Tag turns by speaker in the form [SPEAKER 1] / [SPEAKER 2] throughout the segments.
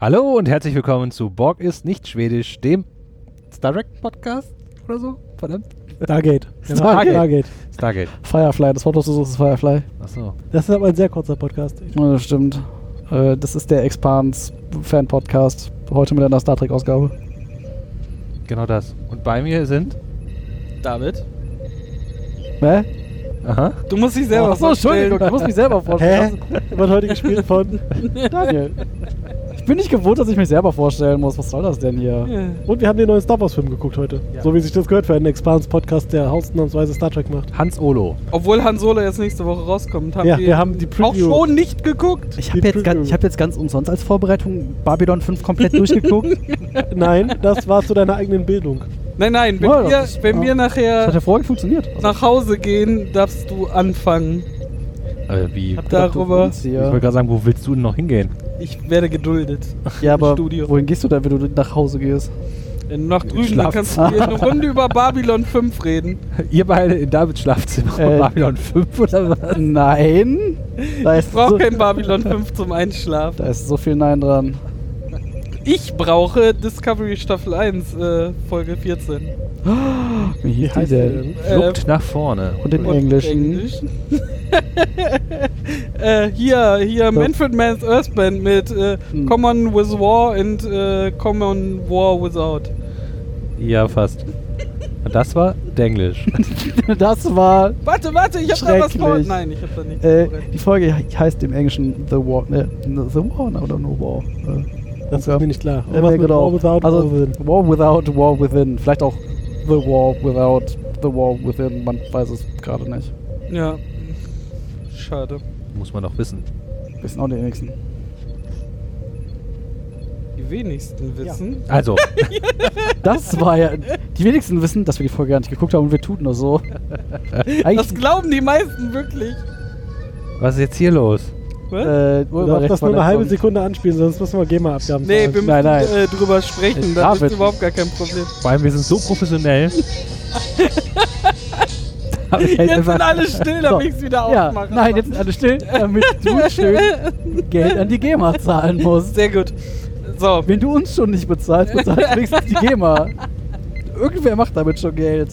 [SPEAKER 1] Hallo und herzlich willkommen zu Borg ist nicht schwedisch, dem Direct Podcast oder so? Verdammt.
[SPEAKER 2] Stargate. Genau,
[SPEAKER 1] Stargate.
[SPEAKER 2] Stargate.
[SPEAKER 1] Stargate.
[SPEAKER 2] Firefly. Das Wort, was du suchst, ist Firefly.
[SPEAKER 1] Achso.
[SPEAKER 2] Das ist aber ein sehr kurzer Podcast. Ich-
[SPEAKER 3] Ja, das stimmt. Äh, das ist der Expans-Fan-Podcast. Heute mit einer Star Trek-Ausgabe.
[SPEAKER 1] Genau das. Und bei mir sind.
[SPEAKER 4] David?
[SPEAKER 3] Hä?
[SPEAKER 1] Aha.
[SPEAKER 4] Du musst dich
[SPEAKER 3] Ach
[SPEAKER 4] selber
[SPEAKER 3] so, Entschuldigung, ich muss mich selber
[SPEAKER 2] Hä?
[SPEAKER 3] vorstellen.
[SPEAKER 2] Wird heute gespielt von.
[SPEAKER 3] Daniel. Ich bin nicht gewohnt, dass ich mich selber vorstellen muss. Was soll das denn hier?
[SPEAKER 2] Und wir haben den neuen Star Wars-Film geguckt heute.
[SPEAKER 3] Ja.
[SPEAKER 2] So wie sich das gehört für einen Expans-Podcast, der hausnahmsweise Star Trek macht.
[SPEAKER 1] Hans Olo.
[SPEAKER 4] Obwohl Han Solo jetzt nächste Woche rauskommt, haben
[SPEAKER 2] Ja,
[SPEAKER 4] wir,
[SPEAKER 2] wir haben die
[SPEAKER 4] auch
[SPEAKER 2] Preview.
[SPEAKER 4] schon nicht geguckt.
[SPEAKER 5] Ich
[SPEAKER 2] Die
[SPEAKER 5] habe jetzt,
[SPEAKER 2] Preview.
[SPEAKER 5] ga- ich hab jetzt ganz umsonst als Vorbereitung Babylon 5 komplett durchgeguckt.
[SPEAKER 2] Nein, das war zu deiner eigenen Bildung.
[SPEAKER 4] Nein, nein, wenn,
[SPEAKER 3] Ja, das
[SPEAKER 4] wir,
[SPEAKER 3] ist- ja.
[SPEAKER 4] wenn wir
[SPEAKER 3] Das hat
[SPEAKER 4] nachher
[SPEAKER 3] ja vorher funktioniert. Also,
[SPEAKER 4] nach Hause gehen, darfst du anfangen.
[SPEAKER 1] Äh, wie?
[SPEAKER 3] ich dachte, du
[SPEAKER 4] darüber-
[SPEAKER 3] kommst
[SPEAKER 1] Ich
[SPEAKER 3] Hier.
[SPEAKER 1] wollte gerade sagen, wo willst du denn noch hingehen?
[SPEAKER 4] Ich werde geduldet.
[SPEAKER 3] Ja, aber
[SPEAKER 4] Studio.
[SPEAKER 3] wohin gehst du denn, wenn du nach Hause gehst?
[SPEAKER 4] Wenn du nach drüben, dann
[SPEAKER 1] Schlaf-
[SPEAKER 4] kannst du hier eine Runde über Babylon 5 reden.
[SPEAKER 1] Ihr beide in Davids Schlafzimmer
[SPEAKER 3] Äh,
[SPEAKER 1] äh, Babylon 5 oder was?
[SPEAKER 3] Nein. Da ist,
[SPEAKER 4] Ich brauche
[SPEAKER 3] so,
[SPEAKER 4] kein Babylon 5 zum Einschlafen.
[SPEAKER 3] da ist so viel Nein dran.
[SPEAKER 4] Ich brauche Discovery Staffel 1, äh, Folge 14.
[SPEAKER 3] Wie hieß die
[SPEAKER 2] der
[SPEAKER 3] denn?
[SPEAKER 1] äh, Flucht nach vorne.
[SPEAKER 3] Und in
[SPEAKER 4] und
[SPEAKER 3] Englischen.
[SPEAKER 4] Englisch. äh, hier, hier, Manfred Mann's Earth Band mit äh,
[SPEAKER 3] Hm.
[SPEAKER 4] Common with War and äh, Common War Without.
[SPEAKER 1] Ja, fast. Und das war Denglisch.
[SPEAKER 3] Das war
[SPEAKER 4] Warte, warte, ich hab da was vor.
[SPEAKER 3] Schrecklich.
[SPEAKER 4] Nein, ich hab da nichts
[SPEAKER 3] Äh,
[SPEAKER 4] vorbereitet.
[SPEAKER 3] die Folge he- heißt im Englischen The War, ne, ne, The War ne, oder No War. Äh,
[SPEAKER 2] Das
[SPEAKER 3] okay.
[SPEAKER 2] ist mir nicht klar.
[SPEAKER 3] Äh,
[SPEAKER 2] Was
[SPEAKER 3] mir
[SPEAKER 2] mit
[SPEAKER 3] genau.
[SPEAKER 2] War Without
[SPEAKER 3] also
[SPEAKER 2] War Within?
[SPEAKER 3] War Without, War Within. Vielleicht auch The War Without, The War Within. Man weiß es gerade nicht.
[SPEAKER 4] Ja. Schade.
[SPEAKER 1] Muss man doch wissen.
[SPEAKER 3] Wissen auch die wenigsten.
[SPEAKER 4] Die wenigsten wissen.
[SPEAKER 1] Also,
[SPEAKER 3] Das war ja. Die wenigsten wissen, dass wir die Folge gar nicht geguckt haben und wir tun nur so.
[SPEAKER 4] Das
[SPEAKER 3] Eigentlich.
[SPEAKER 4] glauben die meisten wirklich.
[SPEAKER 1] was ist jetzt hier los?
[SPEAKER 4] Was?
[SPEAKER 3] Äh,
[SPEAKER 2] Du darfst ne? das nur eine halbe
[SPEAKER 3] Urheberrechtsverletzung.
[SPEAKER 2] Sekunde anspielen, sonst müssen wir GEMA-Abgaben
[SPEAKER 4] nee, wir müssen
[SPEAKER 3] nein, nein.
[SPEAKER 4] Äh, drüber sprechen.
[SPEAKER 3] Ich
[SPEAKER 4] Da
[SPEAKER 3] darf
[SPEAKER 4] ist
[SPEAKER 3] es
[SPEAKER 4] überhaupt gar kein Problem.
[SPEAKER 1] Vor allem, wir sind so professionell. David hält
[SPEAKER 4] Jetzt sind
[SPEAKER 1] einfach-
[SPEAKER 4] alle still, damit
[SPEAKER 3] So.
[SPEAKER 4] ich's wieder
[SPEAKER 3] Ja,
[SPEAKER 4] aufmache.
[SPEAKER 3] nein, jetzt sind alle still, damit du schön Geld an die GEMA zahlen musst.
[SPEAKER 4] Sehr gut. So.
[SPEAKER 3] Wenn du uns schon nicht bezahlst, bezahlst du wenigstens die GEMA. Irgendwer macht damit schon Geld.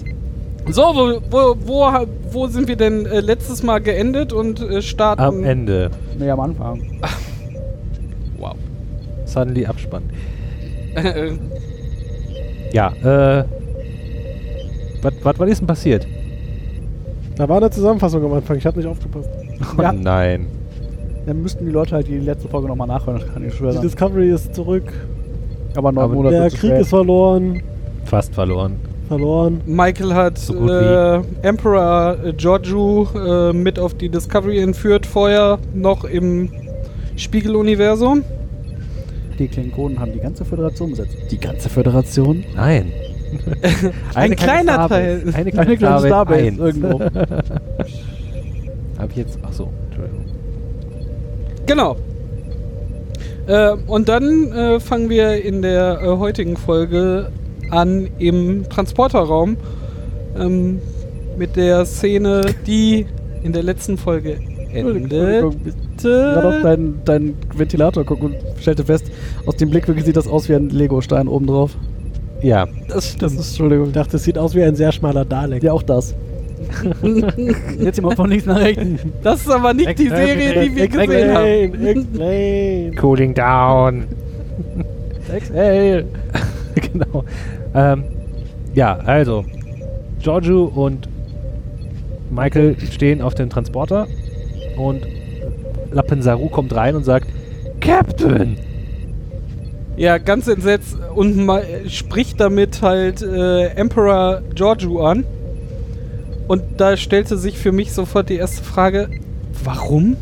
[SPEAKER 4] So, wo, wo, wo, ha- wo sind wir denn äh, letztes Mal geendet und äh, starten?
[SPEAKER 1] Am Ende.
[SPEAKER 3] Nee, am Anfang.
[SPEAKER 4] Wow.
[SPEAKER 1] Suddenly Abspann.
[SPEAKER 4] Äh,
[SPEAKER 1] Ja, äh. Was, was, was ist denn passiert?
[SPEAKER 2] Da war eine Zusammenfassung am Anfang, ich habe nicht aufgepasst.
[SPEAKER 3] Ja.
[SPEAKER 1] Oh Nein.
[SPEAKER 3] Dann müssten die Leute halt die letzte Folge nochmal nachhören, das kann ich
[SPEAKER 2] Die
[SPEAKER 3] schwören.
[SPEAKER 2] Discovery ist zurück.
[SPEAKER 3] Aber neun
[SPEAKER 1] Aber
[SPEAKER 3] Monate
[SPEAKER 2] Der
[SPEAKER 3] zu
[SPEAKER 2] Krieg
[SPEAKER 3] spät.
[SPEAKER 2] ist verloren.
[SPEAKER 1] Fast verloren.
[SPEAKER 2] Verloren.
[SPEAKER 4] Michael hat
[SPEAKER 1] gut wie-
[SPEAKER 4] äh, Emperor äh, Giorgio äh, mit auf die Discovery entführt, vorher noch im Spiegeluniversum.
[SPEAKER 3] Die Klingonen haben die ganze Föderation besetzt. Die ganze Föderation?
[SPEAKER 1] Nein.
[SPEAKER 4] Ein kleiner Teil.
[SPEAKER 1] Eine kleine,
[SPEAKER 3] Eine kleine Starbase
[SPEAKER 1] eins.
[SPEAKER 3] irgendwo.
[SPEAKER 1] Hab ich jetzt. Ach so, Entschuldigung.
[SPEAKER 4] Genau. Äh, und dann äh, fangen wir in der äh, heutigen Folge an im Transporterraum ähm, mit der Szene, die in der letzten Folge endet.
[SPEAKER 3] Entschuldigung, ich gerade auf deinen, deinen Ventilator gucken und stellte fest, aus dem Blickwinkel sieht das aus wie ein Lego-Stein oben drauf.
[SPEAKER 1] Ja.
[SPEAKER 3] Das stimmt. Das ist, Entschuldigung.
[SPEAKER 2] Ich dachte, es sieht aus wie ein sehr schmaler Dalek.
[SPEAKER 3] Ja, auch das. Jetzt immer von links nach rechts.
[SPEAKER 4] Das ist aber nicht die Serie, die wir gesehen haben.
[SPEAKER 2] Explain, explain.
[SPEAKER 1] Cooling down.
[SPEAKER 3] Hey.
[SPEAKER 1] genau. Ähm, ja, also. Giorgio und Michael stehen auf dem Transporter und Lappensaru kommt rein und sagt: Captain!
[SPEAKER 4] Ja, ganz entsetzt und ma- spricht damit halt äh, Emperor Giorgio an. Und da stellte sich für mich sofort die erste Frage, warum?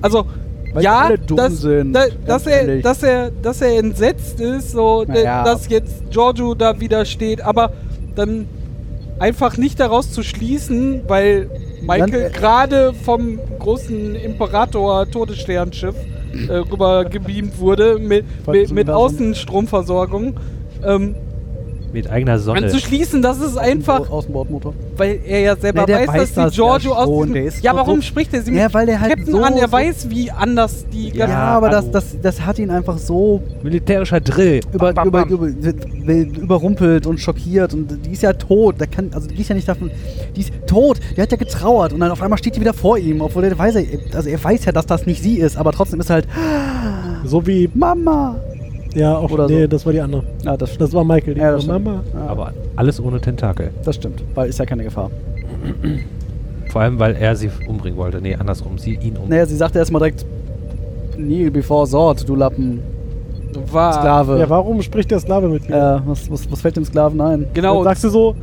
[SPEAKER 4] Also,
[SPEAKER 3] Weil
[SPEAKER 4] ja,
[SPEAKER 3] alle dumm
[SPEAKER 4] dass,
[SPEAKER 3] sind,
[SPEAKER 4] Da,
[SPEAKER 3] ganz
[SPEAKER 4] dass, er,
[SPEAKER 3] ehrlich.
[SPEAKER 4] dass, er, dass er entsetzt ist, so, de-
[SPEAKER 3] Naja.
[SPEAKER 4] dass jetzt Giorgio da wieder steht, aber dann einfach nicht daraus zu schließen, weil Michael
[SPEAKER 3] Ganz-
[SPEAKER 4] gerade vom großen Imperator Todessternschiff äh, rüber gebeamt wurde mit,
[SPEAKER 3] Voll
[SPEAKER 4] mit,
[SPEAKER 3] zum
[SPEAKER 4] mit
[SPEAKER 3] Universum.
[SPEAKER 4] Außenstromversorgung, ähm,
[SPEAKER 1] Mit eigener Sonne.
[SPEAKER 4] Anzuschließen, das ist einfach,
[SPEAKER 3] Außenbordmotor.
[SPEAKER 4] weil er ja selber
[SPEAKER 5] Nee, der
[SPEAKER 4] weiß,
[SPEAKER 5] weiß
[SPEAKER 4] dass
[SPEAKER 5] das
[SPEAKER 4] die Giorgio
[SPEAKER 5] ja
[SPEAKER 4] aus
[SPEAKER 5] schon,
[SPEAKER 4] diesem-
[SPEAKER 5] der ist
[SPEAKER 4] Ja,
[SPEAKER 5] so-
[SPEAKER 4] warum spricht er sie mit
[SPEAKER 5] Ja, weil der halt
[SPEAKER 4] Captain
[SPEAKER 5] so,
[SPEAKER 4] an? Er
[SPEAKER 5] so
[SPEAKER 4] weiß, wie anders die
[SPEAKER 5] Ja,
[SPEAKER 1] Ja,
[SPEAKER 5] aber das,
[SPEAKER 1] hallo.
[SPEAKER 5] das, das hat ihn einfach so
[SPEAKER 1] Militärischer Drill.
[SPEAKER 5] über,
[SPEAKER 1] Bam,
[SPEAKER 5] über,
[SPEAKER 1] bam, bam.
[SPEAKER 5] über, überrumpelt und schockiert und die ist ja tot. Da kann, also die ist ja nicht davon. Die ist tot, die hat ja getrauert und dann auf einmal steht die wieder vor ihm, obwohl er weiß, er- also er weiß ja, dass das nicht sie ist, aber trotzdem ist er halt
[SPEAKER 2] So wie.
[SPEAKER 5] Mama.
[SPEAKER 2] Ja, auch.
[SPEAKER 3] Oder
[SPEAKER 2] nee,
[SPEAKER 3] so.
[SPEAKER 2] das war die andere.
[SPEAKER 3] Ja, das stimmt.
[SPEAKER 2] Das war Michael. Die
[SPEAKER 3] Ja,
[SPEAKER 2] ja,
[SPEAKER 3] das stimmt.
[SPEAKER 2] Mama.
[SPEAKER 3] Ja,
[SPEAKER 1] Aber alles ohne Tentakel.
[SPEAKER 3] das stimmt, weil ist ja keine Gefahr.
[SPEAKER 1] Vor allem, weil er sie umbringen wollte. Nee, andersrum. Sie ihn um- umbringen.
[SPEAKER 3] Naja, sie sagte erstmal direkt, kneel before sword, du Lappen,
[SPEAKER 4] war.
[SPEAKER 3] Sklave.
[SPEAKER 2] Ja, warum spricht der Sklave mit mir?
[SPEAKER 3] äh, was, was, was fällt dem Sklaven ein?
[SPEAKER 4] Genau,
[SPEAKER 2] Dann sagst du so,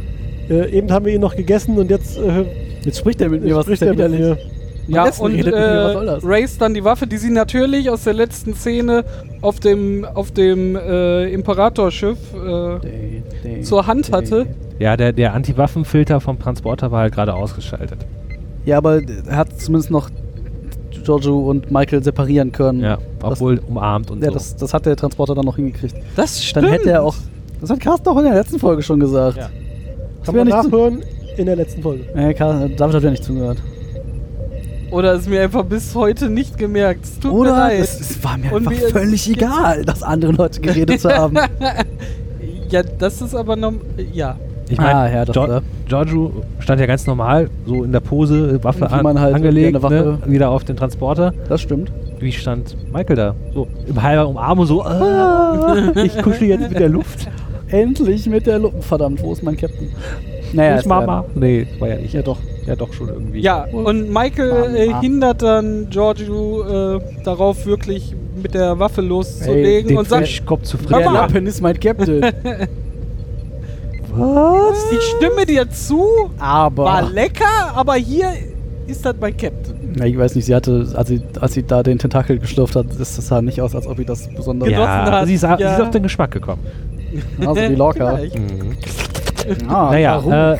[SPEAKER 2] äh, eben haben wir ihn noch gegessen und jetzt äh,
[SPEAKER 3] Jetzt spricht er mit mir, was
[SPEAKER 2] spricht
[SPEAKER 3] ist
[SPEAKER 2] er
[SPEAKER 3] der
[SPEAKER 2] mit
[SPEAKER 3] widerlich?
[SPEAKER 2] mir.
[SPEAKER 4] Ja,
[SPEAKER 3] Essen
[SPEAKER 4] und
[SPEAKER 3] redet mit mir, was soll
[SPEAKER 4] äh,
[SPEAKER 3] das?
[SPEAKER 4] Race dann die Waffe, die sie natürlich aus der letzten Szene auf dem, auf dem äh, Imperatorschiff äh,
[SPEAKER 3] Dä, dä,
[SPEAKER 4] zur Hand
[SPEAKER 3] dä.
[SPEAKER 4] hatte.
[SPEAKER 1] Ja, der, der Antiwaffenfilter vom Transporter war halt gerade ausgeschaltet.
[SPEAKER 3] Ja, aber er hat zumindest noch Giorgio und Michael separieren können.
[SPEAKER 1] Ja, obwohl umarmt und
[SPEAKER 3] Mhm. Ja,
[SPEAKER 1] so.
[SPEAKER 3] das, das hat der Transporter dann noch hingekriegt.
[SPEAKER 4] Das
[SPEAKER 3] Dann
[SPEAKER 4] stimmt.
[SPEAKER 3] hätte er auch. Das hat Carsten auch in der letzten Folge schon gesagt.
[SPEAKER 1] Ja.
[SPEAKER 3] Ja.
[SPEAKER 2] Kann
[SPEAKER 3] wir
[SPEAKER 2] man
[SPEAKER 3] nicht zu-
[SPEAKER 2] nachhören in der letzten Folge.
[SPEAKER 3] Äh, Carsten, David hat ja nicht zugehört.
[SPEAKER 4] Oder ist mir einfach bis heute nicht gemerkt. Es tut mir
[SPEAKER 3] Oder
[SPEAKER 4] leid.
[SPEAKER 3] es, es war mir
[SPEAKER 4] Und
[SPEAKER 3] einfach
[SPEAKER 4] wie es-
[SPEAKER 3] völlig egal, dass andere Leute geredet zu haben.
[SPEAKER 4] ja, das ist aber noch. Ja.
[SPEAKER 1] Ich meine,
[SPEAKER 3] Ah, ja, das war-
[SPEAKER 1] Giorgio stand ja ganz normal, so in der Pose, Waffe
[SPEAKER 3] Wie
[SPEAKER 1] an,
[SPEAKER 3] man halt
[SPEAKER 1] angelegt,
[SPEAKER 3] gerne Waffe-
[SPEAKER 1] ne, wieder auf den Transporter.
[SPEAKER 3] Das stimmt.
[SPEAKER 1] Wie stand Michael da? So im halber Umarmung, so, äh, ah, ich kuschel jetzt mit der Luft.
[SPEAKER 3] Endlich mit der Luppen. Verdammt, wo ist mein Captain? Naja,
[SPEAKER 1] ich
[SPEAKER 3] ist
[SPEAKER 1] Mama. Nee, war ja nicht.
[SPEAKER 3] Ja, doch.
[SPEAKER 1] Ja, doch schon irgendwie.
[SPEAKER 4] Ja,
[SPEAKER 3] Äh,
[SPEAKER 4] und Michael äh, hindert dann Giorgio äh, darauf, wirklich mit der Waffe loszulegen
[SPEAKER 1] den
[SPEAKER 4] und sagt:
[SPEAKER 1] Fischkopf zu
[SPEAKER 3] Der
[SPEAKER 1] frieren.
[SPEAKER 4] Mama!
[SPEAKER 3] Lappen ist mein Captain.
[SPEAKER 1] Was?
[SPEAKER 4] Ich stimme dir zu, war
[SPEAKER 3] Aber.
[SPEAKER 4] lecker, aber hier ist das mein Captain.
[SPEAKER 3] Na, ich weiß nicht, sie hatte, als sie, als sie da den Tentakel geschlürft hat, ist das sah nicht aus, als ob ich das besonders.
[SPEAKER 4] Genossen
[SPEAKER 1] Ja,
[SPEAKER 4] hat,
[SPEAKER 1] sie ist, a-
[SPEAKER 4] ja.
[SPEAKER 1] sie ist auf den Geschmack gekommen.
[SPEAKER 3] Also die Lorca.
[SPEAKER 4] Vielleicht.
[SPEAKER 3] Ah, warum?
[SPEAKER 1] naja, äh,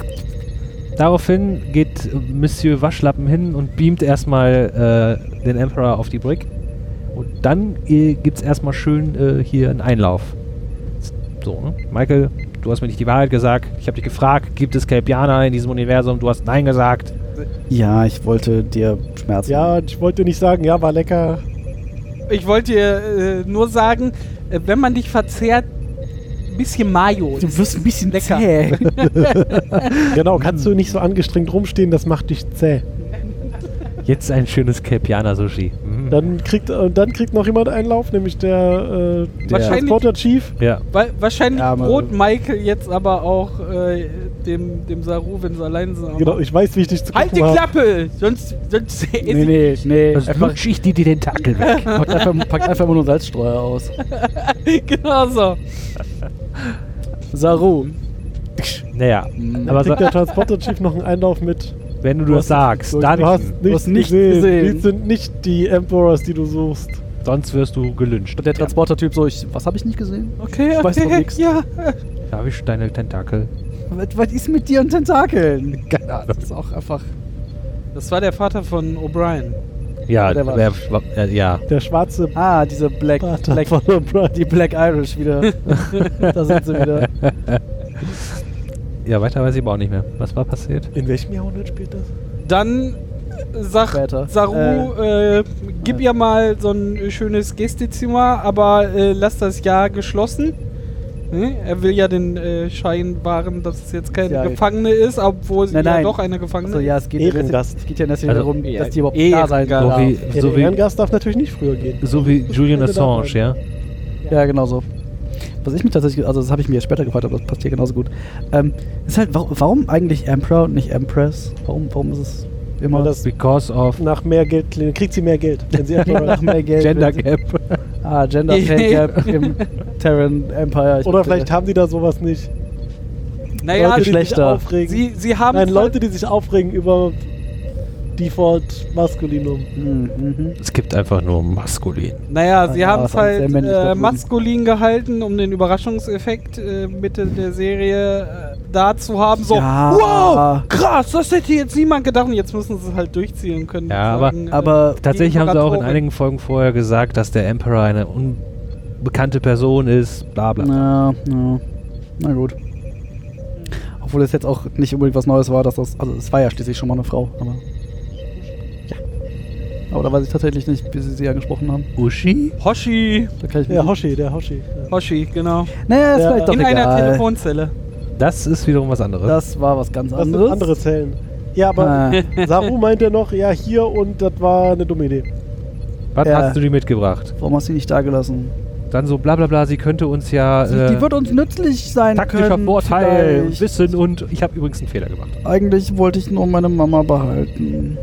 [SPEAKER 1] daraufhin geht Monsieur Waschlappen hin und beamt erstmal äh, den Emperor auf die Brick. Und dann äh, gibt's erstmal schön äh, hier einen Einlauf. So, ne? Michael, du hast mir nicht die Wahrheit gesagt. Ich habe dich gefragt, gibt es Kelpianer in diesem Universum? Du hast Nein gesagt.
[SPEAKER 3] Ja, ich wollte dir Schmerzen.
[SPEAKER 2] Ja, ich wollte nicht sagen, ja, war lecker.
[SPEAKER 4] Ich wollte dir äh, nur sagen, äh, wenn man dich verzehrt, ein bisschen Mayo.
[SPEAKER 3] Du wirst ein bisschen
[SPEAKER 4] Lecker.
[SPEAKER 3] lecker. Zäh.
[SPEAKER 2] Genau, kannst du nicht so angestrengt rumstehen, das macht dich zäh.
[SPEAKER 1] Jetzt ein schönes Kelpianer-Sushi. Mhm.
[SPEAKER 2] Dann kriegt, äh, dann kriegt noch jemand einen Lauf, nämlich der, äh, der
[SPEAKER 4] Wahrscheinlich-
[SPEAKER 2] Transporter Chief.
[SPEAKER 1] Ja,
[SPEAKER 4] Wa- wahrscheinlich
[SPEAKER 3] Ja, aber-
[SPEAKER 4] droht Michael jetzt aber auch äh, dem, dem Saru, wenn sie allein sind.
[SPEAKER 2] Genau, ich weiß, wie ich dich zu
[SPEAKER 4] Halt die
[SPEAKER 2] gucken hab.
[SPEAKER 4] Klappe! Sonst, sonst
[SPEAKER 3] Nee, nee, nee.
[SPEAKER 1] sonst
[SPEAKER 3] Einfach,
[SPEAKER 1] lutsch ich dir die Tentakel weg.
[SPEAKER 3] packt, einfach, packt einfach immer nur Salzstreuer aus.
[SPEAKER 4] genau so.
[SPEAKER 3] Saru.
[SPEAKER 1] naja,
[SPEAKER 3] Mhm.
[SPEAKER 1] aber so,
[SPEAKER 2] Kriegt der Transporter Chief noch einen Einlauf mit.
[SPEAKER 1] wenn du das sagst,
[SPEAKER 2] So,
[SPEAKER 1] dann
[SPEAKER 2] du hast nichts,
[SPEAKER 3] hast nichts
[SPEAKER 2] gesehen.
[SPEAKER 3] gesehen.
[SPEAKER 2] Die sind nicht die Emperors, die du suchst.
[SPEAKER 1] sonst wirst du gelünscht.
[SPEAKER 3] Und der Transporter-Typ so, ich, was habe ich nicht gesehen?
[SPEAKER 4] Okay,
[SPEAKER 3] Ich weiß
[SPEAKER 4] okay,
[SPEAKER 3] noch nix.
[SPEAKER 4] ja.
[SPEAKER 1] Ja. Da habe ich deine Tentakel.
[SPEAKER 3] Was, was ist mit dir und Tentakeln?
[SPEAKER 1] Keine Ahnung.
[SPEAKER 3] Das ist auch einfach.
[SPEAKER 4] Das war der Vater von O'Brien.
[SPEAKER 1] Ja,
[SPEAKER 3] Der war-
[SPEAKER 1] wer- schwa- äh, ja.
[SPEAKER 2] Der schwarze
[SPEAKER 3] Ah, diese Black.
[SPEAKER 2] Vater
[SPEAKER 3] Black
[SPEAKER 2] von O'Brien.
[SPEAKER 3] die Black Irish wieder. da sind sie wieder.
[SPEAKER 1] ja, weiter weiß ich aber auch nicht mehr. Was war passiert?
[SPEAKER 2] In welchem Jahrhundert spielt das?
[SPEAKER 4] Dann sagt
[SPEAKER 3] Später.
[SPEAKER 4] Saru, äh, gib ihr mal so ein schönes Gästezimmer, aber äh, lass das ja geschlossen. Hm? Er will ja den äh, Schein wahren, dass es jetzt keine
[SPEAKER 3] Ja, ich-
[SPEAKER 4] Gefangene ist, obwohl sie
[SPEAKER 3] Nein,
[SPEAKER 4] ja
[SPEAKER 3] nein.
[SPEAKER 4] doch eine Gefangene
[SPEAKER 3] Also ja, es geht,
[SPEAKER 2] Ehrengast.
[SPEAKER 3] es geht ja letztlich
[SPEAKER 1] Also,
[SPEAKER 3] darum,
[SPEAKER 4] ja,
[SPEAKER 3] dass die überhaupt da sein
[SPEAKER 1] So wie,
[SPEAKER 3] darf.
[SPEAKER 2] Ja,
[SPEAKER 1] so
[SPEAKER 2] der
[SPEAKER 1] wie,
[SPEAKER 2] Ehrengast darf natürlich nicht früher gehen.
[SPEAKER 1] so wie Julian Assange, ja?
[SPEAKER 3] Ja, genau so. Was ich mich tatsächlich, also das habe ich mir später gefragt, aber das passt hier genauso gut. Ähm, ist halt, wa- warum eigentlich Emperor und nicht Empress? Warum, warum ist es immer
[SPEAKER 2] Weil das
[SPEAKER 1] Because of
[SPEAKER 2] nach mehr Geld klingt, kriegt sie mehr Geld, wenn sie
[SPEAKER 3] Kriegt
[SPEAKER 2] Emperor
[SPEAKER 3] nach mehr Geld?
[SPEAKER 1] Gender
[SPEAKER 3] wenn sie-
[SPEAKER 1] Gap.
[SPEAKER 3] Ah, Gender Pay Gap im Terran Empire. Ich
[SPEAKER 2] Oder
[SPEAKER 3] bitte.
[SPEAKER 2] vielleicht haben die da sowas nicht. Leute,
[SPEAKER 4] Naja,
[SPEAKER 2] die sich
[SPEAKER 3] Geschlechter.
[SPEAKER 2] aufregen.
[SPEAKER 4] sie, sie haben
[SPEAKER 2] Nein, Leute, die sich aufregen über Default Maskulinum.
[SPEAKER 3] Hm, mhm.
[SPEAKER 1] Es gibt einfach nur maskulin.
[SPEAKER 4] naja, sie
[SPEAKER 3] Ja,
[SPEAKER 4] haben
[SPEAKER 3] das
[SPEAKER 4] es
[SPEAKER 3] ist alles sehr
[SPEAKER 4] halt
[SPEAKER 3] männlich da
[SPEAKER 4] äh,
[SPEAKER 3] drüben.
[SPEAKER 4] maskulin gehalten, um den Überraschungseffekt äh, Mitte der Serie äh, da zu haben. So,
[SPEAKER 3] Ja.
[SPEAKER 4] wow, krass, das hätte jetzt niemand gedacht. Und jetzt müssen sie es halt durchziehen können.
[SPEAKER 1] Ja,
[SPEAKER 4] und
[SPEAKER 1] aber-
[SPEAKER 4] sagen, äh,
[SPEAKER 3] aber
[SPEAKER 4] die
[SPEAKER 1] Tatsächlich haben sie auch in
[SPEAKER 4] Imperatorin.
[SPEAKER 1] einigen Folgen vorher gesagt, dass der Emperor eine unbekannte Person ist, bla bla.
[SPEAKER 3] Na, na. na gut. Obwohl es jetzt auch nicht unbedingt was Neues war, dass das. Also es war ja schließlich schon mal eine Frau, aber. Ja. Aber da weiß ich tatsächlich nicht, wie sie sie angesprochen haben.
[SPEAKER 1] Uschi?
[SPEAKER 4] Hoshi.
[SPEAKER 3] Da kann ich
[SPEAKER 2] Der
[SPEAKER 3] mich-
[SPEAKER 2] Hoshi, der Hoshi. Ja.
[SPEAKER 4] Hoshi, genau.
[SPEAKER 3] Naja, ist
[SPEAKER 2] Ja,
[SPEAKER 3] vielleicht doch
[SPEAKER 4] In einer
[SPEAKER 3] egal.
[SPEAKER 4] Telefonzelle.
[SPEAKER 1] Das ist wiederum was anderes.
[SPEAKER 3] Das war was ganz
[SPEAKER 2] Das sind
[SPEAKER 3] anderes.
[SPEAKER 2] andere Zellen. Ja, aber
[SPEAKER 3] Ah,
[SPEAKER 2] Saru meinte noch, ja, hier und das war eine dumme Idee.
[SPEAKER 1] was
[SPEAKER 3] ja.
[SPEAKER 1] hast du die mitgebracht?
[SPEAKER 3] warum hast du sie nicht da gelassen?
[SPEAKER 1] Dann so bla bla bla, sie könnte uns ja
[SPEAKER 4] Also,
[SPEAKER 3] Sie-
[SPEAKER 1] äh,
[SPEAKER 3] die wird uns nützlich sein
[SPEAKER 1] taktischer
[SPEAKER 3] können.
[SPEAKER 1] Vorteil,
[SPEAKER 3] vielleicht.
[SPEAKER 1] Wissen und ich habe übrigens einen Fehler gemacht.
[SPEAKER 3] Eigentlich wollte ich nur meine Mama behalten.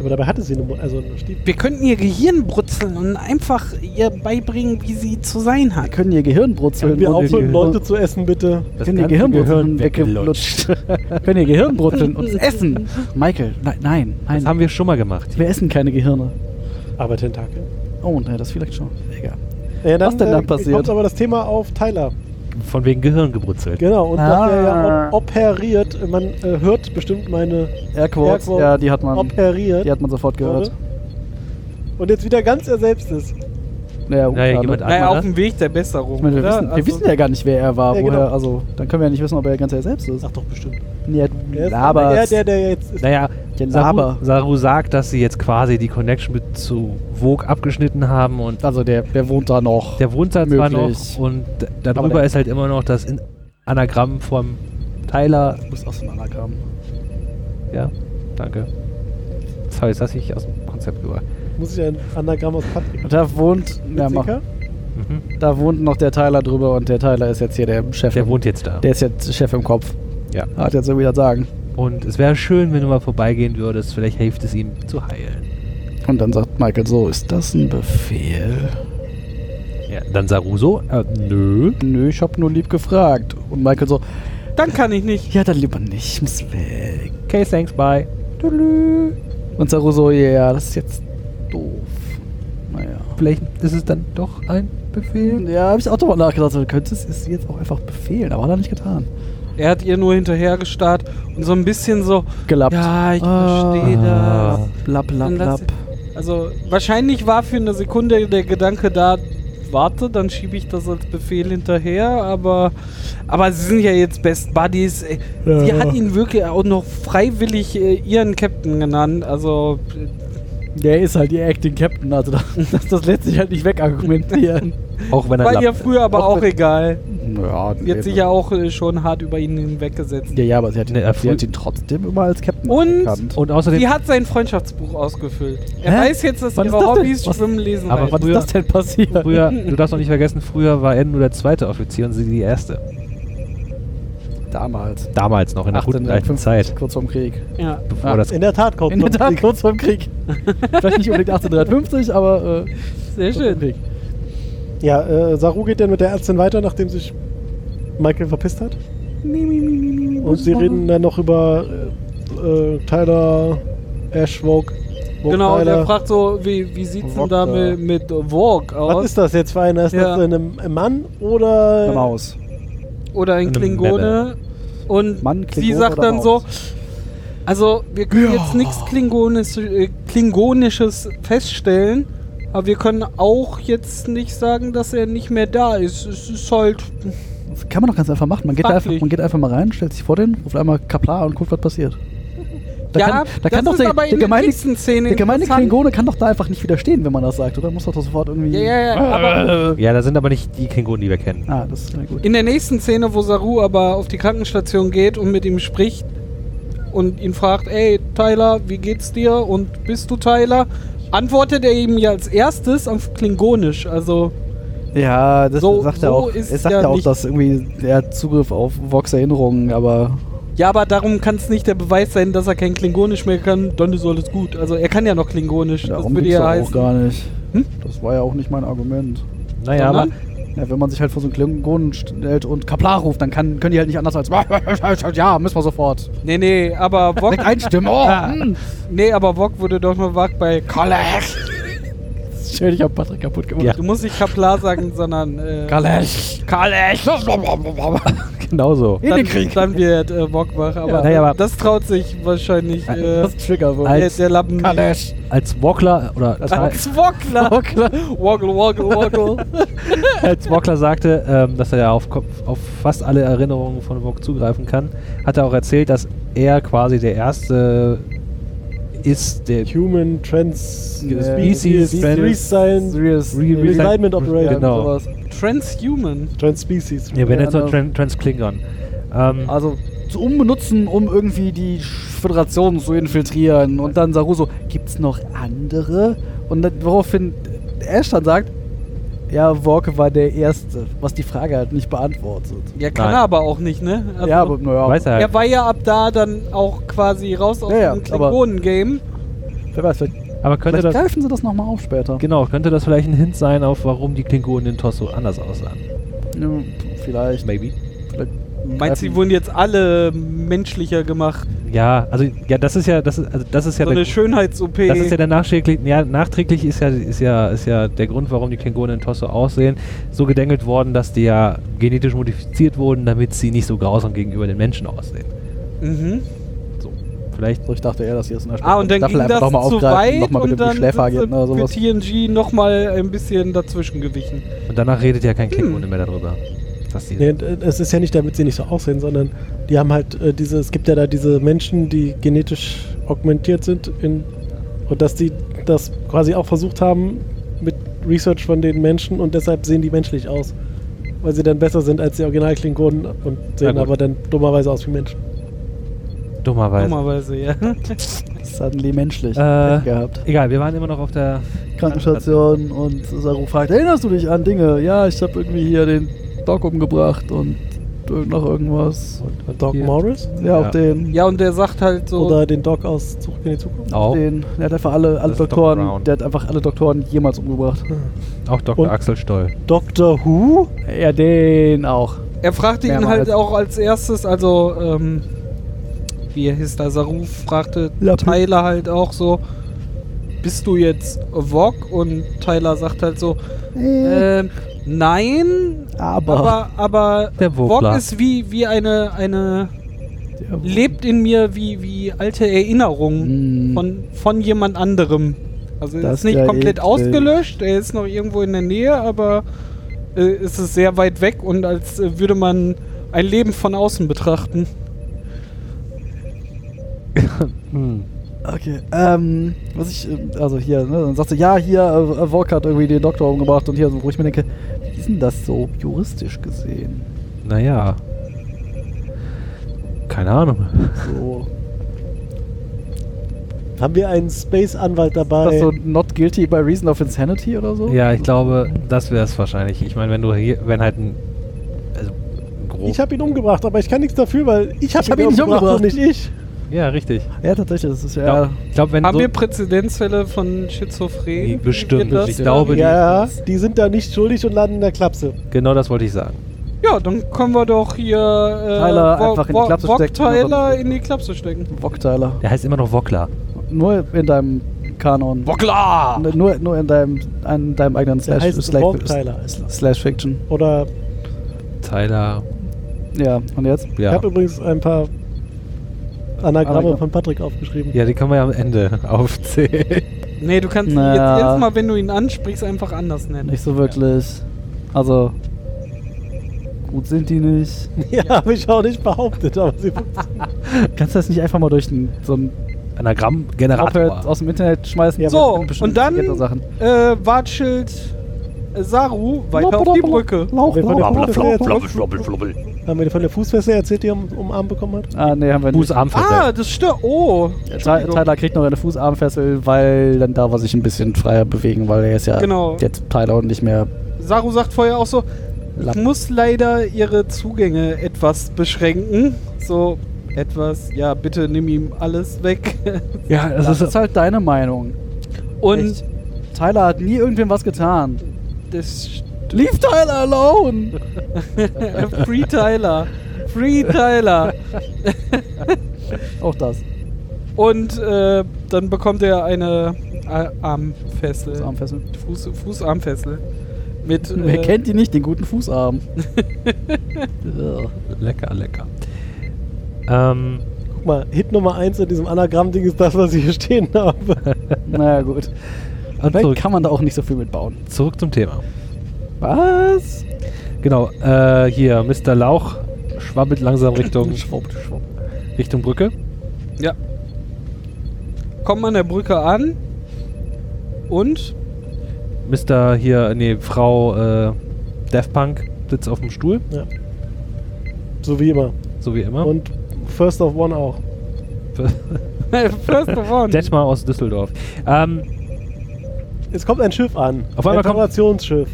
[SPEAKER 2] Aber dabei hatte sie eine, Mu- also eine Stief.
[SPEAKER 4] Wir könnten ihr Gehirn brutzeln und einfach ihr beibringen, wie sie zu sein
[SPEAKER 3] Wir
[SPEAKER 4] hat.
[SPEAKER 3] können ihr Gehirn brutzeln.
[SPEAKER 2] Können wir
[SPEAKER 3] und ihr
[SPEAKER 2] aufhören,
[SPEAKER 3] Gehirn-
[SPEAKER 2] Leute zu essen, bitte?
[SPEAKER 1] Das
[SPEAKER 3] Können ihr
[SPEAKER 1] ganze
[SPEAKER 3] Gehirnbrutzeln können ihr Gehirn brutzeln und essen. Michael, nein, nein,
[SPEAKER 1] Das
[SPEAKER 3] nein.
[SPEAKER 1] haben wir schon mal gemacht.
[SPEAKER 3] wir essen keine Gehirne.
[SPEAKER 2] Aber Tentakel.
[SPEAKER 3] Oh, nein, das vielleicht schon. Egal.
[SPEAKER 2] Ja, äh,
[SPEAKER 3] Was denn da passiert?
[SPEAKER 2] Kommt aber das Thema auf Tyler.
[SPEAKER 1] Von wegen Gehirn gebrutzelt.
[SPEAKER 2] Genau, und
[SPEAKER 3] Ah.
[SPEAKER 2] nachher ja op operiert. Man äh, hört bestimmt meine
[SPEAKER 3] Airquartz,
[SPEAKER 2] Airquartz.
[SPEAKER 3] ja, die hat man,
[SPEAKER 2] operiert.
[SPEAKER 3] die hat man sofort gehört.
[SPEAKER 2] Und jetzt wieder ganz er selbst ist.
[SPEAKER 3] Naja,
[SPEAKER 1] Naja,
[SPEAKER 3] klar,
[SPEAKER 1] jemand
[SPEAKER 3] ne?
[SPEAKER 4] Naja,
[SPEAKER 1] Einmal,
[SPEAKER 4] auf
[SPEAKER 1] ne?
[SPEAKER 4] dem Weg der
[SPEAKER 3] ich
[SPEAKER 4] Besserung.
[SPEAKER 3] meine, wir,
[SPEAKER 4] oder?
[SPEAKER 3] wissen, wir
[SPEAKER 4] Also-
[SPEAKER 3] wissen ja gar nicht, wer er war,
[SPEAKER 2] Ja,
[SPEAKER 3] woher,
[SPEAKER 2] genau.
[SPEAKER 3] also, dann können wir ja nicht wissen, ob er ganz er selbst ist.
[SPEAKER 2] Ach doch, bestimmt.
[SPEAKER 3] Ja,
[SPEAKER 2] Der
[SPEAKER 3] du
[SPEAKER 2] ist der,
[SPEAKER 3] laberst.
[SPEAKER 2] der, der jetzt ist.
[SPEAKER 1] Naja,
[SPEAKER 3] Ja,
[SPEAKER 1] Saru,
[SPEAKER 3] laber.
[SPEAKER 1] Saru sagt, dass sie jetzt quasi die Connection mit zu Vogue abgeschnitten haben und
[SPEAKER 3] Also, der, der wohnt da noch.
[SPEAKER 1] der wohnt da zwar
[SPEAKER 3] Möglich.
[SPEAKER 1] noch und d-
[SPEAKER 3] Aber
[SPEAKER 1] darüber
[SPEAKER 3] der-
[SPEAKER 1] ist halt immer noch das In Anagramm vom Tyler.
[SPEAKER 3] muss aus dem Anagramm.
[SPEAKER 1] Ja, danke. Sorry, das habe ich aus dem Konzept gebracht.
[SPEAKER 2] Muss ich ein Anagramm aus Patrick?
[SPEAKER 3] Und Da wohnt, ja, mach,
[SPEAKER 2] Sicker?
[SPEAKER 1] Mhm.
[SPEAKER 3] da wohnt noch der Tyler drüber und der Tyler ist jetzt hier der Chef.
[SPEAKER 1] Der
[SPEAKER 3] im-
[SPEAKER 1] wohnt jetzt da.
[SPEAKER 3] der ist jetzt Chef im Kopf.
[SPEAKER 1] Ja.
[SPEAKER 3] Hat jetzt irgendwie das Sagen.
[SPEAKER 1] Und es wäre schön, wenn du mal vorbeigehen würdest. Vielleicht hilft es ihm zu heilen.
[SPEAKER 3] Und dann sagt Michael, so, ist das ein Befehl?
[SPEAKER 1] Ja, dann Saru so, äh, nö.
[SPEAKER 3] Nö, ich hab nur lieb gefragt. Und Michael so,
[SPEAKER 4] Dann kann ich nicht.
[SPEAKER 3] ja, dann lieber nicht, ich muss weg.
[SPEAKER 1] Okay, thanks, bye.
[SPEAKER 3] Tudelü. Und Saru so, ja, das ist jetzt doof. Naja.
[SPEAKER 1] Vielleicht ist es dann doch ein Befehl.
[SPEAKER 3] Ja, hab ich auch drüber nachgedacht, so, du könntest es jetzt auch einfach befehlen, aber hat er nicht getan.
[SPEAKER 4] Er hat ihr nur hinterhergestarrt und so ein bisschen so.
[SPEAKER 3] Gelappt.
[SPEAKER 4] Ja, ich verstehe
[SPEAKER 1] Ah.
[SPEAKER 4] das.
[SPEAKER 3] Blab, blab,
[SPEAKER 4] Dann lass-
[SPEAKER 3] blab.
[SPEAKER 4] Also wahrscheinlich war für eine Sekunde der Gedanke da, warte, dann schiebe ich das als Befehl hinterher, aber aber sie sind ja jetzt Best Buddies. Äh, Sie
[SPEAKER 3] Ja.
[SPEAKER 4] hat ihn wirklich auch noch freiwillig äh, ihren Captain genannt, also äh,
[SPEAKER 3] Der ist halt ihr Acting Captain, also das, das, das lässt sich halt nicht wegargumentieren.
[SPEAKER 1] Auch wenn er
[SPEAKER 4] war ihr
[SPEAKER 1] lappt.
[SPEAKER 4] früher aber auch egal.
[SPEAKER 3] ja,
[SPEAKER 4] Sie hat sich ja auch äh, schon hart über ihn hinweggesetzt.
[SPEAKER 3] Ja, ja, aber sie hat, ihn,
[SPEAKER 1] Nee, er
[SPEAKER 3] sie
[SPEAKER 1] früh-
[SPEAKER 3] hat ihn trotzdem immer als Captain
[SPEAKER 4] Und-
[SPEAKER 3] anerkannt.
[SPEAKER 1] Und außerdem,
[SPEAKER 4] Sie hat sein Freundschaftsbuch ausgefüllt. Er
[SPEAKER 3] Hä?
[SPEAKER 4] weiß jetzt, dass
[SPEAKER 3] Wann
[SPEAKER 4] ihre
[SPEAKER 3] ist das denn?
[SPEAKER 4] Hobbys
[SPEAKER 3] Was-
[SPEAKER 4] schwimmen, lesen,
[SPEAKER 1] Aber
[SPEAKER 4] reiten.
[SPEAKER 3] Was
[SPEAKER 1] früher-
[SPEAKER 3] ist das denn passiert?
[SPEAKER 1] früher, du darfst auch nicht vergessen, früher war er nur der zweite Offizier und sie die erste.
[SPEAKER 3] Damals.
[SPEAKER 1] Damals noch, in der guten alten
[SPEAKER 3] 1853,
[SPEAKER 1] Zeit.
[SPEAKER 3] Kurz vorm Krieg.
[SPEAKER 4] ja.
[SPEAKER 1] Bevor
[SPEAKER 3] Ja.
[SPEAKER 1] das
[SPEAKER 2] In der Tat kommt
[SPEAKER 3] In der
[SPEAKER 2] man-
[SPEAKER 3] Tat, kurz vorm Krieg. Vielleicht nicht unbedingt 1853, aber. Äh,
[SPEAKER 4] Sehr
[SPEAKER 3] kurz vorm
[SPEAKER 4] schön.
[SPEAKER 3] Krieg.
[SPEAKER 2] Ja, äh, Saru geht dann mit der Ärztin weiter, nachdem sich Michael verpisst hat. Und sie reden dann noch über äh, äh, Tyler, Ash, Vogue. Vogue
[SPEAKER 4] Genau, und er
[SPEAKER 2] Tyler.
[SPEAKER 4] fragt so, wie, wie sieht's denn da
[SPEAKER 3] Wodka.
[SPEAKER 4] mit, mit Vogue
[SPEAKER 2] Was
[SPEAKER 4] aus?
[SPEAKER 2] ist das jetzt für einer? Ist
[SPEAKER 4] Ja.
[SPEAKER 2] das ein, ein Mann oder.
[SPEAKER 3] Eine Maus.
[SPEAKER 4] oder ein
[SPEAKER 1] Eine
[SPEAKER 4] Klingone. Und
[SPEAKER 3] Mann,
[SPEAKER 4] sie
[SPEAKER 3] Klingone
[SPEAKER 4] sagt
[SPEAKER 3] oder
[SPEAKER 4] dann so,
[SPEAKER 3] Maus?
[SPEAKER 4] also wir können jetzt nichts Klingonisch, äh, Klingonisches feststellen, aber wir können auch jetzt nicht sagen, dass er nicht mehr da ist. Es ist halt,
[SPEAKER 3] Das kann man doch ganz einfach machen. Man geht, da
[SPEAKER 4] Fraglich.
[SPEAKER 3] einfach, man geht einfach mal rein, stellt sich vor den, ruft einmal Kapla und guckt, was passiert. Da
[SPEAKER 4] ja,
[SPEAKER 3] kann, da
[SPEAKER 4] das
[SPEAKER 3] kann doch
[SPEAKER 4] ist
[SPEAKER 3] der,
[SPEAKER 4] aber
[SPEAKER 3] der
[SPEAKER 4] in der
[SPEAKER 3] gemeine,
[SPEAKER 4] nächsten Szene
[SPEAKER 3] der gemeine
[SPEAKER 4] interessant.
[SPEAKER 3] Klingone kann doch da einfach nicht widerstehen, wenn man das sagt, oder? Muss doch sofort irgendwie.
[SPEAKER 4] Ja, ja, ja, aber
[SPEAKER 1] Ja, da sind aber nicht die Klingonen, die wir kennen.
[SPEAKER 3] Ah, das ist na gut.
[SPEAKER 4] in der nächsten Szene, wo Saru aber auf die Krankenstation geht und mit ihm spricht und ihn fragt, ey, Tyler, wie geht's dir und bist du Tyler? Antwortet er ihm ja als erstes auf Klingonisch, also...
[SPEAKER 3] Ja, das
[SPEAKER 4] So-
[SPEAKER 3] sagt er
[SPEAKER 4] so
[SPEAKER 3] auch.
[SPEAKER 4] ist
[SPEAKER 3] Es sagt
[SPEAKER 4] ja
[SPEAKER 3] ja auch,
[SPEAKER 4] nicht-
[SPEAKER 3] dass irgendwie der Zugriff auf Vox Erinnerungen, aber
[SPEAKER 4] Ja, aber darum kann es nicht der Beweis sein, dass er kein Klingonisch mehr kann. Dann ist alles gut. Also er kann ja noch Klingonisch.
[SPEAKER 3] darum
[SPEAKER 4] das würde
[SPEAKER 3] geht's
[SPEAKER 4] ja
[SPEAKER 3] doch auch
[SPEAKER 4] heißen.
[SPEAKER 3] gar nicht.
[SPEAKER 4] Hm?
[SPEAKER 3] Das war ja auch nicht mein Argument.
[SPEAKER 1] Naja, aber
[SPEAKER 4] Sondern?
[SPEAKER 3] Ja, wenn man sich halt vor so einen Klingonen stellt und Kapla ruft, dann kann, können die halt nicht anders als ja, müssen wir sofort.
[SPEAKER 4] Nee, nee, aber Wok,
[SPEAKER 3] Direkt einstimmen. Oh, hm.
[SPEAKER 4] nee, aber Wok wurde doch nur wach bei College.
[SPEAKER 3] Natürlich habe Patrick kaputt gemacht.
[SPEAKER 1] Ja.
[SPEAKER 4] Du musst nicht Kaplar sagen, sondern äh,
[SPEAKER 3] Kalesch!
[SPEAKER 4] Kalesch.
[SPEAKER 1] Genau so.
[SPEAKER 3] In den
[SPEAKER 4] Dann,
[SPEAKER 3] Krieg!
[SPEAKER 4] dann wird äh, Bockbach, aber,
[SPEAKER 1] Ja, naja, aber-
[SPEAKER 4] das traut sich wahrscheinlich äh,
[SPEAKER 3] Das Trigger wohl.
[SPEAKER 4] der,
[SPEAKER 1] als-
[SPEAKER 4] der Lappen nicht.
[SPEAKER 3] Kalesch!
[SPEAKER 1] Als Walkler oder als,
[SPEAKER 4] Als Woggler. Woggle, woggle, woggle.
[SPEAKER 1] als Walkler sagte, ähm, dass er ja auf, Kopf- auf fast alle Erinnerungen von Wok zugreifen kann, hat er auch erzählt, dass er quasi der erste ist, der
[SPEAKER 2] Human Trans uh,
[SPEAKER 3] Äh,
[SPEAKER 1] Species Trans-
[SPEAKER 2] Resign
[SPEAKER 3] Serious.
[SPEAKER 1] Re- Re-
[SPEAKER 2] Realignment Operator.
[SPEAKER 1] Genau.
[SPEAKER 3] Sowas.
[SPEAKER 4] Transhuman.
[SPEAKER 2] Trans-Species.
[SPEAKER 1] Ja, wenn
[SPEAKER 3] Ja,
[SPEAKER 1] jetzt noch
[SPEAKER 3] genau.
[SPEAKER 1] Tran Transklingon. Ähm,
[SPEAKER 3] Also zu umbenutzen, um irgendwie die Föderation zu infiltrieren. Und dann Saru so, gibt's noch andere? Und dann, woraufhin Ash dann sagt, ja, Worke war der Erste, was die Frage halt nicht beantwortet.
[SPEAKER 4] Ja, kann
[SPEAKER 1] Nein.
[SPEAKER 4] er aber auch nicht, ne? Also-
[SPEAKER 3] ja, aber naja,
[SPEAKER 1] weiß er, halt.
[SPEAKER 4] Er war ja ab da dann auch quasi raus aus
[SPEAKER 3] Ja, ja,
[SPEAKER 4] dem
[SPEAKER 3] aber-
[SPEAKER 4] Klingonen-Game.
[SPEAKER 3] wer weiß, vielleicht,
[SPEAKER 1] aber könnte
[SPEAKER 3] vielleicht
[SPEAKER 1] das,
[SPEAKER 3] greifen sie das nochmal auf später.
[SPEAKER 1] genau, könnte das vielleicht ein Hint sein, auf warum die Klingonen in Tosso anders aussahen?
[SPEAKER 3] Ja, vielleicht.
[SPEAKER 1] Maybe.
[SPEAKER 3] vielleicht
[SPEAKER 4] Meinst du,
[SPEAKER 3] greifen-
[SPEAKER 4] die wurden jetzt alle menschlicher gemacht?
[SPEAKER 1] Ja, also ja, das ist ja, das ist, also das ist ja
[SPEAKER 4] so
[SPEAKER 1] der,
[SPEAKER 4] eine Schönheits-OP.
[SPEAKER 1] das ist ja der nachträglich, ja, nachträglich ist ja, ist ja, ist ja der Grund, warum die Klingonen in Tosso aussehen, so gedengelt worden, dass die ja genetisch modifiziert wurden, damit sie nicht so grausam gegenüber den Menschen aussehen.
[SPEAKER 4] mhm.
[SPEAKER 1] So, vielleicht
[SPEAKER 3] So, ich dachte eher, dass sie das in der
[SPEAKER 4] Ah, und dann
[SPEAKER 3] Staffel
[SPEAKER 4] ging das
[SPEAKER 3] einfach nochmal
[SPEAKER 4] zu
[SPEAKER 3] aufgreifen,
[SPEAKER 4] weit
[SPEAKER 3] nochmal mit
[SPEAKER 4] und
[SPEAKER 3] dem
[SPEAKER 4] dann sind
[SPEAKER 3] Schläferagenten oder
[SPEAKER 4] sie für
[SPEAKER 3] sowas.
[SPEAKER 4] TNG nochmal ein bisschen dazwischen gewichen.
[SPEAKER 1] und danach redet ja kein Klingone mehr darüber, dass die
[SPEAKER 2] Nee, und, äh, es ist ja nicht, damit sie nicht so aussehen, sondern die haben halt äh, diese, es gibt ja da diese Menschen, die genetisch augmentiert sind in, und dass die das quasi auch versucht haben mit Research von den Menschen und deshalb sehen die menschlich aus. Weil sie dann besser sind als die Original-Klingonen und sehen
[SPEAKER 1] gut.
[SPEAKER 2] aber dann dummerweise aus wie Menschen.
[SPEAKER 1] dummerweise.
[SPEAKER 4] Dummerweise, ja.
[SPEAKER 3] Suddenly menschlich.
[SPEAKER 1] Äh,
[SPEAKER 3] Pech gehabt.
[SPEAKER 1] Egal, wir waren immer noch auf der
[SPEAKER 3] Krankenstation und Saru fragt, erinnerst du dich an Dinge? Ja, ich habe irgendwie hier den Doc umgebracht und ir- noch irgendwas.
[SPEAKER 1] und, und
[SPEAKER 2] Doc
[SPEAKER 1] hier-
[SPEAKER 2] Morris?
[SPEAKER 3] Ja, auch
[SPEAKER 1] Ja.
[SPEAKER 3] den.
[SPEAKER 4] Ja, und der sagt halt so,
[SPEAKER 2] Oder den Doc aus Zurück in die Zukunft?
[SPEAKER 1] Auch,
[SPEAKER 3] Den, der hat einfach alle, alle
[SPEAKER 1] ist Doc
[SPEAKER 3] Doktoren,
[SPEAKER 1] Brown.
[SPEAKER 3] der hat einfach alle Doktoren jemals umgebracht.
[SPEAKER 1] auch Dr.
[SPEAKER 2] Und-
[SPEAKER 1] Axel Stoll.
[SPEAKER 2] Doctor Who?
[SPEAKER 3] Ja, den auch.
[SPEAKER 4] er fragte ihn
[SPEAKER 3] Mehrmals.
[SPEAKER 4] halt auch als erstes, also, ähm, wie er hieß da, Saru fragte
[SPEAKER 3] Lappen.
[SPEAKER 4] Tyler halt auch so, bist du jetzt Vog? Und Tyler sagt halt so, ähm, nein,
[SPEAKER 3] Äh, aber.
[SPEAKER 4] aber, aber
[SPEAKER 1] Der
[SPEAKER 4] Vog
[SPEAKER 1] Wobler.
[SPEAKER 4] ist wie, wie eine, eine,
[SPEAKER 3] Der-
[SPEAKER 4] lebt in mir wie, wie alte Erinnerungen.
[SPEAKER 3] Mm,
[SPEAKER 4] von, von jemand anderem. Also er
[SPEAKER 3] Das
[SPEAKER 4] ist nicht
[SPEAKER 3] ja
[SPEAKER 4] komplett
[SPEAKER 3] eklig.
[SPEAKER 4] ausgelöscht, er ist noch irgendwo in der Nähe, aber äh, ist es ist sehr weit weg und als äh, würde man ein Leben von außen betrachten.
[SPEAKER 3] Okay, ähm, was ich, ähm, also hier, ne, dann sagt sie, ja, hier, äh, äh, Volk hat irgendwie den Doktor umgebracht und hier, so, wo ich mir denke, wie ist denn das so juristisch gesehen?
[SPEAKER 1] Naja. Keine Ahnung.
[SPEAKER 3] So,
[SPEAKER 2] Haben wir einen
[SPEAKER 3] ist
[SPEAKER 2] Space-Anwalt
[SPEAKER 3] das
[SPEAKER 2] dabei?
[SPEAKER 3] so not guilty by reason of insanity oder so?
[SPEAKER 1] Ja, ich glaube, das wäre es wahrscheinlich. Ich meine, wenn du hier, wenn halt ein. Also, grob.
[SPEAKER 2] Ich habe ihn umgebracht, aber ich kann nichts dafür, weil ich habe
[SPEAKER 3] hab
[SPEAKER 2] ihn,
[SPEAKER 3] ihn nicht
[SPEAKER 2] umgebracht und
[SPEAKER 3] umgebracht.
[SPEAKER 2] nicht ich.
[SPEAKER 1] ja, richtig.
[SPEAKER 3] Ja, tatsächlich, das ist
[SPEAKER 1] Ich
[SPEAKER 3] ja.
[SPEAKER 1] glaube, glaub, wenn
[SPEAKER 4] Haben
[SPEAKER 1] so.
[SPEAKER 4] wir Präzedenzfälle von Schizophrenie?
[SPEAKER 1] Bestimmt.
[SPEAKER 4] Gibt das?
[SPEAKER 1] Ich glaube,
[SPEAKER 4] ja.
[SPEAKER 2] Ja, die sind da nicht schuldig und landen in der Klapse.
[SPEAKER 1] Genau das wollte ich sagen.
[SPEAKER 4] ja, dann können wir doch hier äh,
[SPEAKER 3] Tyler
[SPEAKER 4] Wo-
[SPEAKER 3] einfach in die
[SPEAKER 4] Wo-
[SPEAKER 3] Klapse
[SPEAKER 4] Wog
[SPEAKER 3] stecken und
[SPEAKER 4] Tyler
[SPEAKER 3] dann-
[SPEAKER 4] in die Klapse stecken.
[SPEAKER 3] Woktyler.
[SPEAKER 1] Der heißt immer noch Wokler.
[SPEAKER 3] Nur in deinem Kanon.
[SPEAKER 4] Wogla!
[SPEAKER 3] N- Nur, nur in deinem, an deinem eigenen
[SPEAKER 2] Der
[SPEAKER 3] Slash,
[SPEAKER 2] heißt
[SPEAKER 3] Slash,
[SPEAKER 2] Woktyler.
[SPEAKER 3] Slash Fiction.
[SPEAKER 2] Oder
[SPEAKER 1] Tyler.
[SPEAKER 3] Ja, und jetzt?
[SPEAKER 2] ich
[SPEAKER 1] Ja.
[SPEAKER 2] habe übrigens ein paar
[SPEAKER 3] Anagramme.
[SPEAKER 2] Anagramme von Patrick aufgeschrieben.
[SPEAKER 1] Ja, die kann man ja am Ende aufzählen.
[SPEAKER 4] Nee, du kannst ihn
[SPEAKER 3] Na.
[SPEAKER 4] jetzt jedes Mal, wenn du ihn ansprichst, einfach anders nennen.
[SPEAKER 3] Nicht so wirklich. Also. Gut sind die nicht.
[SPEAKER 2] Ja, habe ich auch nicht behauptet, aber sie
[SPEAKER 3] Kannst du das nicht einfach mal durch einen, so einen Moped
[SPEAKER 1] Anagramm-Generator.
[SPEAKER 3] aus dem Internet schmeißen?
[SPEAKER 2] Ja,
[SPEAKER 4] So,
[SPEAKER 3] Bestimmt
[SPEAKER 4] und dann
[SPEAKER 3] intelligente Sachen.
[SPEAKER 4] äh, watschelt äh, Saru weiter auf die Brücke.
[SPEAKER 3] Lauch,
[SPEAKER 2] Haben wir von der
[SPEAKER 3] lauch, lauch.
[SPEAKER 2] Fußfessel erzählt?
[SPEAKER 6] Flubbel, flubbel.
[SPEAKER 2] Haben wir von der Fußfessel erzählt, die er um, umarmt bekommen hat?
[SPEAKER 3] Ah, nee, haben wir nicht.
[SPEAKER 1] Fußarmfessel.
[SPEAKER 4] Ah, das stört. Oh.
[SPEAKER 3] Ty- Tyler kriegt noch eine Fußarmfessel, weil dann darf er sich ein bisschen freier bewegen, weil er ist ja
[SPEAKER 4] Genau.
[SPEAKER 3] jetzt Tyler und nicht mehr
[SPEAKER 4] Saru sagt vorher auch so, ich
[SPEAKER 3] Lappen.
[SPEAKER 4] muss leider ihre Zugänge etwas beschränken. So etwas, ja, bitte nimm ihm alles weg.
[SPEAKER 1] Ja, das
[SPEAKER 3] Das
[SPEAKER 1] ist.
[SPEAKER 3] ist halt deine Meinung.
[SPEAKER 4] Und
[SPEAKER 3] Echt? Tyler hat nie irgendwem was getan.
[SPEAKER 4] das st-
[SPEAKER 3] Leave Tyler alone!
[SPEAKER 4] Free Tyler. Free Tyler.
[SPEAKER 3] Auch das.
[SPEAKER 4] Und äh, dann bekommt er eine, Ar- Armfessel.
[SPEAKER 3] Armfessel.
[SPEAKER 4] Fuß, Fußarmfessel. Mit,
[SPEAKER 3] Wer
[SPEAKER 4] äh,
[SPEAKER 3] kennt die nicht, den guten Fußarm?
[SPEAKER 1] Lecker, lecker. Ähm,
[SPEAKER 2] Guck mal, Hit Nummer 1 in diesem Anagramm-Ding ist das, was ich hier stehen habe.
[SPEAKER 3] naja, gut.
[SPEAKER 1] und
[SPEAKER 3] Vielleicht
[SPEAKER 1] zurück,
[SPEAKER 3] kann man da auch nicht so viel mitbauen.
[SPEAKER 1] zurück zum Thema.
[SPEAKER 3] Was?
[SPEAKER 1] Genau, äh, hier, Mr. Lauch schwabbelt langsam Richtung,
[SPEAKER 3] Schwupp, schwupp.
[SPEAKER 1] Richtung Brücke.
[SPEAKER 4] Ja. Kommt an der Brücke an und
[SPEAKER 1] Mr. hier, nee, Frau äh, Daft Punk sitzt auf dem Stuhl,
[SPEAKER 2] So wie immer.
[SPEAKER 1] so wie immer.
[SPEAKER 2] Und First of One auch.
[SPEAKER 4] first of all.
[SPEAKER 1] Detmar aus Düsseldorf. Ähm,
[SPEAKER 2] Es kommt ein Schiff an.
[SPEAKER 1] Auf einmal
[SPEAKER 2] ein
[SPEAKER 1] kommt-
[SPEAKER 2] Operationsschiff.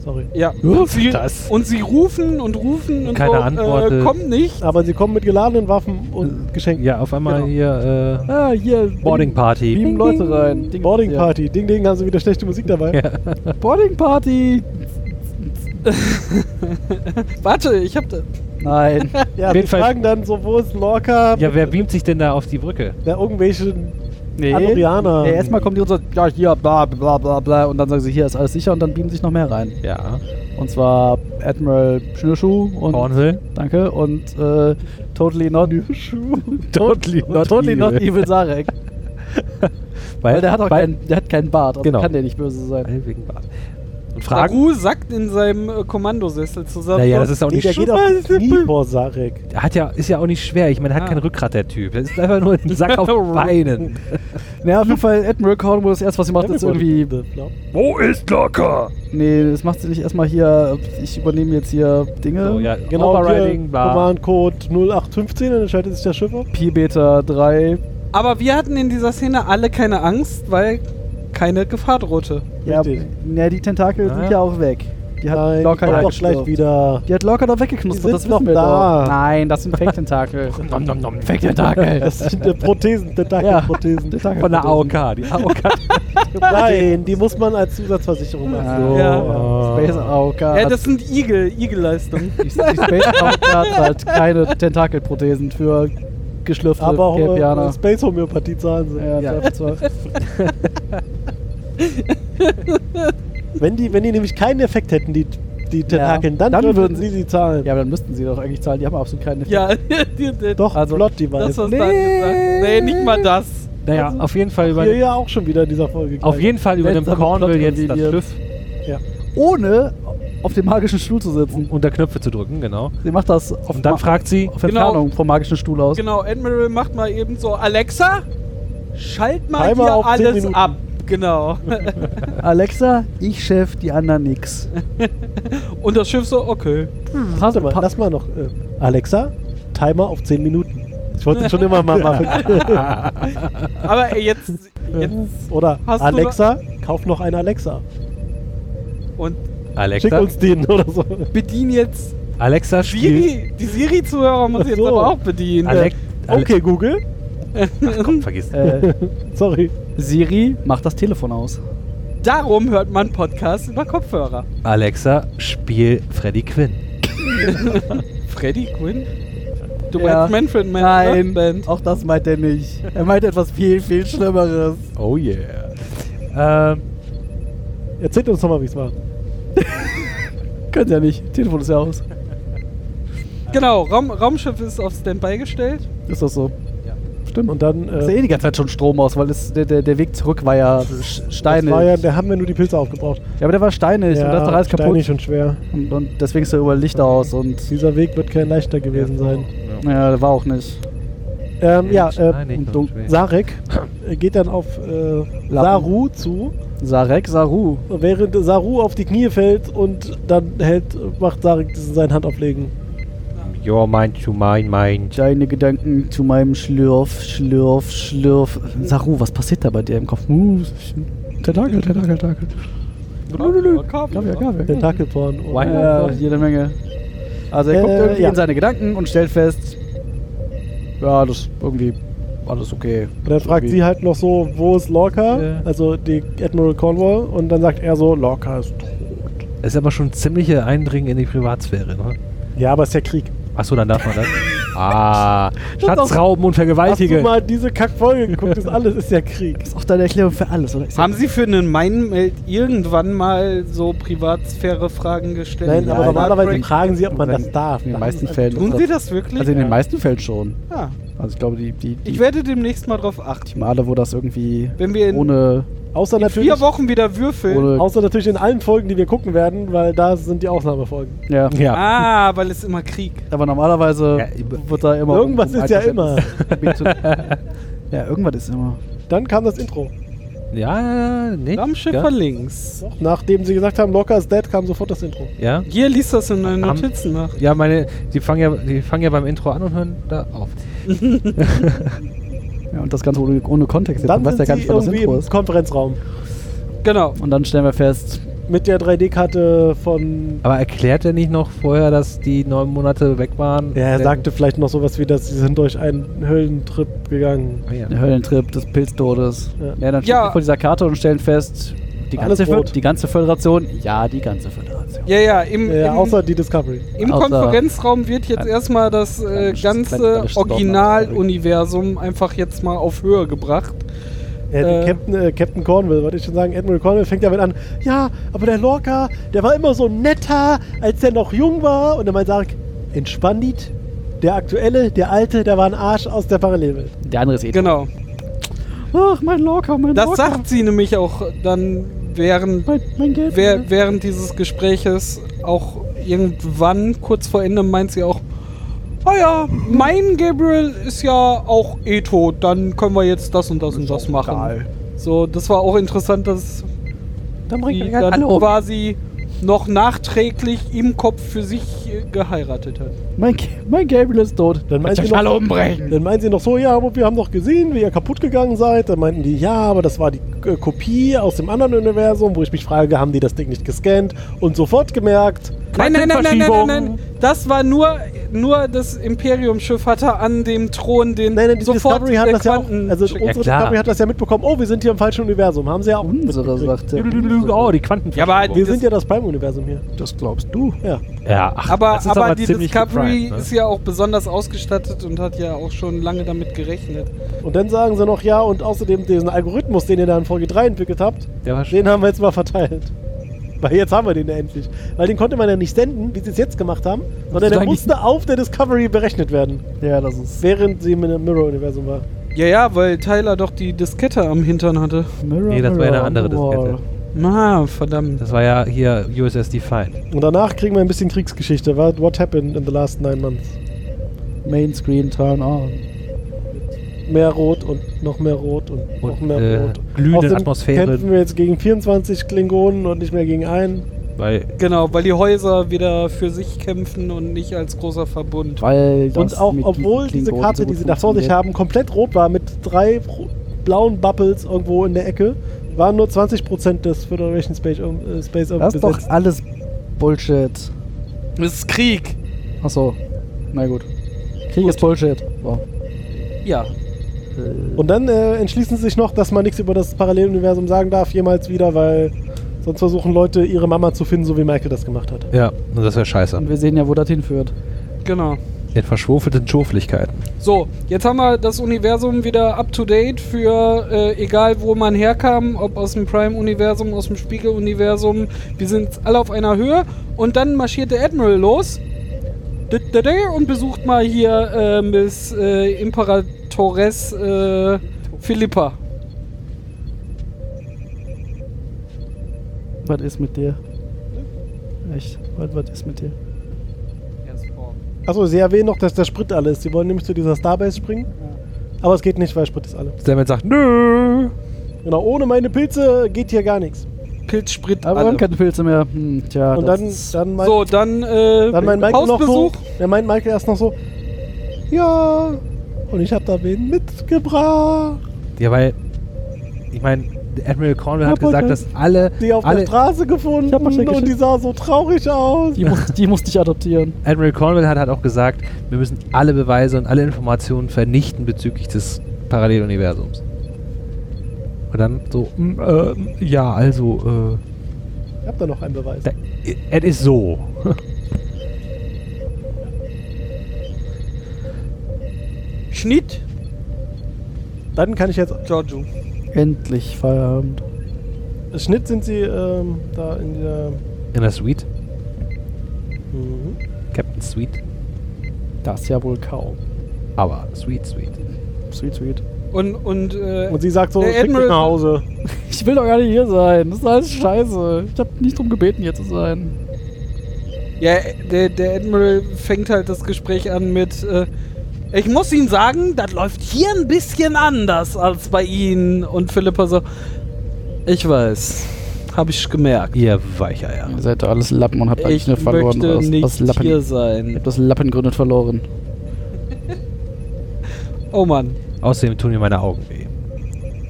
[SPEAKER 2] Sorry.
[SPEAKER 4] Ja.
[SPEAKER 1] Uff,
[SPEAKER 4] sie,
[SPEAKER 1] das.
[SPEAKER 4] Und sie rufen und rufen und
[SPEAKER 1] Keine
[SPEAKER 4] so,
[SPEAKER 1] Antworten.
[SPEAKER 4] Äh, kommt nicht.
[SPEAKER 2] Aber sie kommen mit geladenen Waffen und Geschenken.
[SPEAKER 1] Äh, ja, auf einmal
[SPEAKER 2] Genau.
[SPEAKER 1] hier
[SPEAKER 3] Ah, hier.
[SPEAKER 1] äh, Boarding Party.
[SPEAKER 3] Sieben Leute rein. Ding-
[SPEAKER 2] Boarding
[SPEAKER 3] ja.
[SPEAKER 2] Party. Ding, ding, haben sie wieder schlechte Musik dabei.
[SPEAKER 1] Ja.
[SPEAKER 3] Boarding Party!
[SPEAKER 4] Warte, ich hab da.
[SPEAKER 3] Nein.
[SPEAKER 2] Ja,
[SPEAKER 1] Auf
[SPEAKER 2] wir
[SPEAKER 1] jeden Fall-
[SPEAKER 2] fragen dann so, wo ist Lorca?
[SPEAKER 1] Ja, wer beamt sich denn da auf die Brücke?
[SPEAKER 2] Ja, irgendwelche
[SPEAKER 3] Nee.
[SPEAKER 2] Andorianer.
[SPEAKER 3] nee erstmal kommen die und sagen, ja, hier, bla, bla, bla, bla. Und dann sagen sie, hier ist alles sicher und dann beamen sich noch mehr rein.
[SPEAKER 1] Ja.
[SPEAKER 3] Und zwar Admiral Schnürschuh und.
[SPEAKER 1] Cornhill.
[SPEAKER 3] Danke. Und, äh, Totally Not.
[SPEAKER 1] Totally not
[SPEAKER 3] totally Not
[SPEAKER 1] evil.
[SPEAKER 3] Evil Sarek. Weil der hat auch keinen, der hat keinen Bart. Also
[SPEAKER 1] Genau.
[SPEAKER 3] kann der nicht böse sein.
[SPEAKER 1] Weil wegen Bart. Und Fragen?
[SPEAKER 4] Saru sackt in seinem äh, Kommandosessel zusammen.
[SPEAKER 1] Naja, das ist auch
[SPEAKER 2] Nee,
[SPEAKER 1] nicht
[SPEAKER 2] der geht auf die Knie vor Sarek.
[SPEAKER 1] Der Hat ja, ist ja auch nicht schwer. Ich meine, er hat
[SPEAKER 4] Ah.
[SPEAKER 1] kein Rückgrat, der Typ. Das ist einfach nur ein Sack auf Beinen.
[SPEAKER 3] Naja, auf jeden Fall, Admiral Cornwall, das erste, was sie macht, ist irgendwie.
[SPEAKER 1] Wo ist locker?
[SPEAKER 3] Nee, das macht sie nicht erstmal hier. Ich übernehme jetzt hier Dinge.
[SPEAKER 1] So, ja,
[SPEAKER 2] Genau,
[SPEAKER 1] Overriding,
[SPEAKER 2] Overriding,
[SPEAKER 1] bla.
[SPEAKER 2] Command-Code 0815, dann schaltet sich das Schiff auf.
[SPEAKER 3] Pi Beta 3.
[SPEAKER 4] Aber wir hatten in dieser Szene alle keine Angst, weil keine Gefahr drohte.
[SPEAKER 3] Ja,
[SPEAKER 2] Richtig.
[SPEAKER 3] ne, die Tentakel
[SPEAKER 1] Ja.
[SPEAKER 3] sind ja auch weg. Die hat
[SPEAKER 2] Nein,
[SPEAKER 3] locker
[SPEAKER 2] kommt
[SPEAKER 3] ja
[SPEAKER 2] doch gleich
[SPEAKER 3] weggeschlürft.
[SPEAKER 2] wieder.
[SPEAKER 3] Die hat locker da
[SPEAKER 2] Die
[SPEAKER 3] weggeknuspert,
[SPEAKER 2] sind
[SPEAKER 3] das wissen
[SPEAKER 2] noch
[SPEAKER 3] wir
[SPEAKER 2] da.
[SPEAKER 3] doch. Nein, das sind Fake-Tentakel.
[SPEAKER 1] Nom, nom, nom.
[SPEAKER 3] Fake-Tentakel.
[SPEAKER 2] Das sind äh, Prothesen, Tentakelprothesen.
[SPEAKER 3] Tentakel-
[SPEAKER 1] Von der AOK. Die AOK.
[SPEAKER 2] Nein, die muss man als Zusatzversicherung machen.
[SPEAKER 3] So.
[SPEAKER 2] Ah.
[SPEAKER 1] Ja.
[SPEAKER 3] Space AOK.
[SPEAKER 4] Ja, das sind Igel, Igelleistung.
[SPEAKER 3] die Space AOK hat halt keine Tentakelprothesen für geschlürfte
[SPEAKER 2] Aber auch
[SPEAKER 3] Kelpianer.
[SPEAKER 2] äh, Space Homöopathie zahlen sie.
[SPEAKER 3] Ja,
[SPEAKER 1] Ja.
[SPEAKER 3] ja. zwar-
[SPEAKER 2] Wenn, die, wenn die nämlich keinen Effekt hätten, die, die Tentakeln, dann,
[SPEAKER 3] Dann
[SPEAKER 2] würden,
[SPEAKER 3] würden
[SPEAKER 2] sie sie zahlen.
[SPEAKER 3] ja, aber dann müssten sie doch eigentlich zahlen. Die haben absolut keinen Effekt.
[SPEAKER 4] ja, die, die,
[SPEAKER 2] Doch,
[SPEAKER 3] Also,
[SPEAKER 2] Plot Device.
[SPEAKER 4] das was nee. dann gesagt. Nee, nicht mal das.
[SPEAKER 1] Naja, auf jeden Fall über,
[SPEAKER 2] Hier ja auch schon wieder in dieser Folge.
[SPEAKER 1] auf jeden Fall über dem
[SPEAKER 3] Seltsame
[SPEAKER 1] Cornwall jetzt das
[SPEAKER 3] Plotkonlinie.
[SPEAKER 1] Schiff
[SPEAKER 3] Ohne auf dem magischen Stuhl zu sitzen.
[SPEAKER 1] unter Knöpfe zu drücken, genau.
[SPEAKER 3] Sie macht das auf,
[SPEAKER 1] Und dann
[SPEAKER 3] Ma-
[SPEAKER 1] fragt sie,
[SPEAKER 3] auf
[SPEAKER 4] Genau.
[SPEAKER 3] Entfernung vom magischen Stuhl aus.
[SPEAKER 4] Genau, Admiral macht mal eben so, Alexa, schalt mal
[SPEAKER 2] Timer
[SPEAKER 4] hier
[SPEAKER 2] auf 10
[SPEAKER 4] alles
[SPEAKER 2] Minuten.
[SPEAKER 4] ab. Genau.
[SPEAKER 3] Alexa, ich Chef, die anderen nix.
[SPEAKER 4] Und das Schiff so, okay.
[SPEAKER 2] Warte mal, lass mal noch. Äh, Alexa, Timer auf 10 Minuten. Ich wollte es schon immer mal machen.
[SPEAKER 4] Aber ey, jetzt, jetzt
[SPEAKER 2] Oder
[SPEAKER 4] Hast du
[SPEAKER 2] Alexa, kauf noch einen Alexa.
[SPEAKER 4] und
[SPEAKER 2] Schick
[SPEAKER 1] Alexa,
[SPEAKER 2] uns den oder so.
[SPEAKER 4] bedien jetzt
[SPEAKER 1] Alexa spielt.
[SPEAKER 4] Siri. Die Siri-Zuhörer muss ich jetzt
[SPEAKER 2] Ach so.
[SPEAKER 4] aber auch bedienen.
[SPEAKER 1] Alex, Ale
[SPEAKER 2] Okay, Google.
[SPEAKER 1] Ach komm, vergiss.
[SPEAKER 3] Äh,
[SPEAKER 2] Sorry.
[SPEAKER 3] Siri, mach das Telefon aus.
[SPEAKER 4] Darum hört man Podcasts über Kopfhörer.
[SPEAKER 1] Alexa, spiel Freddy Quinn.
[SPEAKER 4] Freddy Quinn? Du
[SPEAKER 3] Ja.
[SPEAKER 4] meinst Manfred Man
[SPEAKER 3] Nein,
[SPEAKER 4] Band.
[SPEAKER 3] auch das meint er nicht. Er meint etwas viel, viel Schlimmeres.
[SPEAKER 1] Oh yeah. Ähm,
[SPEAKER 2] Erzählt uns nochmal, wie es war.
[SPEAKER 3] Könnt ja nicht. Telefon ist ja aus.
[SPEAKER 4] Genau, Raum, Raumschiff ist auf Standby gestellt.
[SPEAKER 3] Ist das so?
[SPEAKER 2] Stimmt. Und dann.
[SPEAKER 3] Ist ja eh
[SPEAKER 2] Äh,
[SPEAKER 3] die ganze Zeit schon Strom aus, weil es, der, der, der Weg zurück war ja sch-
[SPEAKER 2] das
[SPEAKER 3] steinig.
[SPEAKER 2] war ja, da haben wir nur die Pilze aufgebraucht.
[SPEAKER 3] ja, aber der war steinig und das ist doch alles
[SPEAKER 2] steinig
[SPEAKER 3] kaputt.
[SPEAKER 2] und schwer.
[SPEAKER 3] Und, und deswegen ist da überall Licht aus und
[SPEAKER 2] Dieser Weg wird kein leichter gewesen sein.
[SPEAKER 3] ja, der war auch nicht.
[SPEAKER 2] Ähm, ja, äh,
[SPEAKER 1] Steinig
[SPEAKER 3] und
[SPEAKER 1] und
[SPEAKER 3] dun-
[SPEAKER 1] schwer.
[SPEAKER 2] Sarek äh, geht dann auf äh, Saru zu,
[SPEAKER 3] Sarek Saru.
[SPEAKER 2] während Saru auf die Knie fällt und dann hält, macht Sarek diesen seinen Handauflegen.
[SPEAKER 1] Your mind to mine, mine.
[SPEAKER 3] Deine Gedanken zu meinem Schlürf, Schlürf, Schlürf. Saru, was passiert da bei dir im Kopf? Uh, Tentakel, Tentakel, Tentakel. Gab ja, gab ja.
[SPEAKER 2] Tentakelporn.
[SPEAKER 1] Why?
[SPEAKER 2] Und,
[SPEAKER 3] Ja, jede Menge. Also er
[SPEAKER 2] Äh,
[SPEAKER 3] guckt irgendwie
[SPEAKER 2] ja.
[SPEAKER 3] in seine Gedanken und stellt fest, ja, das ist irgendwie alles okay.
[SPEAKER 2] und dann fragt sie halt noch so, wo ist Lorca?
[SPEAKER 1] Ja.
[SPEAKER 2] Also die Admiral Cornwall. Und dann sagt er so, Lorca ist tot.
[SPEAKER 1] äh, Ist aber schon ziemliche Eindringen in die Privatsphäre, ne?
[SPEAKER 2] Ja, aber ist ja Krieg.
[SPEAKER 1] Achso, dann darf man das. Ah, Schatzrauben und
[SPEAKER 2] Hast du
[SPEAKER 1] Vergewaltigen.
[SPEAKER 2] mal diese Kackfolge geguckt? Das alles ist ja Krieg.
[SPEAKER 3] Das ist auch deine Erklärung für alles, oder? Ist ja-
[SPEAKER 4] Haben Sie für einen Meinmeld irgendwann mal so Privatsphäre-Fragen gestellt?
[SPEAKER 2] Nein, aber
[SPEAKER 4] Ja,
[SPEAKER 2] normalerweise
[SPEAKER 4] Heartbreak.
[SPEAKER 2] fragen sie, ob man das darf.
[SPEAKER 3] in den meisten Fällen.
[SPEAKER 4] Tun Sie das wirklich?
[SPEAKER 3] Also in den meisten Fällen schon.
[SPEAKER 4] ja.
[SPEAKER 3] Also ich glaube, die, die, die
[SPEAKER 4] Ich werde demnächst mal drauf achten.
[SPEAKER 3] die Male, wo das irgendwie
[SPEAKER 4] Wenn wir in
[SPEAKER 3] ohne,
[SPEAKER 2] Außer natürlich,
[SPEAKER 4] vier Wochen wieder würfeln.
[SPEAKER 3] ohne
[SPEAKER 2] außer natürlich in allen Folgen, die wir gucken werden, weil da sind die Ausnahmefolgen.
[SPEAKER 3] ja.
[SPEAKER 1] Ja.
[SPEAKER 4] Ah, weil es immer Krieg.
[SPEAKER 3] Aber normalerweise
[SPEAKER 1] Ja, über-
[SPEAKER 3] wird da immer um
[SPEAKER 2] Irgendwas ist ja
[SPEAKER 3] Einverständnis
[SPEAKER 2] immer.
[SPEAKER 3] gebeten. ja, irgendwas ist immer.
[SPEAKER 2] Dann kam das Intro.
[SPEAKER 1] Ja, nicht?
[SPEAKER 4] Dammschiffer links.
[SPEAKER 2] Doch, nachdem sie gesagt haben, Locker ist dead, kam sofort das Intro.
[SPEAKER 1] Ja.
[SPEAKER 4] Hier liest das in deinen
[SPEAKER 1] Am-
[SPEAKER 4] Notizen nach.
[SPEAKER 1] Ja, meine, die fangen ja, die fangen ja beim Intro an und hören da auf.
[SPEAKER 3] Ja, und das Ganze ohne, ohne Kontext. Jetzt
[SPEAKER 2] Dann
[SPEAKER 3] weiß
[SPEAKER 2] sind
[SPEAKER 3] ja gar
[SPEAKER 2] sie
[SPEAKER 3] nicht, was das
[SPEAKER 2] irgendwie
[SPEAKER 3] Intro
[SPEAKER 2] im
[SPEAKER 3] ist.
[SPEAKER 2] Konferenzraum
[SPEAKER 4] Genau.
[SPEAKER 3] Und dann stellen wir fest,
[SPEAKER 2] mit der 3D-Karte von...
[SPEAKER 1] Aber erklärt er nicht noch vorher, dass die neun Monate weg waren?
[SPEAKER 2] Ja, er
[SPEAKER 1] Denn-
[SPEAKER 2] sagte vielleicht noch sowas wie, dass sie sind durch einen Höllentrip gegangen.
[SPEAKER 1] Ah, ja.
[SPEAKER 3] der Höllentrip des Pilztodes.
[SPEAKER 2] Ja.
[SPEAKER 3] Ja, dann stehen
[SPEAKER 4] Ja.
[SPEAKER 3] wir vor dieser Karte und stellen fest, die
[SPEAKER 2] Alles
[SPEAKER 3] ganze, Föder-
[SPEAKER 2] rot.
[SPEAKER 3] die ganze Föderation. Ja, die ganze Föderation.
[SPEAKER 4] Ja, ja, im,
[SPEAKER 2] Äh,
[SPEAKER 4] im,
[SPEAKER 2] außer die Discovery.
[SPEAKER 4] im
[SPEAKER 3] außer-
[SPEAKER 4] Konferenzraum wird jetzt
[SPEAKER 3] Ein-
[SPEAKER 4] erstmal das äh,
[SPEAKER 3] ein- ein-
[SPEAKER 4] ganze
[SPEAKER 3] ein-
[SPEAKER 4] Originaluniversum einfach jetzt mal auf Höhe gebracht.
[SPEAKER 2] Ja, die
[SPEAKER 4] Äh.
[SPEAKER 2] Captain, äh, Captain Cornwall, wollte ich schon sagen. Admiral Cornwall fängt damit an, ja, aber der Lorca, der war immer so netter, als er noch jung war. Und dann meint Sark, entspann dit. Der aktuelle, der alte, der war ein Arsch aus der Parallelwelt.
[SPEAKER 3] Der andere ist eh
[SPEAKER 4] Genau.
[SPEAKER 3] Ach, mein Locker, mein
[SPEAKER 4] Das
[SPEAKER 3] Locker.
[SPEAKER 4] sagt sie nämlich auch dann während,
[SPEAKER 3] mein, mein Geld.
[SPEAKER 4] wer- während dieses Gespräches auch irgendwann, kurz vor Ende, meint sie auch, ah ja, mein Gabriel ist ja auch eh tot, dann können wir jetzt das und das und das machen. So, das war auch interessant, dass
[SPEAKER 1] Dann bringt
[SPEAKER 4] die
[SPEAKER 1] er halt
[SPEAKER 4] dann
[SPEAKER 1] alle um.
[SPEAKER 4] quasi noch nachträglich im Kopf für sich äh, geheiratet hat.
[SPEAKER 3] mein, G- mein Gabriel ist tot.
[SPEAKER 2] Dann meint, sie
[SPEAKER 3] alle
[SPEAKER 2] noch,
[SPEAKER 3] umbringen.
[SPEAKER 2] dann meint sie noch so, ja, aber wir haben doch gesehen, wie ihr kaputt gegangen seid. Dann meinten die, ja, aber das war die äh, Kopie aus dem anderen Universum, wo ich mich frage, haben die das Ding nicht gescannt und sofort gemerkt.
[SPEAKER 4] Nein, nein, nein, nein, nein, nein, nein.
[SPEAKER 2] Verschiebung.
[SPEAKER 4] Das war nur, nur das Imperium-Schiff hatte an dem Thron den
[SPEAKER 2] Nein, nein, die
[SPEAKER 4] sofort
[SPEAKER 2] Discovery hat
[SPEAKER 4] der
[SPEAKER 2] das ja auch,
[SPEAKER 4] Quanten-
[SPEAKER 2] also
[SPEAKER 1] Ja,
[SPEAKER 2] unsere
[SPEAKER 1] klar.
[SPEAKER 2] Discovery hat das ja mitbekommen. Oh, wir sind hier im falschen Universum. Haben sie ja auch
[SPEAKER 3] Unsere
[SPEAKER 2] mitgekriegt.
[SPEAKER 3] sagt er.
[SPEAKER 1] Oh, die Quanten.
[SPEAKER 4] Ja, aber
[SPEAKER 2] Wir
[SPEAKER 4] Das-
[SPEAKER 2] sind ja das Prime-Universum hier.
[SPEAKER 3] Das glaubst du.
[SPEAKER 2] Ja.
[SPEAKER 1] Ja, ach,
[SPEAKER 4] aber,
[SPEAKER 1] das ist
[SPEAKER 4] aber,
[SPEAKER 1] aber
[SPEAKER 4] die
[SPEAKER 1] ziemlich
[SPEAKER 4] Discovery
[SPEAKER 1] geprimed, ne?
[SPEAKER 4] ist ja auch besonders ausgestattet und hat ja auch schon lange damit gerechnet.
[SPEAKER 2] Und dann sagen sie noch, ja, und außerdem diesen Algorithmus, den ihr da in Folge 3 entwickelt habt,
[SPEAKER 1] Der war
[SPEAKER 2] den haben wir jetzt mal verteilt. Weil jetzt haben wir den ja endlich. Weil den konnte man ja nicht senden, wie sie es jetzt gemacht haben, sondern der
[SPEAKER 3] eigentlich-
[SPEAKER 2] musste auf der Discovery berechnet werden,
[SPEAKER 3] Ja, das ist
[SPEAKER 2] während sie im Mirror-Universum war.
[SPEAKER 4] Ja, ja, weil Tyler doch die Diskette am Hintern hatte.
[SPEAKER 3] Mirror.
[SPEAKER 1] Nee, das war ja eine
[SPEAKER 3] Mirror
[SPEAKER 1] andere
[SPEAKER 3] on the wall.
[SPEAKER 1] Diskette.
[SPEAKER 4] Na, verdammt.
[SPEAKER 1] Das war ja hier USS Defiant.
[SPEAKER 2] Und danach kriegen wir ein bisschen Kriegsgeschichte. What what happened in the last nine months?
[SPEAKER 3] Main Screen turn on.
[SPEAKER 2] Mehr Rot und noch mehr Rot und, noch
[SPEAKER 1] Und
[SPEAKER 2] mehr
[SPEAKER 1] äh,
[SPEAKER 2] Rot.
[SPEAKER 1] glühende
[SPEAKER 2] Außerdem
[SPEAKER 1] Atmosphäre,
[SPEAKER 2] kämpfen wir jetzt gegen 24 Klingonen und nicht mehr gegen einen.
[SPEAKER 1] weil
[SPEAKER 4] Genau, weil die Häuser wieder für sich kämpfen und nicht als großer Verbund.
[SPEAKER 3] Weil das
[SPEAKER 2] und auch,
[SPEAKER 3] mit
[SPEAKER 2] obwohl
[SPEAKER 3] diesen
[SPEAKER 2] diese
[SPEAKER 3] Klingonen
[SPEAKER 2] Karte,
[SPEAKER 3] so
[SPEAKER 2] die
[SPEAKER 3] gut
[SPEAKER 2] sie da vor sich
[SPEAKER 3] funktioniert.
[SPEAKER 2] haben, komplett rot war mit drei ro- blauen Bubbles irgendwo in der Ecke, waren nur 20% des Federation Space, äh, Space
[SPEAKER 3] Das ist doch
[SPEAKER 2] besetzt.
[SPEAKER 3] alles Bullshit.
[SPEAKER 4] Das ist Krieg.
[SPEAKER 3] Achso. Na gut. Krieg ist Bullshit. Wow.
[SPEAKER 4] Ja.
[SPEAKER 2] Und dann äh, entschließen sie sich noch, dass man nichts über das Paralleluniversum sagen darf, jemals wieder, weil sonst versuchen Leute, ihre Mama zu finden, so wie Michael das gemacht hat.
[SPEAKER 1] ja, und das wäre scheiße.
[SPEAKER 3] Und wir sehen ja, wo das hinführt.
[SPEAKER 4] Genau.
[SPEAKER 1] In verschwofelten Schoflichkeiten.
[SPEAKER 4] So, jetzt haben wir das Universum wieder up to date für äh, egal wo man herkam, ob aus dem Prime-Universum, aus dem Spiegel-Universum. Wir sind alle auf einer Höhe und dann marschiert der Admiral los Dü- dü- dü- und besucht mal hier äh, Miss äh, Imperatoress äh, Philippa.
[SPEAKER 3] Was ist mit dir? Echt? Was, was ist mit dir?
[SPEAKER 2] Achso, sie erwähnen noch, dass der Sprit alle ist. Sie wollen nämlich zu dieser Starbase springen. Aber es geht nicht, weil Sprit ist alle.
[SPEAKER 1] Stamets sagt, nö.
[SPEAKER 2] Genau, ohne meine Pilze geht hier gar nichts.
[SPEAKER 4] Pilzsprit.
[SPEAKER 3] Aber wir
[SPEAKER 4] alle.
[SPEAKER 3] haben keine Pilze mehr. Hm, tja,
[SPEAKER 2] Und
[SPEAKER 3] das
[SPEAKER 2] dann,
[SPEAKER 3] ist
[SPEAKER 2] dann mein-
[SPEAKER 4] So, dann, äh,
[SPEAKER 2] Dann meint Michael noch so.
[SPEAKER 4] Hausbesuch.
[SPEAKER 2] Dann meint Michael erst noch so. Ja. Und ich hab da wen mitgebracht,
[SPEAKER 1] Ja, weil, ich meine, Admiral Cornwall hat
[SPEAKER 2] Ja, wollte-
[SPEAKER 1] gesagt, dass alle,
[SPEAKER 2] die auf
[SPEAKER 1] alle
[SPEAKER 2] der Straße gefunden
[SPEAKER 3] Ich hab mal schnell
[SPEAKER 2] und die
[SPEAKER 3] geschickt.
[SPEAKER 2] sah so traurig aus.
[SPEAKER 3] die, muss, die musste ich adoptieren.
[SPEAKER 1] Admiral Cornwall hat halt auch gesagt, wir müssen alle Beweise und alle Informationen vernichten bezüglich des Paralleluniversums. Und dann so, mm, äh, ja, also,
[SPEAKER 2] Ich hab da noch einen Beweis.
[SPEAKER 1] äh, es ist so.
[SPEAKER 4] Schnitt,
[SPEAKER 2] Dann kann ich jetzt.
[SPEAKER 4] Giorgio.
[SPEAKER 3] Endlich Feierabend.
[SPEAKER 2] Schnitt sind sie ähm, da in der.
[SPEAKER 1] In der Suite.
[SPEAKER 2] Mhm.
[SPEAKER 1] Captain Suite.
[SPEAKER 3] Das ja wohl kaum.
[SPEAKER 1] Aber Sweet, Sweet.
[SPEAKER 3] Sweet, sweet.
[SPEAKER 4] Und, und, äh,
[SPEAKER 2] Und sie sagt so:
[SPEAKER 4] Der
[SPEAKER 2] Schick mich
[SPEAKER 4] Admiral-
[SPEAKER 2] nach Hause.
[SPEAKER 3] Ich will doch gar nicht hier sein. Das ist alles scheiße. Ich hab nicht drum gebeten, hier zu sein.
[SPEAKER 4] ja, der, der Admiral fängt halt das Gespräch an mit, äh, ich muss Ihnen sagen, das läuft hier ein bisschen anders als bei Ihnen. Und Philippa so, ich weiß, habe ich gemerkt.
[SPEAKER 1] Ihr weicher, ja.
[SPEAKER 3] Ihr seid doch alles Lappen und habt
[SPEAKER 4] Ich
[SPEAKER 3] eigentlich nur verloren.
[SPEAKER 4] möchte
[SPEAKER 3] oder was-
[SPEAKER 4] nicht
[SPEAKER 3] was
[SPEAKER 4] hier
[SPEAKER 3] Lappen, ihr
[SPEAKER 4] sein.
[SPEAKER 3] habt das Lappengründet verloren.
[SPEAKER 4] Oh Mann.
[SPEAKER 1] Außerdem tun mir meine Augen weh.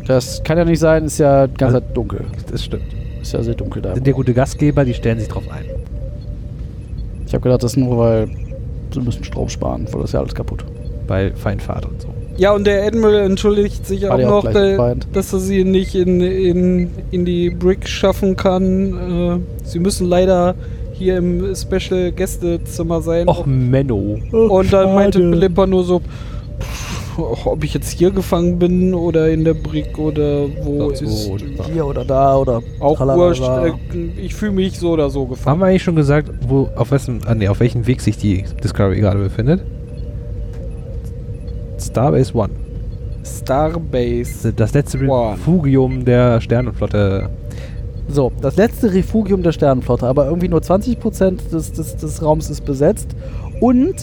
[SPEAKER 3] Das kann ja nicht sein, ist ja ganz
[SPEAKER 1] Also-
[SPEAKER 3] dunkel.
[SPEAKER 1] Das stimmt.
[SPEAKER 3] Ist ja sehr dunkel da.
[SPEAKER 1] Sind ja gute Gastgeber, die stellen sich drauf ein.
[SPEAKER 3] Ich habe gedacht, das ist nur, weil sie müssen Strom sparen, weil das ist ja alles kaputt.
[SPEAKER 1] Bei Feinfahrt und so.
[SPEAKER 4] Ja, und der Admiral entschuldigt sich
[SPEAKER 3] War
[SPEAKER 4] auch
[SPEAKER 3] der auch
[SPEAKER 4] noch,
[SPEAKER 3] gleich
[SPEAKER 4] da-
[SPEAKER 3] gefeind?
[SPEAKER 4] dass er sie nicht in, in, in die Brick schaffen kann. Äh, sie müssen leider hier im Special Gästezimmer sein.
[SPEAKER 1] Och, Menno.
[SPEAKER 4] und dann meinte
[SPEAKER 2] schade.
[SPEAKER 4] Philippa nur so, pff, ob ich jetzt hier gefangen bin oder in der Brick oder wo
[SPEAKER 1] Ach so,
[SPEAKER 4] Oh, ist.
[SPEAKER 1] und-
[SPEAKER 3] Hier oder da oder
[SPEAKER 4] Auch wurscht, äh, ich fühle mich so oder so
[SPEAKER 1] Haben
[SPEAKER 4] gefangen.
[SPEAKER 1] wir eigentlich schon gesagt, wo, auf, wessen, ah, nee, auf welchem Weg sich die Discovery gerade befindet? Starbase One.
[SPEAKER 4] Starbase.
[SPEAKER 1] Das letzte
[SPEAKER 4] One.
[SPEAKER 1] Refugium der Sternenflotte.
[SPEAKER 3] So, das letzte Refugium der Sternenflotte, aber irgendwie nur 20% des, des, des Raums ist besetzt. Und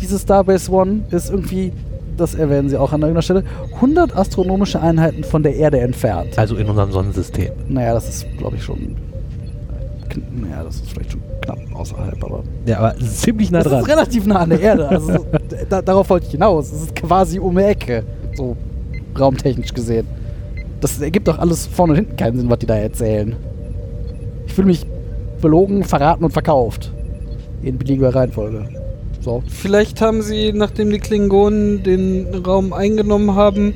[SPEAKER 3] diese Starbase One ist irgendwie, das erwähnen sie auch an irgendeiner Stelle, 100 astronomische Einheiten von der Erde entfernt.
[SPEAKER 1] Also in unserem Sonnensystem.
[SPEAKER 3] Naja, das ist, glaube ich, schon. kn- Naja, das ist vielleicht schon knapp außerhalb, aber.
[SPEAKER 1] Ja, aber ziemlich nah
[SPEAKER 3] Das
[SPEAKER 1] dran.
[SPEAKER 3] ist relativ nah an der Erde. Also, so, da, darauf wollte ich hinaus. Es ist quasi um die Ecke, so raumtechnisch gesehen. Das ergibt doch alles vorne und hinten keinen Sinn, was die da erzählen. Ich fühle mich belogen, verraten und verkauft. In beliebiger Reihenfolge. So.
[SPEAKER 4] Vielleicht haben sie, nachdem die Klingonen den Raum eingenommen haben,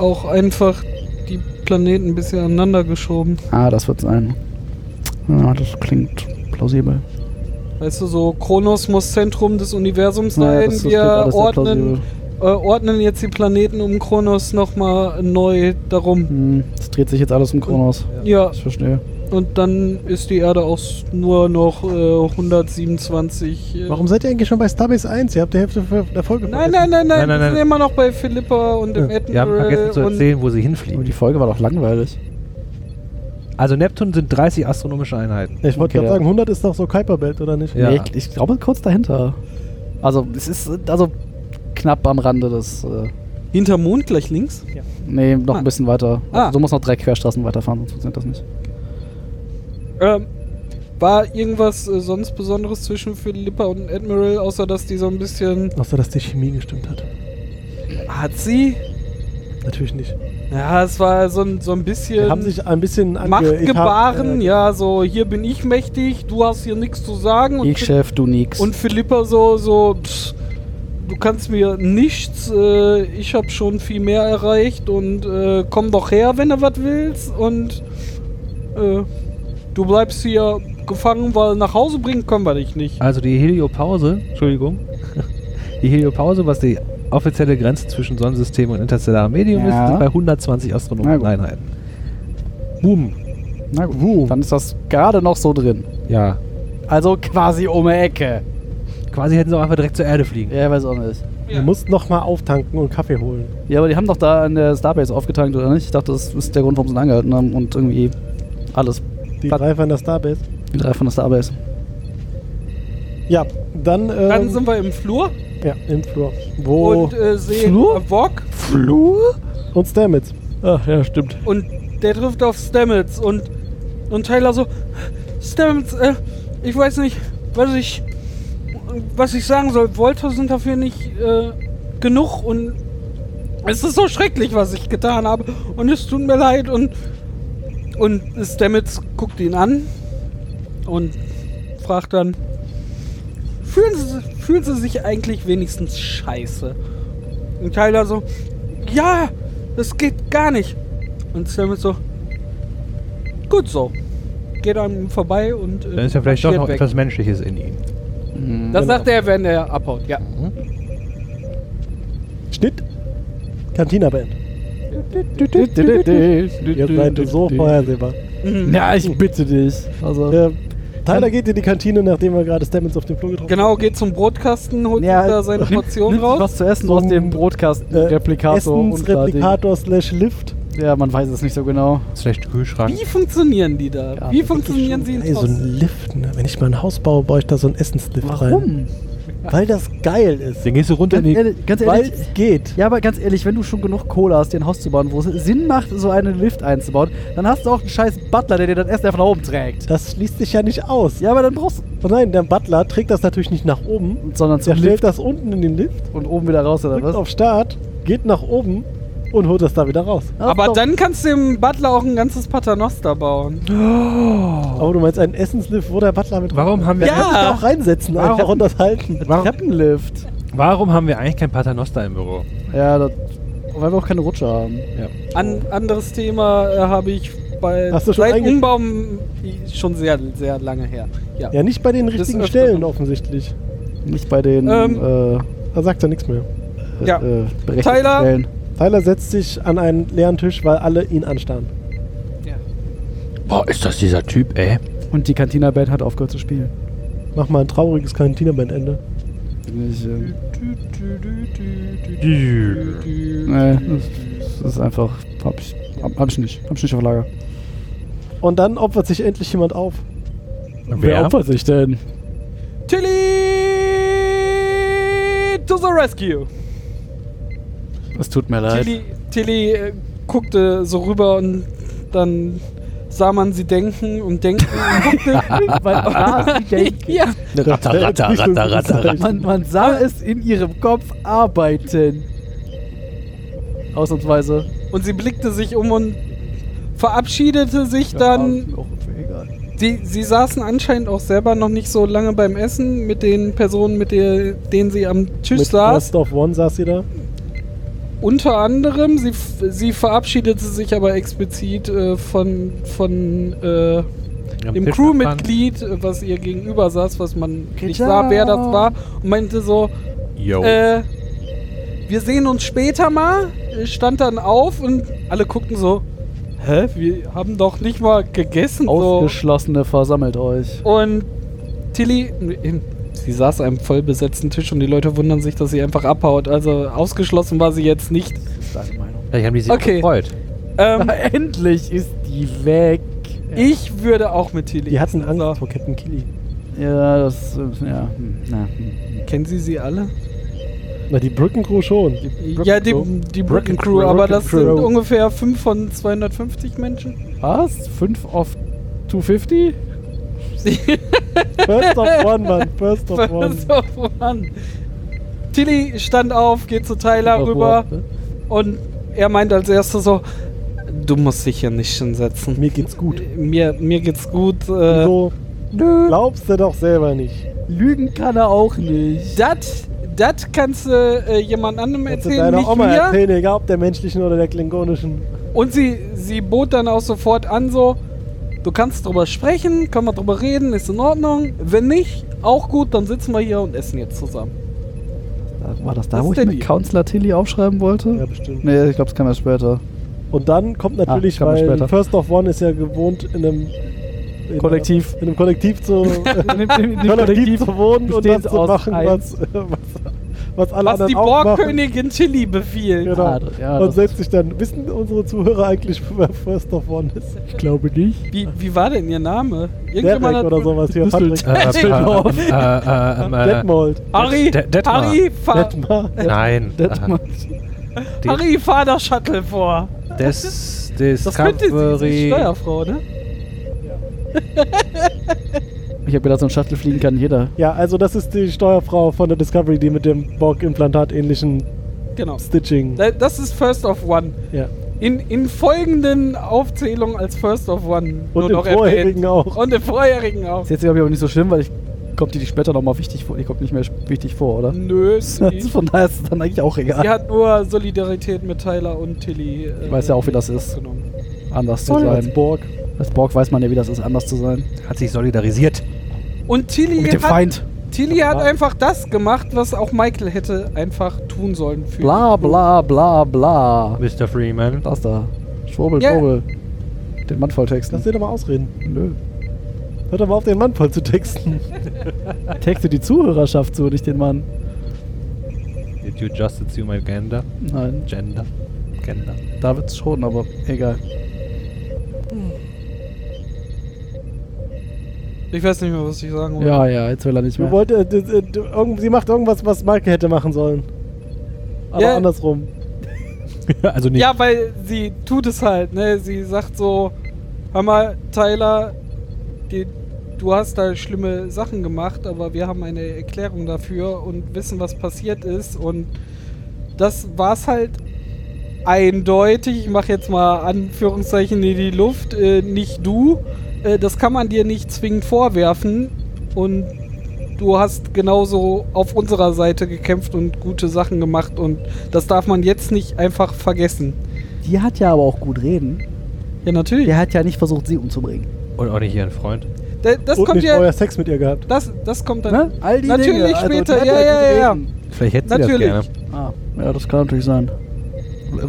[SPEAKER 4] auch einfach die Planeten ein bisschen aneinander geschoben.
[SPEAKER 3] Ah, das wird sein. Ja, das klingt plausibel.
[SPEAKER 4] Weißt du, so Kronos muss Zentrum des Universums
[SPEAKER 3] Naja,
[SPEAKER 4] sein.
[SPEAKER 3] Ah, das- das klingt
[SPEAKER 4] Wir
[SPEAKER 3] alles sehr
[SPEAKER 4] ordnen,
[SPEAKER 3] plausibel.
[SPEAKER 4] äh, ordnen jetzt die Planeten um Kronos nochmal neu darum.
[SPEAKER 3] Hm, das dreht sich jetzt alles um Kronos.
[SPEAKER 4] Ja,
[SPEAKER 3] Ich verstehe.
[SPEAKER 4] und dann ist die Erde auch s- nur noch äh, 127. Äh,
[SPEAKER 2] Warum seid ihr eigentlich schon bei Starbase 1? Ihr habt die Hälfte ver- der Folge
[SPEAKER 4] Nein,
[SPEAKER 2] vergessen.
[SPEAKER 4] nein, nein, nein,
[SPEAKER 1] Nein, nein,
[SPEAKER 4] wir sind
[SPEAKER 1] nein.
[SPEAKER 4] immer noch bei Philippa und dem
[SPEAKER 1] Wir haben vergessen
[SPEAKER 4] Admiral
[SPEAKER 1] zu
[SPEAKER 4] und
[SPEAKER 1] erzählen, wo sie
[SPEAKER 3] Aber
[SPEAKER 1] hinfliegen.
[SPEAKER 3] die Folge war doch langweilig.
[SPEAKER 1] Also Neptun sind 30 astronomische Einheiten.
[SPEAKER 2] Ich wollte
[SPEAKER 3] Okay,
[SPEAKER 2] gerade
[SPEAKER 3] ja.
[SPEAKER 2] sagen, 100 ist doch so Kuiperbelt, oder nicht?
[SPEAKER 1] Ja.
[SPEAKER 3] Nee, ich, ich glaube kurz dahinter. Also es ist äh, also knapp am Rande des. Äh,
[SPEAKER 4] hinter Mond gleich links.
[SPEAKER 3] nee, noch
[SPEAKER 4] Ah.
[SPEAKER 3] ein bisschen weiter.
[SPEAKER 4] Ah.
[SPEAKER 3] Also, du musst noch drei Querstraßen weiterfahren, sonst funktioniert das nicht.
[SPEAKER 4] Ähm, war irgendwas äh, sonst Besonderes zwischen Philippa und Admiral, außer dass die so ein bisschen.
[SPEAKER 2] Außer, dass die Chemie gestimmt hat.
[SPEAKER 4] Hat sie?
[SPEAKER 2] Natürlich nicht.
[SPEAKER 4] Ja, es war so ein, so ein bisschen.
[SPEAKER 2] Wir haben sich ein bisschen ange-
[SPEAKER 4] Macht
[SPEAKER 2] ich
[SPEAKER 4] gebaren,
[SPEAKER 2] hab, äh,
[SPEAKER 4] ja, so hier bin ich mächtig, du hast hier nichts zu sagen und,
[SPEAKER 3] ich Chef, du nix.
[SPEAKER 4] und Philippa so, so, pss, du kannst mir nichts, äh, ich habe schon viel mehr erreicht und äh, komm doch her, wenn du was willst und äh, du bleibst hier gefangen, weil nach Hause bringen können wir dich nicht.
[SPEAKER 1] Also die Heliopause, Entschuldigung, die Heliopause, was die offizielle Grenze zwischen Sonnensystem und interstellarem Medium
[SPEAKER 3] Ja.
[SPEAKER 1] ist, sind bei 120
[SPEAKER 3] Na
[SPEAKER 1] astronomischen
[SPEAKER 3] gut.
[SPEAKER 1] Einheiten. Boom.
[SPEAKER 3] Na gut. Dann ist das gerade noch so drin.
[SPEAKER 1] Ja.
[SPEAKER 3] Also quasi um die Ecke.
[SPEAKER 1] Quasi hätten sie auch einfach direkt zur Erde fliegen.
[SPEAKER 3] Ja, weiß auch nicht.
[SPEAKER 2] Ihr müsst nochmal auftanken und Kaffee holen.
[SPEAKER 3] Ja, aber die haben doch da an der Starbase aufgetankt, oder nicht? Ich dachte, das ist der Grund, warum sie ihn angehalten haben und irgendwie alles.
[SPEAKER 2] Die
[SPEAKER 3] Was?
[SPEAKER 2] drei von der Starbase.
[SPEAKER 3] Die drei von der Starbase.
[SPEAKER 2] Ja, dann, ähm,
[SPEAKER 4] Dann sind wir im Flur
[SPEAKER 2] ja, im Flur. Wo
[SPEAKER 4] und äh, sehen
[SPEAKER 3] oh, Flur?
[SPEAKER 4] Wok
[SPEAKER 3] Flur?
[SPEAKER 2] und Stamets.
[SPEAKER 3] Ach ja, stimmt.
[SPEAKER 4] und der trifft auf Stamets und, und Tyler so, Stamets, äh, ich weiß nicht, was ich, was ich sagen soll. Volta sind dafür nicht äh, genug und es ist so schrecklich, was ich getan habe und es tut mir leid und, und Stamets guckt ihn an und fragt dann, fühlen Sie, fühlen Sie sich eigentlich wenigstens scheiße? Und Tyler so, ja, das geht gar nicht. Und Stamets so, gut so. Geht an ihm vorbei und. äh,
[SPEAKER 1] Dann ist ja vielleicht doch
[SPEAKER 4] marschiert
[SPEAKER 1] noch
[SPEAKER 4] weg.
[SPEAKER 1] etwas Menschliches in ihnen.
[SPEAKER 4] Mhm. Das sagt er, wenn er abhaut, ja.
[SPEAKER 2] Schnitt. Cantina Band. Ihr seid so
[SPEAKER 3] Ja,
[SPEAKER 2] vorhersehbar.
[SPEAKER 3] Mhm.
[SPEAKER 4] Ne,
[SPEAKER 3] ich bitte dich. Also,
[SPEAKER 2] Äh, Tyler geht in die Kantine, nachdem er gerade Stamets auf den Flur getroffen
[SPEAKER 4] Genau, geht zum Brotkasten, holt
[SPEAKER 3] Ja,
[SPEAKER 4] sich da seine Portion
[SPEAKER 3] nimmt sich
[SPEAKER 4] raus.
[SPEAKER 3] was zu essen
[SPEAKER 2] So
[SPEAKER 3] aus
[SPEAKER 2] ein,
[SPEAKER 3] dem Brotkasten,
[SPEAKER 4] Genau.
[SPEAKER 2] äh, hat.
[SPEAKER 3] Replikator und da Ding.
[SPEAKER 2] Essensreplikator slash Lift.
[SPEAKER 3] Ja, man weiß es nicht so genau.
[SPEAKER 1] Schlecht Kühlschrank.
[SPEAKER 4] Wie funktionieren die da?
[SPEAKER 3] Ja,
[SPEAKER 4] Wie
[SPEAKER 3] das ist
[SPEAKER 4] funktionieren sie
[SPEAKER 2] Ey,
[SPEAKER 4] ins
[SPEAKER 2] so ein
[SPEAKER 4] Haus?
[SPEAKER 2] Lift, ne? Wenn ich mal ein Haus baue, baue ich da so einen Essenslift rein.
[SPEAKER 3] Warum?
[SPEAKER 2] Weil das geil ist.
[SPEAKER 1] Dann gehst du runter in
[SPEAKER 3] Ganz
[SPEAKER 1] die
[SPEAKER 3] ehrlich, ganz
[SPEAKER 2] Weil
[SPEAKER 3] ehrlich,
[SPEAKER 2] es geht.
[SPEAKER 3] ja, aber ganz ehrlich, wenn du schon genug Kohle hast, dir ein Haus zu bauen, wo es Sinn macht, so einen Lift einzubauen, dann hast du auch einen scheiß Butler, der dir das Essen einfach nach oben trägt.
[SPEAKER 2] Das schließt sich ja nicht aus.
[SPEAKER 3] Ja, aber dann brauchst
[SPEAKER 2] Und Oh nein, der Butler trägt das natürlich nicht nach oben.
[SPEAKER 3] du, sondern
[SPEAKER 2] Der
[SPEAKER 3] zum
[SPEAKER 2] stellt
[SPEAKER 3] Lift
[SPEAKER 2] das unten in den Lift,
[SPEAKER 3] und oben wieder raus oder
[SPEAKER 2] drückt
[SPEAKER 3] was?
[SPEAKER 2] auf Start, geht nach oben und holt das da wieder raus.
[SPEAKER 3] Das ist
[SPEAKER 4] Aber
[SPEAKER 3] doch-
[SPEAKER 4] dann kannst du dem Butler auch ein ganzes Paternoster bauen.
[SPEAKER 2] Aber du meinst einen Essenslift, wo der Butler mit
[SPEAKER 1] Warum haben wir
[SPEAKER 2] Der kann sich da
[SPEAKER 4] Ja.
[SPEAKER 2] auch reinsetzen
[SPEAKER 1] Warum?
[SPEAKER 2] einfach und das halten.
[SPEAKER 1] warum,
[SPEAKER 3] Treppenlift.
[SPEAKER 1] warum haben wir eigentlich kein Paternoster im Büro?
[SPEAKER 3] Ja, das, weil wir auch keine Rutsche haben.
[SPEAKER 4] An, anderes Thema äh, habe ich bei
[SPEAKER 2] Hast du schon
[SPEAKER 4] seit
[SPEAKER 2] einge-
[SPEAKER 4] Umbau schon sehr, sehr lange her. Ja.
[SPEAKER 2] Ja, nicht bei den richtigen
[SPEAKER 4] öffnet
[SPEAKER 2] Stellen
[SPEAKER 4] man.
[SPEAKER 2] offensichtlich.
[SPEAKER 3] Nicht bei den
[SPEAKER 4] Ähm,
[SPEAKER 3] äh,
[SPEAKER 2] Da sagt er nichts mehr.
[SPEAKER 4] Ja.
[SPEAKER 3] äh, berechtigten
[SPEAKER 4] Tyler?
[SPEAKER 3] Stellen.
[SPEAKER 2] Tyler setzt sich an einen leeren Tisch, weil alle ihn anstarren.
[SPEAKER 1] Boah, ist das dieser Typ, ey?
[SPEAKER 3] Und die Cantina Band hat aufgehört zu spielen.
[SPEAKER 2] Mach mal ein trauriges Kantinenbandende.
[SPEAKER 3] Ich, äh, nee,
[SPEAKER 4] Nee.
[SPEAKER 3] das, das ist einfach. Hab ich, hab, hab ich nicht. Hab ich nicht auf Lager.
[SPEAKER 2] Und dann opfert sich endlich jemand auf.
[SPEAKER 3] opfert sich denn?
[SPEAKER 4] Tilly to the rescue.
[SPEAKER 3] Es tut mir leid.
[SPEAKER 4] Tilly, Tilly äh, guckte so rüber und dann sah man sie denken und denken und guckte.
[SPEAKER 3] Ah, sie denkt-
[SPEAKER 4] ja.
[SPEAKER 2] Ratter, ratter, ratter, ratter,
[SPEAKER 3] man, man sah es in ihrem Kopf arbeiten. Ausnahmsweise.
[SPEAKER 4] Und sie blickte sich um und verabschiedete sich
[SPEAKER 3] Ja, ist
[SPEAKER 4] dann.
[SPEAKER 3] mir auch egal.
[SPEAKER 4] Die, sie saßen anscheinend auch selber noch nicht so lange beim Essen mit den Personen, mit der, denen sie am Tisch
[SPEAKER 2] Mit
[SPEAKER 4] saß.
[SPEAKER 2] Last of One saß sie da.
[SPEAKER 4] Unter anderem, sie, f- sie verabschiedete sich aber explizit äh, von, von äh, dem Crewmitglied, äh, was ihr gegenüber saß, was man nicht sah, wer das war, und meinte so,
[SPEAKER 1] Yo.
[SPEAKER 4] äh, wir sehen uns später mal, äh, stand dann auf und alle guckten so, hä, wir haben doch nicht mal gegessen. So.
[SPEAKER 3] Ausgeschlossene versammelt euch.
[SPEAKER 4] Und Tilly, in- sie saß an einem vollbesetzten Tisch und die Leute wundern sich, dass sie einfach abhaut. Also ausgeschlossen war sie jetzt nicht.
[SPEAKER 3] Deine Meinung.
[SPEAKER 1] Vielleicht haben die sich
[SPEAKER 4] Okay.
[SPEAKER 1] gefreut.
[SPEAKER 4] Ähm,
[SPEAKER 3] Endlich ist die weg.
[SPEAKER 4] Ich würde auch mit Tilly.
[SPEAKER 2] Die hatten
[SPEAKER 4] essen.
[SPEAKER 2] Angst vor Captain Killy.
[SPEAKER 3] Ja, das. äh, Ja. hm, Na, hm.
[SPEAKER 4] So. Kennen Sie sie alle?
[SPEAKER 2] Na, die Brückencrew schon.
[SPEAKER 4] ja, die, die Brücken Crew, aber das sind ungefähr 5 von 250 Menschen.
[SPEAKER 3] Was? 5 auf 250?
[SPEAKER 2] First of One, Mann. First of One.
[SPEAKER 4] So, Mann. Tilly stand auf, geht zu Tyler rüber
[SPEAKER 2] ne?
[SPEAKER 4] und er meint als erstes so, du musst dich hier nicht hinsetzen. Äh,
[SPEAKER 2] Mir geht's gut.
[SPEAKER 4] Mir, mir geht's gut. Äh,
[SPEAKER 2] So
[SPEAKER 3] Äh, Nö.
[SPEAKER 2] glaubst du doch selber nicht.
[SPEAKER 3] Lügen kann er auch nicht.
[SPEAKER 4] Das das kannst du äh, jemand anderem
[SPEAKER 2] Kannst du
[SPEAKER 4] erzählen,
[SPEAKER 2] deiner
[SPEAKER 4] nicht
[SPEAKER 2] Oma
[SPEAKER 4] mir.
[SPEAKER 2] erzählen, egal ob der menschlichen oder der klingonischen.
[SPEAKER 4] Und sie, sie bot dann auch sofort an, so, du kannst drüber sprechen, können wir drüber reden, ist in Ordnung. Wenn nicht, auch gut, dann sitzen wir hier und essen jetzt zusammen.
[SPEAKER 3] War das da,
[SPEAKER 4] Das
[SPEAKER 3] wo
[SPEAKER 4] ist
[SPEAKER 3] ich
[SPEAKER 4] der
[SPEAKER 3] mit
[SPEAKER 4] Deal.
[SPEAKER 3] Counselor Tilly aufschreiben wollte?
[SPEAKER 2] Ja, bestimmt.
[SPEAKER 3] Hm. Nee, ich glaube, das kann man später.
[SPEAKER 2] Und dann kommt natürlich,
[SPEAKER 3] Ah, kann man
[SPEAKER 2] weil
[SPEAKER 3] später.
[SPEAKER 2] First of One ist ja gewohnt in einem in
[SPEAKER 3] Kollektiv.
[SPEAKER 2] in einem Kollektiv zu,
[SPEAKER 3] Nimm- nimm- nimm-
[SPEAKER 2] Kollektiv zu wohnen und das
[SPEAKER 3] besteht
[SPEAKER 2] zu
[SPEAKER 3] aus
[SPEAKER 2] machen, was,
[SPEAKER 3] eins.
[SPEAKER 2] was, was alle
[SPEAKER 4] Was
[SPEAKER 2] anderen
[SPEAKER 4] die
[SPEAKER 2] auch machen.
[SPEAKER 4] Borgkönigin Chili befiehlt.
[SPEAKER 2] Genau.
[SPEAKER 3] Ah, das- ja,
[SPEAKER 2] und
[SPEAKER 3] das-
[SPEAKER 2] setzt sich dann, wissen unsere Zuhörer eigentlich, wer First of One ist?
[SPEAKER 3] Ich glaube nicht.
[SPEAKER 4] Wie, wie war denn ihr Name?
[SPEAKER 2] Derek
[SPEAKER 4] hat-
[SPEAKER 2] oder sowas hier,
[SPEAKER 3] Düsseldorf.
[SPEAKER 2] Patrick.
[SPEAKER 1] Äh, äh, äh, ähm, äh,
[SPEAKER 2] Detmold.
[SPEAKER 4] Harry,
[SPEAKER 1] Det- Det- Detmar.
[SPEAKER 4] Harry, fahr,
[SPEAKER 2] Detmar.
[SPEAKER 1] Nein.
[SPEAKER 3] Detmar.
[SPEAKER 1] Die-
[SPEAKER 4] Harry, fahr das Shuttle vor.
[SPEAKER 1] Des,
[SPEAKER 4] Das könnte sie, sie ist
[SPEAKER 1] Discovery.
[SPEAKER 4] Steuerfrau, ne?
[SPEAKER 3] Ich habe gedacht, so ein Shuttle fliegen kann jeder.
[SPEAKER 2] Ja, also das ist die Steuerfrau von der Discovery, die mit dem Borg-Implantat-ähnlichen
[SPEAKER 4] Genau.
[SPEAKER 2] Stitching.
[SPEAKER 4] Da- Das ist First of One.
[SPEAKER 2] Ja.
[SPEAKER 4] In, in folgenden Aufzählungen als First of One.
[SPEAKER 2] Und
[SPEAKER 4] nur
[SPEAKER 2] im
[SPEAKER 4] noch erwähnt.
[SPEAKER 2] vorherigen auch.
[SPEAKER 4] Und im vorherigen auch.
[SPEAKER 3] Ist jetzt, glaube ich, aber nicht so schlimm, weil ich kommt die, die später nochmal wichtig vor. Die kommt nicht mehr wichtig vor, oder?
[SPEAKER 4] Nö, sie,
[SPEAKER 3] Von daher ist es dann eigentlich auch
[SPEAKER 4] Sie
[SPEAKER 3] egal.
[SPEAKER 4] hat nur Solidarität mit Tyler und Tilly. Äh,
[SPEAKER 3] Ich weiß ja auch, wie das ist.
[SPEAKER 4] genommen.
[SPEAKER 3] Anders zu
[SPEAKER 2] Toll,
[SPEAKER 3] sein.
[SPEAKER 2] als Borg.
[SPEAKER 3] Als Borg weiß man ja, wie das ist, anders zu sein.
[SPEAKER 1] Hat sich solidarisiert.
[SPEAKER 4] Und Tilly
[SPEAKER 3] Mit dem
[SPEAKER 4] hat,
[SPEAKER 3] Feind.
[SPEAKER 4] Tilly hat einfach das gemacht, was auch Michael hätte einfach tun sollen. Für
[SPEAKER 3] Bla bla bla bla.
[SPEAKER 1] Mr. Freeman.
[SPEAKER 3] Das da. Schwurbel,
[SPEAKER 4] Ja.
[SPEAKER 3] schwurbel. Den Mann voll texten.
[SPEAKER 2] Lass den doch mal ausreden.
[SPEAKER 3] Nö.
[SPEAKER 2] Hört doch mal auf, den Mann voll zu texten.
[SPEAKER 5] Texte die Zuhörerschaft zu, nicht den Mann.
[SPEAKER 1] Did you just assume my gender?
[SPEAKER 3] Nein.
[SPEAKER 1] Gender. Gender.
[SPEAKER 3] David schon, aber egal.
[SPEAKER 4] Ich weiß nicht mehr, was ich sagen wollte.
[SPEAKER 3] Ja, ja, jetzt will er nicht
[SPEAKER 2] Du
[SPEAKER 3] mehr.
[SPEAKER 2] wollt, äh, d- d- d- irgend- sie macht irgendwas, was Michael hätte machen sollen. Aber
[SPEAKER 4] Ja.
[SPEAKER 2] andersrum.
[SPEAKER 1] also nicht.
[SPEAKER 4] Ja, weil sie tut es halt, ne? Sie sagt so, hör mal, Tyler, die, du hast da schlimme Sachen gemacht, aber wir haben eine Erklärung dafür und wissen, was passiert ist. Und das war's halt eindeutig. Ich mache jetzt mal Anführungszeichen in die Luft. Äh, nicht du. Äh, das kann man dir nicht zwingend vorwerfen. Und du hast genauso auf unserer Seite gekämpft und gute Sachen gemacht. Und das darf man jetzt nicht einfach vergessen.
[SPEAKER 5] Die hat ja aber auch gut reden.
[SPEAKER 4] Ja, natürlich.
[SPEAKER 5] Der hat ja nicht versucht, sie umzubringen. ne?
[SPEAKER 1] Und auch nicht ihren Freund.
[SPEAKER 4] Da, das
[SPEAKER 2] Und
[SPEAKER 4] kommt
[SPEAKER 2] nicht
[SPEAKER 4] ja.
[SPEAKER 2] vorher Sex mit ihr gehabt.
[SPEAKER 4] Das, das kommt dann.
[SPEAKER 5] Ne? All die
[SPEAKER 4] Natürlich
[SPEAKER 3] also
[SPEAKER 5] Dinge. die
[SPEAKER 4] später,
[SPEAKER 5] hat
[SPEAKER 4] ja, ja,
[SPEAKER 5] gut
[SPEAKER 4] ja,
[SPEAKER 5] reden.
[SPEAKER 1] Vielleicht hätten sie
[SPEAKER 4] Natürlich.
[SPEAKER 1] das gerne.
[SPEAKER 5] Ah, ja, das kann natürlich sein.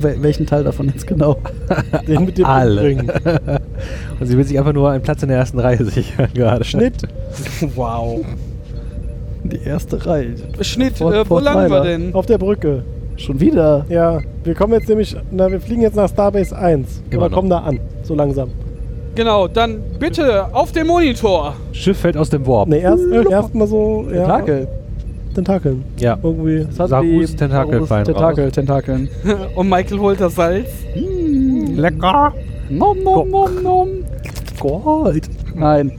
[SPEAKER 5] Wel welchen Teil davon jetzt genau?
[SPEAKER 2] Den mit dem
[SPEAKER 1] Alle.
[SPEAKER 2] umbringen.
[SPEAKER 1] Und sie will sich einfach nur einen Platz in der ersten Reihe sichern gerade.
[SPEAKER 2] Schnitt.
[SPEAKER 4] Wow.
[SPEAKER 5] Die erste Reihe.
[SPEAKER 4] Schnitt,
[SPEAKER 5] Vor-
[SPEAKER 4] äh, wo
[SPEAKER 5] vor
[SPEAKER 4] landen wir
[SPEAKER 5] Tyler.
[SPEAKER 4] denn?
[SPEAKER 2] Auf der Brücke.
[SPEAKER 5] Schon wieder.
[SPEAKER 2] Ja, wir kommen jetzt nämlich, na, wir fliegen jetzt nach Starbase 1.
[SPEAKER 1] Immer
[SPEAKER 2] Oder
[SPEAKER 1] noch.
[SPEAKER 2] kommen da an, so langsam.
[SPEAKER 4] Genau, dann bitte auf den Monitor.
[SPEAKER 1] Schiff fällt aus dem Warp.
[SPEAKER 2] Ne, erst, erst mal so, ja,
[SPEAKER 3] Tentakel.
[SPEAKER 2] Tentakeln.
[SPEAKER 1] Ja.
[SPEAKER 2] Irgendwie.
[SPEAKER 3] Das hat
[SPEAKER 1] Sarus
[SPEAKER 3] die-
[SPEAKER 1] Tentakel
[SPEAKER 3] Sarus
[SPEAKER 1] fallen
[SPEAKER 3] Tentakel, Tentakeln.
[SPEAKER 4] Und Michael holt das Salz.
[SPEAKER 1] Lecker.
[SPEAKER 3] Nom, nom, nom, nom.
[SPEAKER 1] Gold.
[SPEAKER 3] Nein.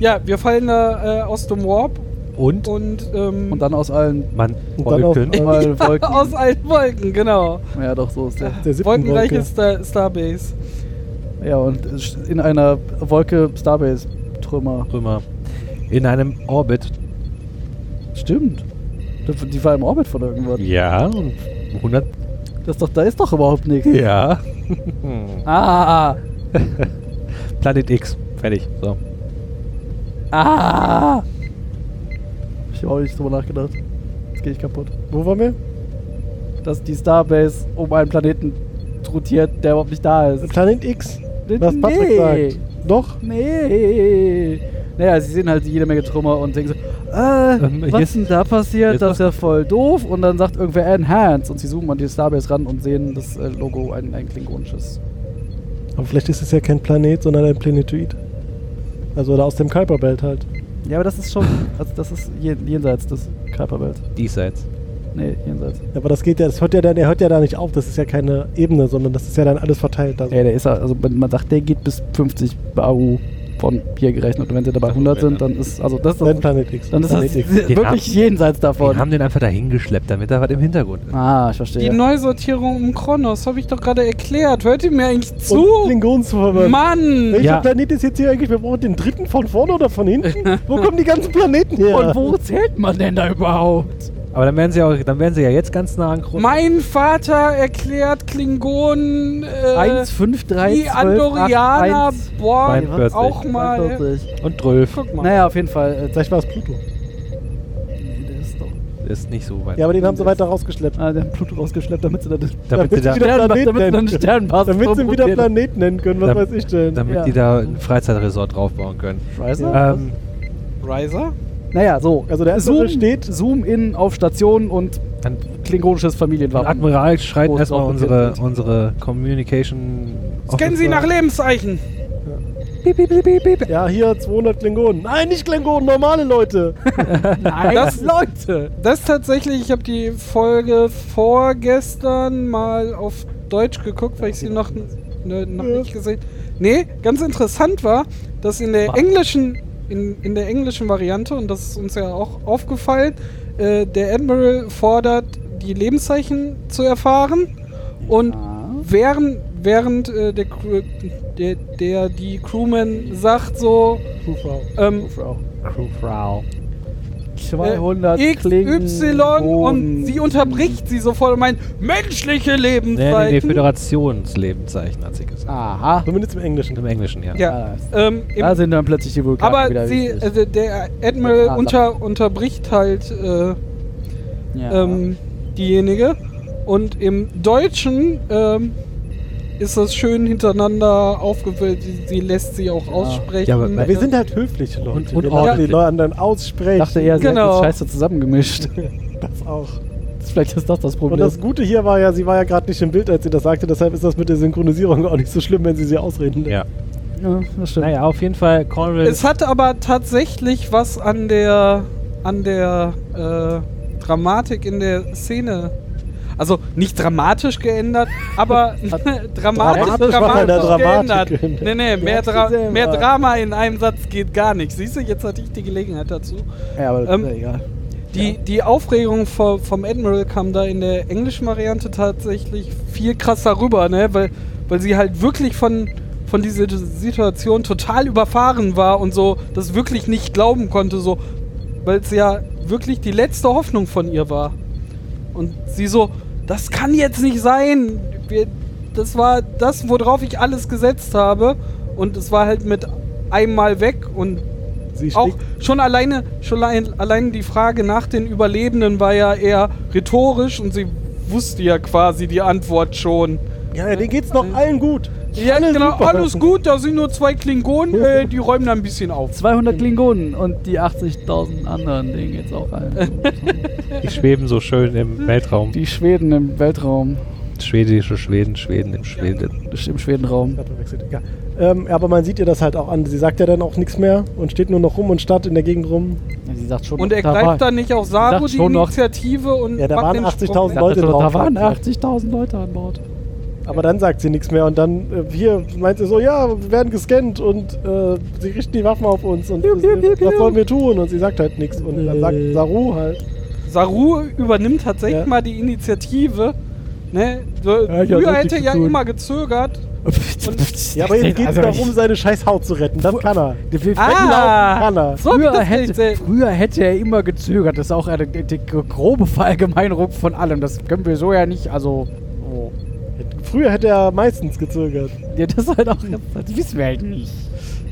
[SPEAKER 4] Ja, wir fallen da äh, aus dem Warp
[SPEAKER 1] Und
[SPEAKER 4] und, ähm,
[SPEAKER 3] Und dann aus allen
[SPEAKER 1] man
[SPEAKER 2] Und dann äh, auf-
[SPEAKER 1] folgten.
[SPEAKER 3] mal Wolken.
[SPEAKER 4] aus allen Wolken, genau.
[SPEAKER 3] ja, doch, so ist der.
[SPEAKER 2] Der siebten
[SPEAKER 4] Wolkenreich
[SPEAKER 2] Wolke.
[SPEAKER 4] ist Star Starbase.
[SPEAKER 3] Ja, und in einer Wolke Starbase-Trümmer.
[SPEAKER 1] Römer. In einem Orbit.
[SPEAKER 3] Stimmt. Das- Die war im Orbit von irgendwas.
[SPEAKER 1] Ja. Und 100.
[SPEAKER 3] Das ist doch, da ist doch überhaupt nichts.
[SPEAKER 1] Ja.
[SPEAKER 2] Hm.
[SPEAKER 3] Ah,
[SPEAKER 1] Planet X. Fertig. So.
[SPEAKER 3] ah. Ich habe auch nicht drüber nachgedacht. Jetzt gehe ich kaputt.
[SPEAKER 2] Wo waren wir?
[SPEAKER 3] Dass die Starbase um einen Planeten rotiert, der überhaupt nicht da ist.
[SPEAKER 2] Planet X. Was Patrick sagt. Doch.
[SPEAKER 3] Nee. Naja, sie sehen halt jede Menge Trümmer und denken so, äh,
[SPEAKER 1] Ähm,
[SPEAKER 3] was
[SPEAKER 1] hier
[SPEAKER 3] ist
[SPEAKER 1] ist-
[SPEAKER 3] denn da passiert?
[SPEAKER 1] jetzt
[SPEAKER 3] Das ist ja voll doof. Und dann sagt irgendwer Enhance und sie zoomen an die Starbase ran und sehen das äh, Logo, ein, ein klingonisches.
[SPEAKER 2] Aber vielleicht ist es ja kein Planet, sondern ein Planetoid. Also da aus dem Kuiperbelt halt.
[SPEAKER 3] Ja, aber das ist schon, also das ist je, jenseits des Kuiperwelt.
[SPEAKER 1] Diesseits.
[SPEAKER 3] Nee, jenseits.
[SPEAKER 2] Aber das geht ja, das hört ja dann, er hört ja da nicht auf. Das ist ja keine Ebene, sondern das ist ja dann alles verteilt. Also.
[SPEAKER 3] Ey, der ist ja, also man, man sagt, der geht bis 50 BAU von hier gerechnet. Und wenn sie dabei
[SPEAKER 1] Ach,
[SPEAKER 3] 100 sind,
[SPEAKER 1] ja.
[SPEAKER 3] dann ist, also das
[SPEAKER 2] Dann
[SPEAKER 3] ist,
[SPEAKER 2] Planet X.
[SPEAKER 3] dann ist das
[SPEAKER 2] Planet X.
[SPEAKER 3] wirklich jenseits
[SPEAKER 1] Wir
[SPEAKER 3] davon.
[SPEAKER 1] haben den einfach dahin geschleppt, damit da was im Hintergrund ist.
[SPEAKER 3] Ah, ich
[SPEAKER 4] Die
[SPEAKER 3] verstehe.
[SPEAKER 4] Neusortierung um Kronos habe ich doch gerade erklärt. Hört ihr mir eigentlich
[SPEAKER 2] Und
[SPEAKER 4] zu?
[SPEAKER 2] Klingonen zu verwirren.
[SPEAKER 4] Mann!
[SPEAKER 2] Welcher
[SPEAKER 1] Ja.
[SPEAKER 2] Planet ist jetzt hier eigentlich? Wir brauchen den dritten von vorne oder von hinten? Wo kommen die ganzen Planeten her?
[SPEAKER 3] Und wo zählt man denn da überhaupt?
[SPEAKER 1] Aber dann wären sie, auch, dann wären sie ja jetzt ganz nah an Kronos.
[SPEAKER 4] Mein Vater erklärt Klingonen. Äh,
[SPEAKER 3] 1, 5, 3,
[SPEAKER 4] die Andorianer, boah,
[SPEAKER 1] Beim Birthday.
[SPEAKER 4] auch mal.
[SPEAKER 1] Und Drölf.
[SPEAKER 4] Guck mal.
[SPEAKER 3] Naja, auf jeden Fall.
[SPEAKER 2] Vielleicht war es Pluto.
[SPEAKER 3] Äh, der ist doch.
[SPEAKER 1] Ist nicht so weit.
[SPEAKER 2] Ja, aber den haben sie weiter rausgeschleppt.
[SPEAKER 3] Ah, der hat Pluto rausgeschleppt, damit sie dann den
[SPEAKER 1] damit sie
[SPEAKER 2] damit
[SPEAKER 1] da,
[SPEAKER 2] sie wieder- Planet
[SPEAKER 3] damit sie dann eine
[SPEAKER 2] nennen.
[SPEAKER 3] Sternbasis
[SPEAKER 2] Damit sie ihn wieder
[SPEAKER 3] promotieren.
[SPEAKER 2] Planeten nennen können, was
[SPEAKER 1] Dam-
[SPEAKER 2] weiß ich denn.
[SPEAKER 1] damit
[SPEAKER 3] Ja.
[SPEAKER 1] die da ein Freizeitresort draufbauen können.
[SPEAKER 3] Riser?
[SPEAKER 1] Ähm,
[SPEAKER 4] Riser?
[SPEAKER 3] Naja, so.
[SPEAKER 2] Also der
[SPEAKER 3] Zoom,
[SPEAKER 2] andere steht.
[SPEAKER 3] Zoom in auf Station und
[SPEAKER 1] dann
[SPEAKER 3] klingonisches Familienwappen.
[SPEAKER 1] Admiral schreit
[SPEAKER 3] Groß
[SPEAKER 1] erstmal
[SPEAKER 3] drauf
[SPEAKER 1] unsere,
[SPEAKER 3] geklebt.
[SPEAKER 1] unsere Communication.
[SPEAKER 4] Scannen Sie nach Lebenszeichen.
[SPEAKER 2] Ja, hier 200 Klingonen. Nein, nicht Klingonen, normale Leute.
[SPEAKER 3] Nein,
[SPEAKER 4] Das-
[SPEAKER 3] Leute!
[SPEAKER 4] Das tatsächlich, ich habe die Folge vorgestern mal auf Deutsch geguckt, weil ich sie noch, ne, noch nicht gesehen Nee, ganz interessant war, dass in der englischen, in, in der englischen Variante, und das ist uns ja auch aufgefallen, äh, der Admiral fordert, die Lebenszeichen zu erfahren. Und während, während äh, der, Crew- der, der die Crewman sagt so, ähm,
[SPEAKER 1] Crewfrau.
[SPEAKER 4] äh,
[SPEAKER 3] 200
[SPEAKER 4] X,
[SPEAKER 3] Klingen.
[SPEAKER 4] Y und
[SPEAKER 3] Bogen.
[SPEAKER 4] sie unterbricht sie sofort und meint, menschliche
[SPEAKER 1] Nee, nee, nee,
[SPEAKER 4] Lebenszeiten.
[SPEAKER 1] Föderationslebenzeichen hat sie gesagt.
[SPEAKER 3] Aha.
[SPEAKER 2] Zumindest im Englischen.
[SPEAKER 1] Im Englischen, ja.
[SPEAKER 4] ja. Ähm, im,
[SPEAKER 3] Da sind dann plötzlich die Vulkane wieder
[SPEAKER 4] aber sie,
[SPEAKER 3] wichtig.
[SPEAKER 4] also der Admiral
[SPEAKER 3] Ah,
[SPEAKER 4] unter, unterbricht halt äh,
[SPEAKER 3] ja.
[SPEAKER 4] ähm, diejenige. Und im Deutschen ähm, ist das schön hintereinander aufgefüllt. Sie, sie lässt sie auch aussprechen.
[SPEAKER 1] Ja, aber-
[SPEAKER 2] Ja, wir sind halt höfliche Leute.
[SPEAKER 1] Und- und
[SPEAKER 2] wir lassen die
[SPEAKER 1] ordentlich.
[SPEAKER 2] Leute anderen aussprechen.
[SPEAKER 3] dachte eher, sie
[SPEAKER 4] genau.
[SPEAKER 3] hat das Scheiße zusammengemischt.
[SPEAKER 2] Das auch.
[SPEAKER 3] Vielleicht ist das das
[SPEAKER 2] Und
[SPEAKER 3] Problem.
[SPEAKER 2] das Gute hier war ja, sie war ja gerade nicht im Bild, als sie das sagte, deshalb ist das mit der Synchronisierung auch nicht so schlimm, wenn sie sie ausreden lässt.
[SPEAKER 1] ja.
[SPEAKER 3] ja, das stimmt.
[SPEAKER 1] Naja, auf jeden Fall, Cornwall
[SPEAKER 4] Es hat aber tatsächlich was an der an der äh, Dramatik in der Szene. Also nicht dramatisch geändert, aber dramatisch, dramatisch,
[SPEAKER 2] Dramatisch war bei der Dramatik
[SPEAKER 4] geändert. Nee,
[SPEAKER 2] geändert.
[SPEAKER 4] nee, mehr,
[SPEAKER 3] hast
[SPEAKER 4] Dra
[SPEAKER 3] gesehen,
[SPEAKER 4] mehr
[SPEAKER 3] Mann.
[SPEAKER 4] Drama in einem Satz geht gar nicht. Siehst du, jetzt hatte ich die Gelegenheit dazu.
[SPEAKER 3] ja, aber
[SPEAKER 4] ähm,
[SPEAKER 3] ja, egal.
[SPEAKER 4] Die, die Aufregung vom, vom Admiral kam da in der englischen Variante tatsächlich viel krasser rüber, ne? weil, weil sie halt wirklich von, von dieser Situation total überfahren war und so das wirklich nicht glauben konnte, so, weil es ja wirklich die letzte Hoffnung von ihr war. Und sie so, das kann jetzt nicht sein. Wir, das war das, worauf ich alles gesetzt habe. Und es war halt mit einmal weg und
[SPEAKER 2] Sie
[SPEAKER 4] auch
[SPEAKER 2] schlägt-
[SPEAKER 4] schon alleine, schon allein, allein die Frage nach den Überlebenden war ja eher rhetorisch und sie wusste ja quasi die Antwort schon.
[SPEAKER 2] ja, ja, denen geht's noch allen gut.
[SPEAKER 4] Ja,
[SPEAKER 2] Alles
[SPEAKER 4] genau,
[SPEAKER 2] super.
[SPEAKER 4] alles gut, da sind nur zwei Klingonen, äh, die räumen da ein bisschen auf.
[SPEAKER 3] 200 Klingonen und die 80.000 anderen Dinge jetzt auch ein.
[SPEAKER 1] die schweben so schön im Weltraum.
[SPEAKER 3] Die Schweden im Weltraum,
[SPEAKER 1] Schwedische Schweden, Schweden im Schweden.
[SPEAKER 3] im Schwedenraum.
[SPEAKER 2] Ja, verwechselt, egal. Ähm, aber man sieht ihr das halt auch an. Sie sagt ja dann auch nichts mehr und steht nur noch rum und starrt in der Gegend rum.
[SPEAKER 3] Sie sagt schon,
[SPEAKER 4] Und er
[SPEAKER 3] da war-
[SPEAKER 4] greift dann nicht auf Saru
[SPEAKER 3] sagt
[SPEAKER 4] die
[SPEAKER 3] schon noch-
[SPEAKER 4] Initiative und
[SPEAKER 2] Ja, da
[SPEAKER 4] macht
[SPEAKER 2] waren
[SPEAKER 4] den
[SPEAKER 2] 80.000
[SPEAKER 4] Sprung.
[SPEAKER 2] Leute
[SPEAKER 3] Da
[SPEAKER 2] drauf.
[SPEAKER 3] waren 80.000 Leute an Bord.
[SPEAKER 2] Aber dann sagt sie nichts mehr und dann äh, hier meint sie so, ja, wir werden gescannt und äh, sie richten die Waffen auf uns und
[SPEAKER 3] Piu, piu, piu, piu.
[SPEAKER 2] was sollen wir tun? Und sie sagt halt nichts und dann sagt
[SPEAKER 3] Äh.
[SPEAKER 2] Saru halt.
[SPEAKER 4] Saru übernimmt tatsächlich
[SPEAKER 2] Ja.
[SPEAKER 4] mal die Initiative. Ne? So,
[SPEAKER 3] Ja, ich hab richtig
[SPEAKER 4] früher hätte er
[SPEAKER 3] zu
[SPEAKER 4] ja
[SPEAKER 3] tun.
[SPEAKER 4] immer gezögert.
[SPEAKER 2] Ja, aber jetzt geht's
[SPEAKER 3] Also ich-
[SPEAKER 2] darum, seine scheiß Haut zu retten. Das kann er.
[SPEAKER 3] Wir-
[SPEAKER 4] Ah,
[SPEAKER 2] kann er.
[SPEAKER 4] so hab ich
[SPEAKER 3] früher,
[SPEAKER 4] das
[SPEAKER 3] hätte,
[SPEAKER 4] gesehen.
[SPEAKER 3] früher hätte er immer gezögert. Das ist auch eine, die die grobe Verallgemeinerung von allem. Das können wir so ja nicht. Also, oh.
[SPEAKER 2] Früher hätte er meistens gezögert.
[SPEAKER 3] ja, das ist halt auch. Das wissen wir halt nicht.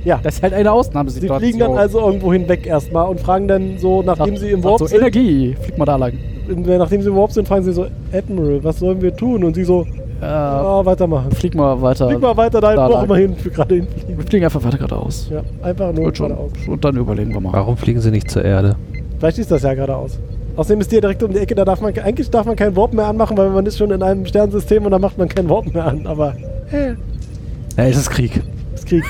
[SPEAKER 2] Ja.
[SPEAKER 3] Das ist halt eine
[SPEAKER 2] Sie
[SPEAKER 3] Ausnahmesituation.
[SPEAKER 2] fliegen dann also irgendwo hinweg erstmal und fragen dann so, nachdem
[SPEAKER 3] Sagt-
[SPEAKER 2] sie im
[SPEAKER 3] sagt
[SPEAKER 2] Warp
[SPEAKER 3] so,
[SPEAKER 2] sind,
[SPEAKER 3] Energie, flieg mal da lang.
[SPEAKER 2] äh, nachdem sie im Warp sind, fragen sie so, Admiral, was sollen wir tun? Und sie so,
[SPEAKER 3] Äh,
[SPEAKER 2] ah, weitermachen.
[SPEAKER 3] flieg mal weiter.
[SPEAKER 2] Flieg mal weiter
[SPEAKER 3] da
[SPEAKER 2] dahin, wo auch
[SPEAKER 3] lang.
[SPEAKER 2] immer hin, wir gerade hinfliegen.
[SPEAKER 3] Wir fliegen einfach weiter geradeaus.
[SPEAKER 2] Ja, einfach nur
[SPEAKER 3] Wird schon.
[SPEAKER 2] geradeaus.
[SPEAKER 3] Und dann überlegen wir mal.
[SPEAKER 1] Warum fliegen sie nicht zur Erde?
[SPEAKER 2] Vielleicht ist das ja geradeaus. Außerdem ist die ja direkt um die Ecke, da darf man eigentlich darf man keinen Warp mehr anmachen, weil man ist schon in einem Sternensystem und da macht man keinen Warp mehr an, aber
[SPEAKER 1] Ja,
[SPEAKER 3] Äh,
[SPEAKER 1] es ist Krieg.
[SPEAKER 2] das Krieg.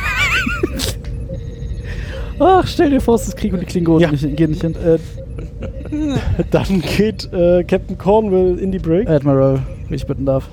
[SPEAKER 3] Ach, stell dir vor, es ist Krieg und die Klingonen
[SPEAKER 2] Ja.
[SPEAKER 3] nicht, gehen nicht hin.
[SPEAKER 2] Äh, dann geht äh, Captain Cornwall in die Brig.
[SPEAKER 3] Admiral, wenn ich bitten darf.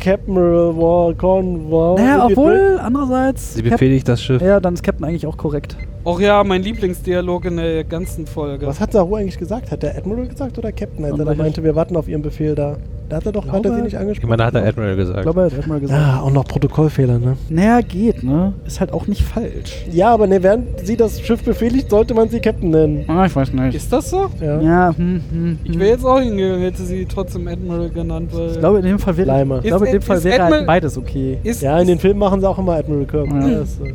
[SPEAKER 2] Captain War Cornwall.
[SPEAKER 3] Naja,
[SPEAKER 2] in die
[SPEAKER 3] obwohl, andererseits.
[SPEAKER 1] Sie
[SPEAKER 3] Cap-
[SPEAKER 1] befehligt das Schiff.
[SPEAKER 3] Ja, dann ist Captain eigentlich auch korrekt.
[SPEAKER 4] Och ja, mein Lieblingsdialog in der ganzen
[SPEAKER 2] Brig.
[SPEAKER 4] Folge.
[SPEAKER 2] Was hat Saru eigentlich gesagt? Hat der Admiral gesagt oder Captain, als er da
[SPEAKER 3] Vielleicht-
[SPEAKER 2] meinte, wir warten auf ihren Befehl da? Da hat er doch, hat er sie
[SPEAKER 3] glaube-
[SPEAKER 2] nicht
[SPEAKER 1] Ich
[SPEAKER 2] angesprochen?
[SPEAKER 1] meine, da hat der Admiral gesagt.
[SPEAKER 3] Ich glaube, er hat Admiral gesagt.
[SPEAKER 2] Ja, auch noch Protokollfehler, ne?
[SPEAKER 3] Naja, geht, ne? Ist halt auch nicht falsch.
[SPEAKER 2] Ja, aber ne, während sie das Schiff befehligt, sollte man sie Captain nennen.
[SPEAKER 3] Ah, ich weiß nicht.
[SPEAKER 4] Ist das so?
[SPEAKER 2] Ja.
[SPEAKER 3] Ja, hm, hm.
[SPEAKER 4] Ich wäre jetzt auch hingegangen, hätte sie trotzdem Admiral genannt, weil.
[SPEAKER 3] Ich glaube, in dem Fall wäre,
[SPEAKER 2] Leimer.
[SPEAKER 3] ich glaube, in dem
[SPEAKER 4] Ist-
[SPEAKER 3] Fall
[SPEAKER 4] ist
[SPEAKER 3] wäre
[SPEAKER 4] Admiral-
[SPEAKER 3] halt beides okay.
[SPEAKER 4] ist,
[SPEAKER 2] Ja, in den Filmen machen sie auch immer Admiral Kirk.
[SPEAKER 3] Ja.
[SPEAKER 2] Ja, ist, äh,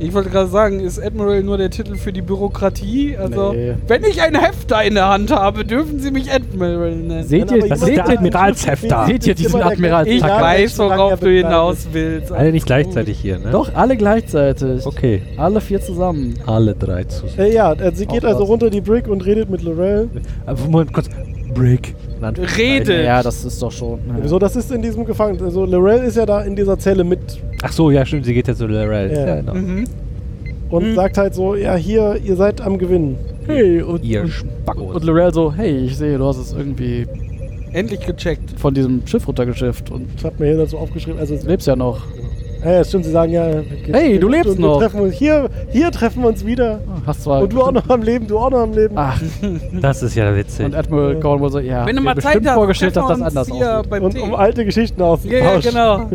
[SPEAKER 4] Ich wollte gerade sagen, ist Admiral nur der Titel für die Bürokratie? Also,
[SPEAKER 3] Nee.
[SPEAKER 4] wenn ich ein Hefter in der Hand habe, dürfen Sie mich Admiral nennen.
[SPEAKER 3] Seht
[SPEAKER 2] Wenn
[SPEAKER 3] ihr,
[SPEAKER 2] aber
[SPEAKER 3] das ist
[SPEAKER 2] jemand da
[SPEAKER 3] der
[SPEAKER 2] einen
[SPEAKER 3] Admiralsheft da.
[SPEAKER 2] Schiff
[SPEAKER 3] Seht ihr
[SPEAKER 2] findet,
[SPEAKER 3] diesen
[SPEAKER 2] ist immer der
[SPEAKER 3] Admiral?
[SPEAKER 2] Captain.
[SPEAKER 4] Ich
[SPEAKER 2] Ja,
[SPEAKER 4] weiß,
[SPEAKER 2] solange
[SPEAKER 4] worauf
[SPEAKER 2] er
[SPEAKER 4] du
[SPEAKER 2] bezahlt ist.
[SPEAKER 4] hinaus willst.
[SPEAKER 1] Alle nicht
[SPEAKER 4] Alles
[SPEAKER 1] gleichzeitig hier, ne?
[SPEAKER 3] Hm. Doch, alle gleichzeitig.
[SPEAKER 1] Okay,
[SPEAKER 3] Alle vier zusammen.
[SPEAKER 1] alle drei zusammen.
[SPEAKER 2] Äh, ja, äh, sie geht
[SPEAKER 3] Auch
[SPEAKER 2] also
[SPEAKER 3] das.
[SPEAKER 2] runter die Brick und redet mit Lorel.
[SPEAKER 1] Aber Äh, Moment kurz. Break. In Anführungszeichen.
[SPEAKER 4] Rede.
[SPEAKER 3] Ja, das ist doch schon. Ja.
[SPEAKER 2] So, das ist in diesem Gefangenen. Also Lorel ist ja da in dieser Zelle mit
[SPEAKER 1] Ach so, ja, stimmt, sie geht ja zu Lorel.
[SPEAKER 2] Ja.
[SPEAKER 1] Ja, genau.
[SPEAKER 4] Mhm.
[SPEAKER 2] und
[SPEAKER 4] Hm.
[SPEAKER 2] sagt halt so, ja hier, ihr seid am Gewinnen.
[SPEAKER 3] Hey, und,
[SPEAKER 1] Ihr
[SPEAKER 3] und, und
[SPEAKER 1] Spackos.
[SPEAKER 3] Lorel so, hey, ich sehe, du hast es irgendwie
[SPEAKER 4] Endlich gecheckt.
[SPEAKER 3] von diesem Schiff runtergeschifft und
[SPEAKER 2] Ich hab mir hier dazu aufgeschrieben. Also,
[SPEAKER 3] lebst ja noch.
[SPEAKER 2] ja, ja, stimmt, sie sagen ja. geht-
[SPEAKER 3] Hey,
[SPEAKER 2] geht
[SPEAKER 3] du
[SPEAKER 2] gut
[SPEAKER 3] lebst
[SPEAKER 2] und
[SPEAKER 3] noch.
[SPEAKER 2] Wir treffen uns hier, hier treffen wir uns wieder.
[SPEAKER 3] Hast zwar.
[SPEAKER 2] Und du auch noch am Leben, du auch noch am Leben.
[SPEAKER 3] Ach,
[SPEAKER 1] Das ist ja witzig.
[SPEAKER 3] und Admiral Cornwall so, ja.
[SPEAKER 4] wenn du
[SPEAKER 3] dir
[SPEAKER 4] mal Zeit
[SPEAKER 3] bestimmt
[SPEAKER 4] hast,
[SPEAKER 3] vorgestellt, dass das
[SPEAKER 4] treffen wir
[SPEAKER 3] anders
[SPEAKER 4] uns hier
[SPEAKER 3] aussieht.
[SPEAKER 4] beim
[SPEAKER 2] Und
[SPEAKER 4] Tee.
[SPEAKER 2] um alte Geschichten
[SPEAKER 4] ja, ja,
[SPEAKER 2] auszutauschen.
[SPEAKER 4] genau.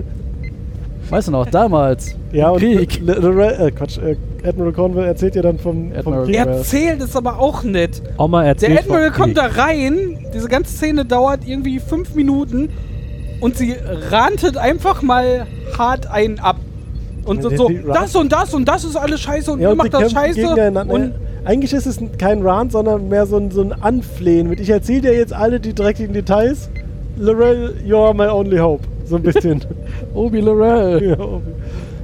[SPEAKER 3] Weißt du noch, damals.
[SPEAKER 2] Ja, und
[SPEAKER 3] Krieg.
[SPEAKER 2] L- Lorel, äh, Quatsch, äh, Admiral Cornwall erzählt ihr dann vom, vom
[SPEAKER 3] Admiral.
[SPEAKER 2] Krieg. weil-
[SPEAKER 4] Erzählt ist aber auch nett.
[SPEAKER 1] Oma erzählt
[SPEAKER 4] Der
[SPEAKER 1] vom
[SPEAKER 4] Admiral kommt
[SPEAKER 1] Krieg.
[SPEAKER 4] da rein, diese ganze Szene dauert irgendwie fünf Minuten und sie rantet einfach mal hart einen ab. Und so,
[SPEAKER 2] Ja,
[SPEAKER 4] so
[SPEAKER 2] die- die-
[SPEAKER 4] das und das und das ist alles scheiße und
[SPEAKER 2] Ja,
[SPEAKER 4] ihr
[SPEAKER 2] und die
[SPEAKER 4] macht das
[SPEAKER 2] kämpfen
[SPEAKER 4] scheiße.
[SPEAKER 2] gegeneinander.
[SPEAKER 4] Und
[SPEAKER 2] Eigentlich ist es kein Rant, sondern mehr so ein, so ein Anflehen mit Ich erzähle dir jetzt alle die dreckigen Details. Lorel, you are my only hope. So ein bisschen.
[SPEAKER 3] Obi Lorel.
[SPEAKER 2] ja, okay.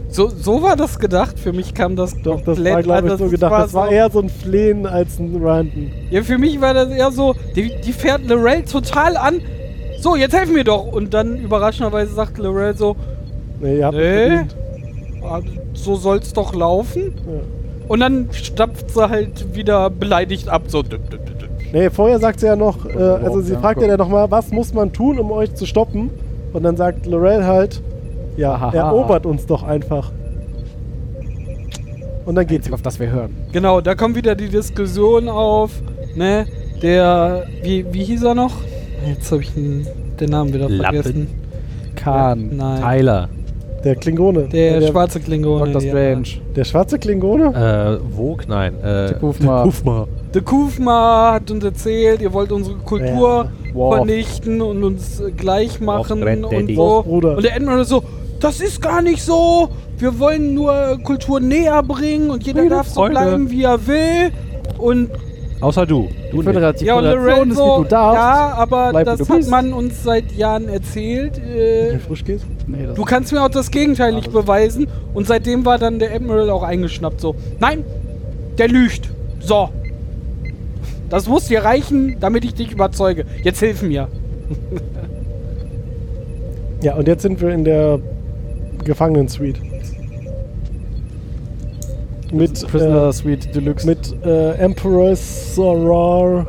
[SPEAKER 4] so, so war das gedacht. Für mich kam das
[SPEAKER 2] Doch, das war,
[SPEAKER 4] komplett
[SPEAKER 2] glaube ich,
[SPEAKER 4] anders.
[SPEAKER 2] so gedacht. Das war
[SPEAKER 4] so-
[SPEAKER 2] eher so ein Flehen als ein Ranten.
[SPEAKER 4] Ja, für mich war das eher so, die, die fährt Lorel total an. So, jetzt helfen wir doch. Und dann überraschenderweise sagt Lorel so,
[SPEAKER 2] Nee, ihr habt es
[SPEAKER 4] nee,
[SPEAKER 2] verdient.
[SPEAKER 4] ah, so soll's doch laufen.
[SPEAKER 2] Ja.
[SPEAKER 4] Und dann stapft sie halt wieder beleidigt ab. So. dü- dü- dü- dü.
[SPEAKER 2] Nee, vorher sagt sie ja noch, äh, also sie
[SPEAKER 3] ja,
[SPEAKER 2] fragt ja
[SPEAKER 3] komm.
[SPEAKER 2] dann nochmal, was muss man tun, um euch zu stoppen? Und dann sagt Lorel halt, ja,
[SPEAKER 3] Ahaha.
[SPEAKER 2] erobert uns doch einfach. Und dann geht's.
[SPEAKER 3] Auf das wir hören.
[SPEAKER 4] Genau, da kommt wieder die Diskussion auf. Ne, der, wie, wie hieß er noch? Jetzt habe ich den, den Namen wieder
[SPEAKER 1] Lappen.
[SPEAKER 4] vergessen.
[SPEAKER 3] Khan.
[SPEAKER 4] Nein,
[SPEAKER 1] Tyler.
[SPEAKER 2] Der Klingone.
[SPEAKER 4] der,
[SPEAKER 2] Äh, der,
[SPEAKER 4] schwarze Klingone.
[SPEAKER 3] Dr.
[SPEAKER 4] ja.
[SPEAKER 3] Strange.
[SPEAKER 2] der schwarze Klingone?
[SPEAKER 1] Äh, Vogue? Nein. Äh,
[SPEAKER 3] Tikufma.
[SPEAKER 1] Tikufma.
[SPEAKER 4] Der Kufma hat uns erzählt, ihr wollt unsere Kultur
[SPEAKER 3] Wow.
[SPEAKER 4] vernichten und uns äh, gleich machen
[SPEAKER 1] Grand
[SPEAKER 4] und
[SPEAKER 1] Daddy.
[SPEAKER 4] so.
[SPEAKER 2] Wow, Bruder.
[SPEAKER 4] Und der Endman ist so, das ist gar nicht so. Wir wollen nur Kultur näher bringen und jeder
[SPEAKER 1] Friede,
[SPEAKER 4] darf so
[SPEAKER 1] Freude.
[SPEAKER 4] bleiben, wie er will. Und
[SPEAKER 1] Außer du. Du nicht.
[SPEAKER 3] Föderation
[SPEAKER 4] ja, und
[SPEAKER 3] Föderation
[SPEAKER 4] Lorraine
[SPEAKER 3] ist,
[SPEAKER 4] so,
[SPEAKER 3] wie du darfst.
[SPEAKER 4] ja, aber
[SPEAKER 3] bleib, wie
[SPEAKER 4] das
[SPEAKER 3] du
[SPEAKER 4] hat
[SPEAKER 3] bist.
[SPEAKER 4] man uns seit Jahren erzählt. Äh,
[SPEAKER 2] Frischkäse?
[SPEAKER 3] Nee, das
[SPEAKER 4] du kannst mir auch das Gegenteil nicht beweisen. Und seitdem war dann der Admiral auch eingeschnappt. So, nein, der lügt. So. Das muss dir reichen, damit ich dich überzeuge. Jetzt hilf mir.
[SPEAKER 2] Ja, und jetzt sind wir in der Gefangenen-Suite. Mit,
[SPEAKER 3] Prisoner
[SPEAKER 2] äh,
[SPEAKER 3] Suite Deluxe.
[SPEAKER 2] mit äh, Emperor Soror,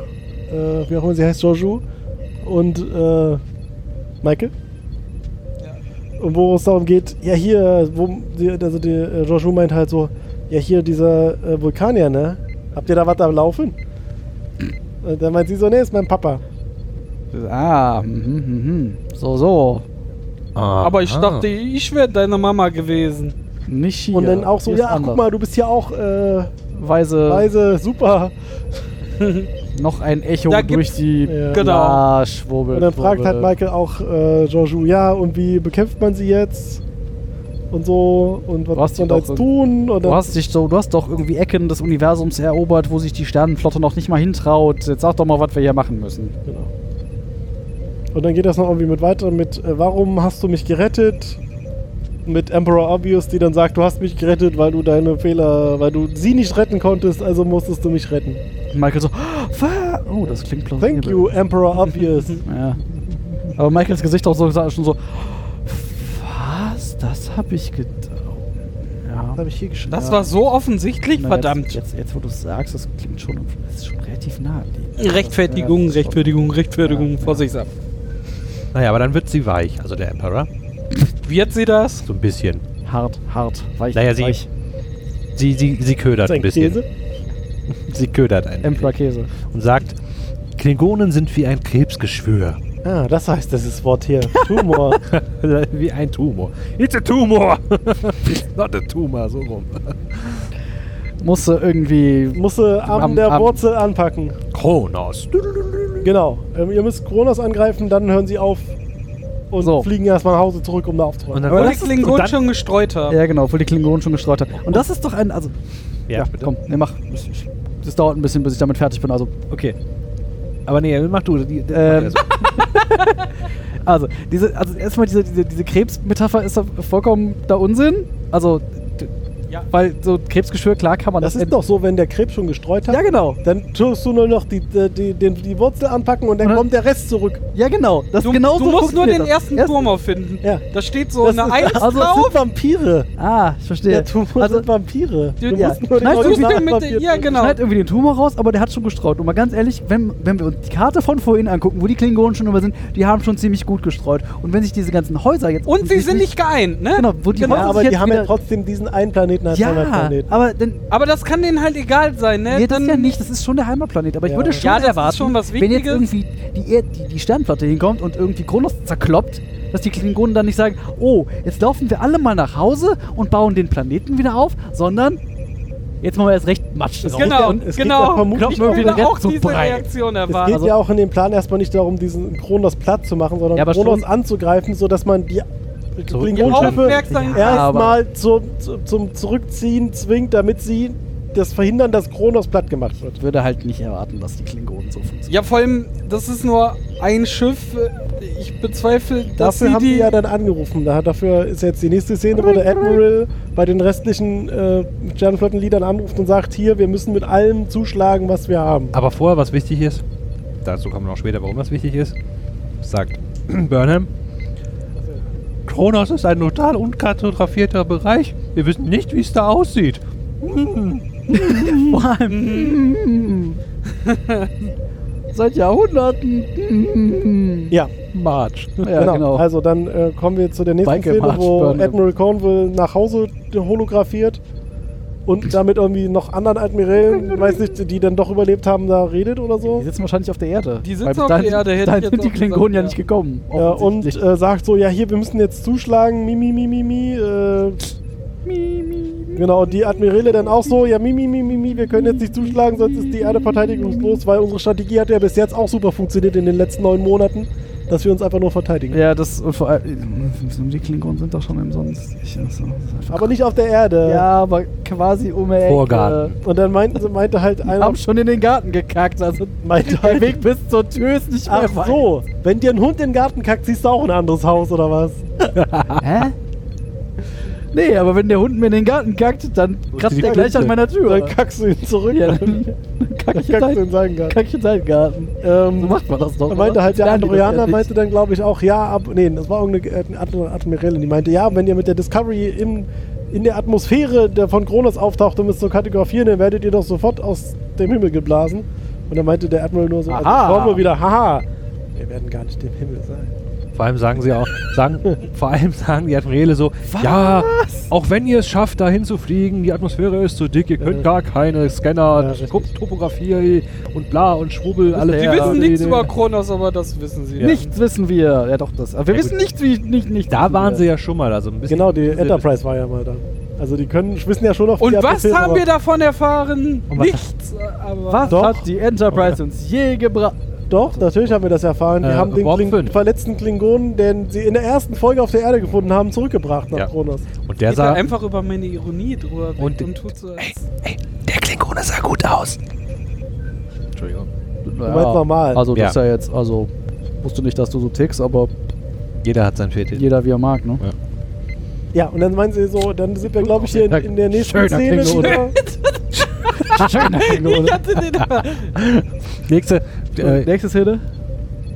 [SPEAKER 2] äh, wie auch immer sie heißt, Joju und äh, Michael. Und wo es darum geht, ja hier, wo, die, also die, äh, Joju meint halt so, ja hier dieser äh, Vulkanier, ne? Habt ihr da was am Laufen? Und dann meint sie so, ne, ist mein Papa.
[SPEAKER 3] ah, mhm, mhm. so, so. Ah,
[SPEAKER 1] Aha.
[SPEAKER 4] Aber ich dachte, ich wäre deine Mama gewesen.
[SPEAKER 3] Nicht hier.
[SPEAKER 2] Und dann auch so,
[SPEAKER 3] Hier ist
[SPEAKER 2] ja, ach,
[SPEAKER 3] anders.
[SPEAKER 2] guck mal, du bist ja auch äh,
[SPEAKER 3] Weise,
[SPEAKER 2] weise, super.
[SPEAKER 3] noch ein Echo
[SPEAKER 4] Da
[SPEAKER 3] durch
[SPEAKER 4] gibt's-
[SPEAKER 3] die
[SPEAKER 2] Ja.
[SPEAKER 4] Genau.
[SPEAKER 3] Ah, Schwurbel.
[SPEAKER 2] Und dann fragt halt
[SPEAKER 3] Schwurbel.
[SPEAKER 2] Michael auch äh, Joju, ja, und wie bekämpft man sie jetzt? Und so, und was
[SPEAKER 3] Du hast
[SPEAKER 2] muss man
[SPEAKER 3] die
[SPEAKER 2] da
[SPEAKER 3] doch
[SPEAKER 2] jetzt
[SPEAKER 3] in-
[SPEAKER 2] tun? Und
[SPEAKER 3] Du
[SPEAKER 2] dann,
[SPEAKER 3] hast, dich so, du hast doch irgendwie Ecken des Universums erobert, wo sich die Sternenflotte noch nicht mal hintraut. Jetzt sag doch mal, was wir hier machen müssen.
[SPEAKER 2] genau. und dann geht das noch irgendwie mit weiter mit, äh, warum hast du mich gerettet? Mit Emperor Obvious, die dann sagt, du hast mich gerettet, weil du deine Fehler, weil du sie nicht retten konntest, also musstest du mich retten.
[SPEAKER 3] Und Michael so, "Wa- oh, das klingt plausibel.
[SPEAKER 2] Thank you, Emperor Obvious.
[SPEAKER 3] Ja. Aber Michaels Gesicht auch so schon so, was? Das hab ich gedacht. Ja.
[SPEAKER 2] Was habe ich hier geschrieben?
[SPEAKER 4] Das war so offensichtlich,
[SPEAKER 3] Na,
[SPEAKER 4] verdammt.
[SPEAKER 3] Jetzt, jetzt, jetzt, wo du es sagst, das klingt schon, das ist schon relativ naheliegend.
[SPEAKER 4] Rechtfertigung,
[SPEAKER 3] Ja, das ist schon-
[SPEAKER 4] Rechtfertigung, Rechtfertigung,
[SPEAKER 3] Ja, ja.
[SPEAKER 4] vorsichtsam.
[SPEAKER 1] Naja, aber dann wird sie weich, also der Emperor.
[SPEAKER 4] Wird sie das?
[SPEAKER 1] So ein bisschen.
[SPEAKER 3] Hart, hart, weich.
[SPEAKER 1] Naja, sie,
[SPEAKER 3] weich.
[SPEAKER 1] sie, sie, sie ködert
[SPEAKER 2] Ist ein
[SPEAKER 1] ein bisschen.
[SPEAKER 2] Käse?
[SPEAKER 1] Sie ködert ein
[SPEAKER 3] Emperor
[SPEAKER 1] bisschen.
[SPEAKER 3] Käse.
[SPEAKER 1] Und sagt, Klingonen sind wie ein Krebsgeschwür.
[SPEAKER 2] Ah, das heißt, das ist das Wort hier. Tumor.
[SPEAKER 1] wie ein Tumor. It's a tumor! It's not a tumor, so rum.
[SPEAKER 3] Musste irgendwie.
[SPEAKER 2] Musste am,
[SPEAKER 3] Am-
[SPEAKER 2] der
[SPEAKER 3] am-
[SPEAKER 2] Wurzel anpacken.
[SPEAKER 1] Kronos.
[SPEAKER 2] Genau. Ähm, ihr müsst Kronos angreifen, dann hören sie auf und
[SPEAKER 3] So.
[SPEAKER 2] fliegen erstmal nach Hause zurück, um da aufzuräumen.
[SPEAKER 1] dann
[SPEAKER 4] Obwohl
[SPEAKER 1] wollte
[SPEAKER 4] die
[SPEAKER 1] ich- und
[SPEAKER 4] Klingonen
[SPEAKER 1] dann-
[SPEAKER 4] schon gestreut haben.
[SPEAKER 3] Ja, genau, obwohl die Klingonen schon gestreut haben. Und das ist doch ein. Also,
[SPEAKER 1] Ja,
[SPEAKER 3] ja,
[SPEAKER 1] bitte.
[SPEAKER 3] komm, ne, mach. Ich- ich- Das dauert ein bisschen, bis ich damit fertig bin. Also,
[SPEAKER 1] Okay. Aber nee, mach du. Die, die-
[SPEAKER 3] Ähm,
[SPEAKER 1] also.
[SPEAKER 3] also, diese, also erstmal diese, diese, diese Krebsmetapher ist doch vollkommen da Unsinn. Also, d-
[SPEAKER 4] Ja.
[SPEAKER 3] weil so Krebsgeschwür, klar kann man
[SPEAKER 2] das
[SPEAKER 3] das.
[SPEAKER 2] ist doch so, wenn der Krebs schon gestreut hat,
[SPEAKER 3] Ja, genau.
[SPEAKER 2] dann tust du nur noch die, die, die, die, die Wurzel anpacken und dann
[SPEAKER 3] Oder-
[SPEAKER 2] kommt der Rest zurück.
[SPEAKER 3] Ja, genau. Das
[SPEAKER 4] Du,
[SPEAKER 3] genau
[SPEAKER 4] du
[SPEAKER 3] so
[SPEAKER 4] musst nur den
[SPEAKER 3] funktioniert das.
[SPEAKER 4] ersten
[SPEAKER 3] Erst-
[SPEAKER 4] Turm finden.
[SPEAKER 2] Ja.
[SPEAKER 4] Da steht so
[SPEAKER 2] das
[SPEAKER 4] eine
[SPEAKER 2] ist,
[SPEAKER 4] Eins
[SPEAKER 2] also, das
[SPEAKER 4] drauf.
[SPEAKER 2] sind Vampire.
[SPEAKER 3] Ah, ich verstehe.
[SPEAKER 2] Der Tumor
[SPEAKER 3] also,
[SPEAKER 2] sind Vampire.
[SPEAKER 4] Du- ja.
[SPEAKER 2] den
[SPEAKER 3] Nein, du musst
[SPEAKER 2] originalen
[SPEAKER 4] den mit-
[SPEAKER 2] Vampir
[SPEAKER 4] ja,
[SPEAKER 2] töten.
[SPEAKER 4] genau.
[SPEAKER 3] Schneid irgendwie den Tumor raus, aber der hat schon gestreut. Und mal ganz ehrlich, wenn, wenn wir uns die Karte von vorhin angucken, wo die Klingonen schon über sind, die haben schon ziemlich gut gestreut. Und wenn sich diese ganzen Häuser jetzt.
[SPEAKER 4] Und sie sind
[SPEAKER 3] offensichtlich-
[SPEAKER 4] nicht geeint, ne?
[SPEAKER 3] Genau, wo die
[SPEAKER 2] Ja,
[SPEAKER 3] Häuser
[SPEAKER 2] aber
[SPEAKER 3] sich
[SPEAKER 2] die
[SPEAKER 3] jetzt
[SPEAKER 2] haben ja
[SPEAKER 3] wieder-
[SPEAKER 2] trotzdem diesen einen Planeten als
[SPEAKER 3] Ja,
[SPEAKER 2] Heimatplaneten.
[SPEAKER 3] aber dann.
[SPEAKER 4] Aber das kann denen halt egal sein, ne?
[SPEAKER 3] Nee, das
[SPEAKER 4] Dann-
[SPEAKER 3] ist ja nicht, das ist schon der Heimatplanet. Aber ich
[SPEAKER 2] Ja.
[SPEAKER 3] würde schon
[SPEAKER 4] Ja, das ist
[SPEAKER 3] erwarten,
[SPEAKER 4] schon was
[SPEAKER 3] wenn jetzt
[SPEAKER 4] Wichtiges.
[SPEAKER 3] irgendwie die, Erd, die, die Sternplatte hinkommt und irgendwie Kronos zerkloppt, dass die Klingonen dann nicht sagen, oh, jetzt laufen wir alle mal nach Hause und bauen den Planeten wieder auf, sondern Jetzt machen wir erst recht Matsch drauf.
[SPEAKER 2] geht
[SPEAKER 4] Genau,
[SPEAKER 2] ja- um- es geht ja
[SPEAKER 4] genau.
[SPEAKER 2] vermutlich um
[SPEAKER 4] ich
[SPEAKER 3] auch-
[SPEAKER 4] würde
[SPEAKER 3] wieder
[SPEAKER 4] auch
[SPEAKER 3] Rettung
[SPEAKER 4] diese
[SPEAKER 3] bereit.
[SPEAKER 4] Reaktion
[SPEAKER 2] Es geht
[SPEAKER 4] erwarten.
[SPEAKER 2] ja auch in dem Plan erstmal nicht darum, diesen Kronos platt zu machen, sondern
[SPEAKER 3] also Ja, aber
[SPEAKER 2] Kronos
[SPEAKER 3] schon-
[SPEAKER 2] anzugreifen, sodass man die Klingonschiffe
[SPEAKER 4] aufmerksam.
[SPEAKER 3] Ja, aber-
[SPEAKER 2] erstmal zu, zu, zum Zurückziehen zwingt, damit sie das verhindern, dass Kronos platt gemacht wird.
[SPEAKER 3] Ich würde halt nicht erwarten, dass die Klingonen so funktionieren.
[SPEAKER 4] Ja, vor allem, das ist nur ein Schiff. Ich bezweifle, dass
[SPEAKER 2] Dafür
[SPEAKER 4] sie
[SPEAKER 2] haben
[SPEAKER 4] die.
[SPEAKER 2] die ja dann angerufen. Da- Dafür ist jetzt die nächste Szene, wo der Admiral bei den restlichen äh, Sternenflottenliedern anruft und sagt, hier, wir müssen mit allem zuschlagen, was wir haben.
[SPEAKER 1] Aber vorher, was wichtig ist, dazu kommen wir noch später, warum das wichtig ist, sagt Burnham. Kronos ist ein total unkartografierter Bereich. Wir wissen nicht, wie es da aussieht.
[SPEAKER 3] Vor allem. Seit Jahrhunderten.
[SPEAKER 2] Ja,
[SPEAKER 3] March.
[SPEAKER 2] genau. Also dann äh, kommen wir zu der nächsten
[SPEAKER 3] Michael
[SPEAKER 2] Szene,
[SPEAKER 3] March
[SPEAKER 2] wo
[SPEAKER 3] Burnham.
[SPEAKER 2] Admiral Cornwall nach Hause holographiert und damit irgendwie noch anderen Admirälen, weiß nicht, die dann doch überlebt haben, da redet oder
[SPEAKER 3] Die
[SPEAKER 2] so.
[SPEAKER 3] sitzen wahrscheinlich auf der Erde.
[SPEAKER 4] Die sitzen
[SPEAKER 3] Weil bis
[SPEAKER 4] auf der
[SPEAKER 3] dahin-
[SPEAKER 4] Erde, hätte
[SPEAKER 3] bis dahin
[SPEAKER 4] ich jetzt
[SPEAKER 3] sind die
[SPEAKER 4] auch
[SPEAKER 3] Klingonen
[SPEAKER 4] gesagt,
[SPEAKER 3] ja
[SPEAKER 4] ja.
[SPEAKER 3] nicht gekommen.
[SPEAKER 2] Äh, und
[SPEAKER 3] offensichtlich.
[SPEAKER 2] äh, sagt so, ja hier, wir müssen jetzt zuschlagen, mi, mi, mi, mi, mi. Äh, Genau, und die Admirale dann auch so, ja, mi, mi, mi, mi, mi, wir können jetzt nicht zuschlagen, sonst ist die Erde verteidigungslos, weil unsere Strategie hat ja bis jetzt auch super funktioniert in den letzten neun Monaten, dass wir uns einfach nur verteidigen.
[SPEAKER 3] ja, das und vor allem. Die Klingonen sind doch schon im Sonst. Ich, also, das ist einfach-
[SPEAKER 2] Aber nicht auf der Erde.
[SPEAKER 3] ja, aber quasi um die Ecke.
[SPEAKER 1] Vorgarten.
[SPEAKER 2] Und dann meinte, meinte halt
[SPEAKER 3] Die
[SPEAKER 2] einer,
[SPEAKER 3] haben schon in den Garten gekackt. Also
[SPEAKER 2] meinte
[SPEAKER 3] der
[SPEAKER 2] halt,
[SPEAKER 3] Weg bis zur Tür ist nicht mehr
[SPEAKER 2] ach so, wenn dir ein Hund in den Garten kackt, siehst du auch ein anderes Haus oder was?
[SPEAKER 3] weit. Hä? Nee, aber wenn der Hund mir in den Garten kackt, dann kratzt der gleich an meiner Tür.
[SPEAKER 2] Dann kackst du ihn zurück.
[SPEAKER 3] Ja, dann-
[SPEAKER 2] dann
[SPEAKER 3] dann kack ich in
[SPEAKER 2] kackst du
[SPEAKER 3] deinen
[SPEAKER 2] in seinen Garten.
[SPEAKER 3] kack ich in deinen Garten.
[SPEAKER 2] Ähm,
[SPEAKER 3] So macht man das doch.
[SPEAKER 2] Da
[SPEAKER 3] oder?
[SPEAKER 2] meinte halt der
[SPEAKER 3] Lernen die das
[SPEAKER 2] Andorianer,
[SPEAKER 3] ja
[SPEAKER 2] meinte dann glaube ich auch, ja, ab, nee, das war irgendeine äh, Adm- Admiralin, die meinte, ja, wenn ihr mit der Discovery in, in der Atmosphäre der von Kronos auftaucht, um es zu kartografieren, dann werdet ihr doch sofort aus dem Himmel geblasen. Und dann meinte der Admiral nur so,
[SPEAKER 3] Aha.
[SPEAKER 2] also kommen wir wieder, haha, wir werden gar nicht im Himmel sein.
[SPEAKER 1] Vor allem sagen sie auch, sagen, vor allem sagen die Admirale so, ja, auch wenn ihr es schafft, dahin zu fliegen, die Atmosphäre ist zu dick, ihr könnt gar keine Scanner,
[SPEAKER 2] Äh. richtig.
[SPEAKER 1] Guck, Topografie und bla und Schwubbel, alle.
[SPEAKER 4] die
[SPEAKER 1] Ja,
[SPEAKER 4] wissen
[SPEAKER 1] die-
[SPEAKER 4] nichts
[SPEAKER 1] die-
[SPEAKER 4] über Kronos, aber das wissen sie.
[SPEAKER 3] nicht. Nichts wissen wir. Ja, doch, das. Aber wir
[SPEAKER 1] Ja,
[SPEAKER 3] wissen
[SPEAKER 1] gut.
[SPEAKER 3] nichts, wie. Nicht, nicht,
[SPEAKER 1] Da waren sie ja schon mal, also ein bisschen.
[SPEAKER 2] Genau, die Enterprise war ja mal da. Also die können, wissen ja schon auf
[SPEAKER 4] Und
[SPEAKER 2] die
[SPEAKER 4] was
[SPEAKER 2] Atmosphäre,
[SPEAKER 4] haben
[SPEAKER 2] aber-
[SPEAKER 4] wir davon erfahren?
[SPEAKER 1] Und was-
[SPEAKER 4] Nichts. äh, Aber
[SPEAKER 3] Was
[SPEAKER 2] Doch.
[SPEAKER 3] hat die Enterprise uns je gebracht?
[SPEAKER 2] Doch, natürlich haben wir das erfahren. Wir
[SPEAKER 1] Äh,
[SPEAKER 2] haben den
[SPEAKER 1] Warp
[SPEAKER 2] Kling
[SPEAKER 1] 5.
[SPEAKER 2] verletzten Klingonen, den sie in der ersten Folge auf der Erde gefunden haben, zurückgebracht nach
[SPEAKER 1] Ja.
[SPEAKER 2] Kronos.
[SPEAKER 1] Und der
[SPEAKER 4] Geht da
[SPEAKER 1] sah,
[SPEAKER 4] einfach über meine Ironie drüber weg
[SPEAKER 1] Und-
[SPEAKER 4] und, tut so. Als
[SPEAKER 1] Entschuldigung.
[SPEAKER 3] Naja,
[SPEAKER 2] meinst normal.
[SPEAKER 3] Also, das
[SPEAKER 1] Ja.
[SPEAKER 3] ist ja jetzt. Also, wusste nicht, dass du so tickst, aber
[SPEAKER 1] Jeder hat sein Fetisch.
[SPEAKER 3] jeder wie er mag, ne?
[SPEAKER 2] Ja, und dann meinen sie so, dann sind wir, glaube ich, hier in, in der nächsten
[SPEAKER 3] Schöner
[SPEAKER 2] Szene
[SPEAKER 3] Klinge,
[SPEAKER 2] wieder.
[SPEAKER 4] ich hatte den aber.
[SPEAKER 1] Nächste, äh,
[SPEAKER 3] Nächste Szene.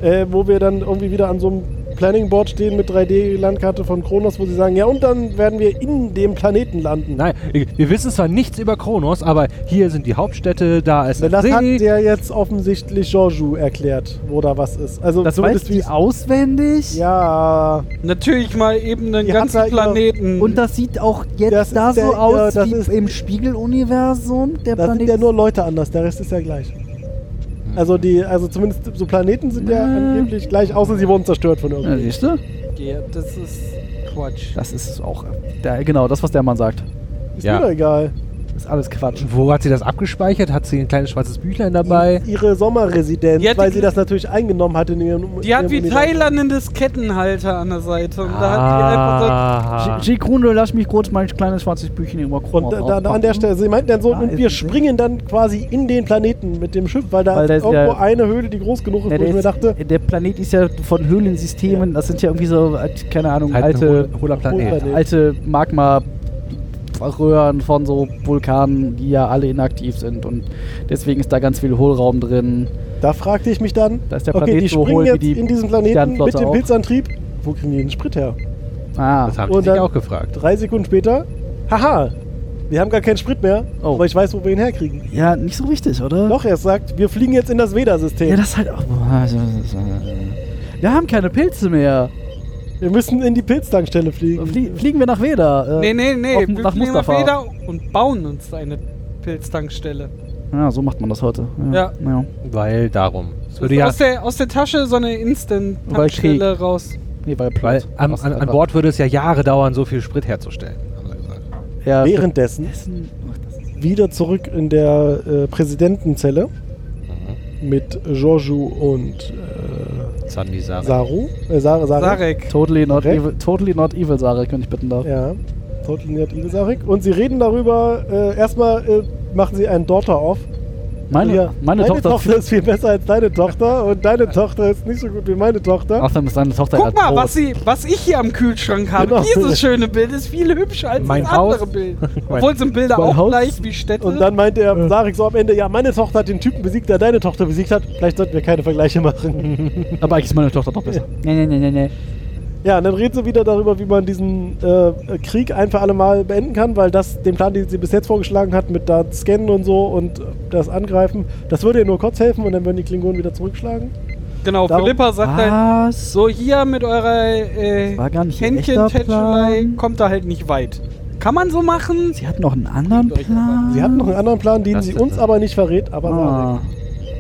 [SPEAKER 2] Äh, wo wir dann irgendwie wieder an so einem Planning Board stehen mit 3D-Landkarte von Kronos, wo sie sagen, ja, und dann werden wir in dem Planeten landen.
[SPEAKER 1] Nein, wir wissen zwar nichts über Kronos, aber hier sind die Hauptstädte, da ist
[SPEAKER 2] Na,
[SPEAKER 1] ein
[SPEAKER 2] Das hat
[SPEAKER 1] See.
[SPEAKER 2] der jetzt offensichtlich Georgiou erklärt, wo da was ist. Also
[SPEAKER 3] Das weißt
[SPEAKER 2] zumindest
[SPEAKER 3] du
[SPEAKER 2] wie's-
[SPEAKER 3] auswendig.
[SPEAKER 2] Ja,
[SPEAKER 4] Natürlich mal eben einen
[SPEAKER 2] Die hat
[SPEAKER 4] ganzen
[SPEAKER 2] da ihre-
[SPEAKER 4] Planeten.
[SPEAKER 3] Und das sieht auch jetzt
[SPEAKER 2] Mm. Das
[SPEAKER 3] da
[SPEAKER 2] ist
[SPEAKER 3] so
[SPEAKER 2] der-
[SPEAKER 3] aus
[SPEAKER 2] ja, das
[SPEAKER 3] wie
[SPEAKER 2] ist-
[SPEAKER 3] im Spiegeluniversum. Der
[SPEAKER 2] da sind
[SPEAKER 3] Planet
[SPEAKER 2] ja nur Leute anders, der Rest ist ja gleich.
[SPEAKER 3] Hm.
[SPEAKER 2] Also die, also zumindest so Planeten sind ja
[SPEAKER 3] Äh.
[SPEAKER 2] angeblich gleich, außer sie wurden zerstört von
[SPEAKER 3] Ja,
[SPEAKER 2] irgendwem.
[SPEAKER 3] siehst du?
[SPEAKER 4] Ja, das ist Quatsch.
[SPEAKER 3] Das ist auch. Da, genau, das, was der Mann sagt.
[SPEAKER 2] Ist
[SPEAKER 1] Ja.
[SPEAKER 2] mir doch egal.
[SPEAKER 4] Hm.
[SPEAKER 3] Ist alles Quatsch.
[SPEAKER 1] Wo hat sie das abgespeichert? Hat sie ein kleines schwarzes Büchlein dabei?
[SPEAKER 2] Ihre Sommerresidenz,
[SPEAKER 4] Die hat die-
[SPEAKER 2] weil sie das natürlich eingenommen hat in ihrem
[SPEAKER 4] Die hat
[SPEAKER 2] ihrem
[SPEAKER 4] wie
[SPEAKER 2] Universum.
[SPEAKER 4] Thailand einen Diskettenhalter an der Seite. Und da hat die einfach gesagt,
[SPEAKER 1] Ah.
[SPEAKER 3] Grunde, lass mich kurz mein kleines schwarzes Büchchen immer
[SPEAKER 2] Und da, da, da an der Stelle, sie meinten dann so,
[SPEAKER 3] Da
[SPEAKER 2] und
[SPEAKER 3] ist
[SPEAKER 2] wir
[SPEAKER 3] ein See.
[SPEAKER 2] springen dann quasi in den Planeten mit dem Schiff, weil da
[SPEAKER 3] Weil
[SPEAKER 2] ist
[SPEAKER 3] da ist
[SPEAKER 2] irgendwo
[SPEAKER 3] ja-
[SPEAKER 2] eine Höhle, die groß genug ist,
[SPEAKER 3] Ja,
[SPEAKER 2] wo
[SPEAKER 3] der,
[SPEAKER 2] ich mir
[SPEAKER 3] ist,
[SPEAKER 2] dachte,
[SPEAKER 3] der Planet ist ja von Höhlensystemen, das sind ja irgendwie so, äh, keine Ahnung,
[SPEAKER 1] Halt
[SPEAKER 3] alte,
[SPEAKER 1] ein hohler Planet.
[SPEAKER 2] Planet.
[SPEAKER 3] alte Magma-Röhren von so Vulkanen, die ja alle inaktiv sind und deswegen ist da ganz viel Hohlraum drin.
[SPEAKER 2] da fragte ich mich dann,
[SPEAKER 3] Da ist der
[SPEAKER 2] okay,
[SPEAKER 3] Planet
[SPEAKER 2] die
[SPEAKER 3] so
[SPEAKER 2] springen
[SPEAKER 3] hohl wie
[SPEAKER 2] jetzt
[SPEAKER 3] die
[SPEAKER 2] in diesen Planeten mit
[SPEAKER 3] Sternflotte
[SPEAKER 2] dem
[SPEAKER 3] auch.
[SPEAKER 2] Pilzantrieb, wo kriegen die den Sprit her?
[SPEAKER 3] Ah,
[SPEAKER 1] Das haben
[SPEAKER 2] Und
[SPEAKER 1] die sich
[SPEAKER 2] dann-
[SPEAKER 1] auch gefragt.
[SPEAKER 2] Drei Sekunden später, haha, wir haben gar keinen Sprit mehr,
[SPEAKER 3] Oh.
[SPEAKER 2] aber ich weiß, wo wir ihn herkriegen.
[SPEAKER 3] ja, nicht so richtig, oder?
[SPEAKER 2] Doch, er sagt, wir fliegen jetzt in das
[SPEAKER 3] Ja,
[SPEAKER 2] Veda-System.
[SPEAKER 3] das ist halt auch. Wir haben keine Pilze mehr.
[SPEAKER 2] wir müssen in die Pilztankstelle fliegen.
[SPEAKER 3] Flie fliegen wir nach Weda? äh.
[SPEAKER 4] Nee, nee, nee,
[SPEAKER 3] auf,
[SPEAKER 4] wir
[SPEAKER 3] nach
[SPEAKER 4] fliegen nach
[SPEAKER 3] Mustafa.
[SPEAKER 4] Weda und bauen uns eine Pilztankstelle.
[SPEAKER 3] Ja, so macht man das heute.
[SPEAKER 4] Ja.
[SPEAKER 1] Weil darum. Es würde
[SPEAKER 4] Ist
[SPEAKER 1] ja,
[SPEAKER 4] aus, der, aus der Tasche so eine Instant-Tankstelle raus.
[SPEAKER 3] Nee, bei
[SPEAKER 1] weil
[SPEAKER 3] Plot.
[SPEAKER 1] an,
[SPEAKER 3] Was-
[SPEAKER 1] an, an
[SPEAKER 3] was-
[SPEAKER 1] Bord würde es ja Jahre dauern, so viel Sprit herzustellen. Haben sie gesagt.
[SPEAKER 3] Ja,
[SPEAKER 2] Währenddessen
[SPEAKER 3] Dessen- Ach, das ist-
[SPEAKER 2] wieder zurück in der äh, Präsidentenzelle mit Giorgio und
[SPEAKER 7] Sandy
[SPEAKER 2] äh,
[SPEAKER 7] Sarah.
[SPEAKER 2] Saru. Äh, Sarah, Sarah.
[SPEAKER 4] Sarek.
[SPEAKER 8] Totally not,
[SPEAKER 2] Okay. Äh,
[SPEAKER 8] evil, totally not evil, Sarek, wenn ich bitten darf.
[SPEAKER 2] Ja, Totliniert Isarik. Und sie reden darüber, äh, erstmal äh, machen sie einen Daughter auf.
[SPEAKER 8] Meine,
[SPEAKER 2] Ja,
[SPEAKER 8] meine, Tochter.
[SPEAKER 2] ist viel besser als deine Tochter und deine Tochter ist nicht so gut wie meine Tochter.
[SPEAKER 8] Außerdem ist seine Tochter
[SPEAKER 4] Guck
[SPEAKER 8] ja
[SPEAKER 4] mal,
[SPEAKER 8] tot.
[SPEAKER 4] was, sie, was ich hier am Kühlschrank habe.
[SPEAKER 2] Genau.
[SPEAKER 4] Dieses schöne Bild ist viel hübscher als
[SPEAKER 1] Mein
[SPEAKER 4] das
[SPEAKER 1] Haus.
[SPEAKER 4] andere Bild. Obwohl sind Bilder
[SPEAKER 2] Mein
[SPEAKER 4] auch
[SPEAKER 2] Haus.
[SPEAKER 4] gleich wie Städte.
[SPEAKER 2] Und dann meinte er, Sarik so am Ende, ja, meine Tochter hat den Typen besiegt, der deine Tochter besiegt hat. Vielleicht sollten wir keine Vergleiche machen.
[SPEAKER 8] Aber eigentlich ist meine Tochter doch besser.
[SPEAKER 3] Nee, nee, nee, nee, nee.
[SPEAKER 2] Ja, und dann reden sie wieder darüber, wie man diesen äh, Krieg ein für alle Mal beenden kann, weil das, den Plan, den sie bis jetzt vorgeschlagen hat, mit da scannen und so und das angreifen, das würde ihr nur kurz helfen und dann würden die Klingonen wieder zurückschlagen.
[SPEAKER 4] genau,
[SPEAKER 2] Darum-
[SPEAKER 4] Philippa sagt halt,
[SPEAKER 3] Was?
[SPEAKER 4] so hier mit eurer äh,
[SPEAKER 3] Ah. war gar nicht ihr echter
[SPEAKER 4] Händchen-Tätschelei
[SPEAKER 3] Plan.
[SPEAKER 4] kommt da halt nicht weit. Kann man so machen?
[SPEAKER 3] Sie hat noch einen anderen
[SPEAKER 4] Bringt euch
[SPEAKER 3] Plan.
[SPEAKER 2] Sie hatten noch einen anderen Plan, den
[SPEAKER 7] Das
[SPEAKER 2] sie
[SPEAKER 7] ist
[SPEAKER 2] uns
[SPEAKER 7] das.
[SPEAKER 2] aber nicht verrät, aber
[SPEAKER 3] Ah.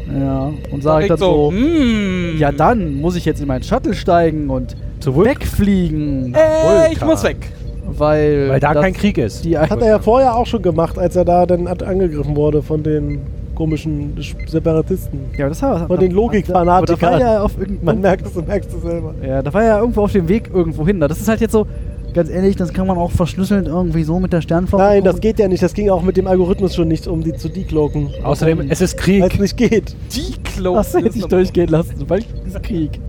[SPEAKER 2] Sarek.
[SPEAKER 3] Ja, und Sarek
[SPEAKER 4] Direkt
[SPEAKER 3] dann so,
[SPEAKER 4] "Hm,
[SPEAKER 3] ja dann muss ich jetzt in meinen Shuttle steigen und
[SPEAKER 1] Zurück,
[SPEAKER 3] wegfliegen,
[SPEAKER 4] äh, ich
[SPEAKER 1] Vulkan.
[SPEAKER 4] muss weg.
[SPEAKER 3] weil,
[SPEAKER 1] weil da
[SPEAKER 3] das
[SPEAKER 1] kein Krieg ist.
[SPEAKER 3] die
[SPEAKER 2] Hat er ja vorher auch schon gemacht, als er da dann at- angegriffen wurde von den komischen Sch- Separatisten.
[SPEAKER 3] Ja, das war
[SPEAKER 2] Von den
[SPEAKER 3] Aber da war
[SPEAKER 2] Logikfanatikern.
[SPEAKER 3] ja auf irgendeinem
[SPEAKER 2] Man merkt es, du merkst es selber.
[SPEAKER 3] Ja, da war ja irgendwo auf dem Weg irgendwo hin. Das ist halt jetzt so, ganz ehrlich, das kann man auch verschlüsselt irgendwie so mit der Sternflotte.
[SPEAKER 2] Nein, das geht ja nicht. Das ging auch mit dem Algorithmus schon nicht, um die zu decloaken.
[SPEAKER 1] Außerdem, es ist
[SPEAKER 2] Weil es
[SPEAKER 1] Krieg.
[SPEAKER 2] nicht geht.
[SPEAKER 4] Die Cloak.
[SPEAKER 3] Das hätte ich durchgehen lassen, sobald es Krieg.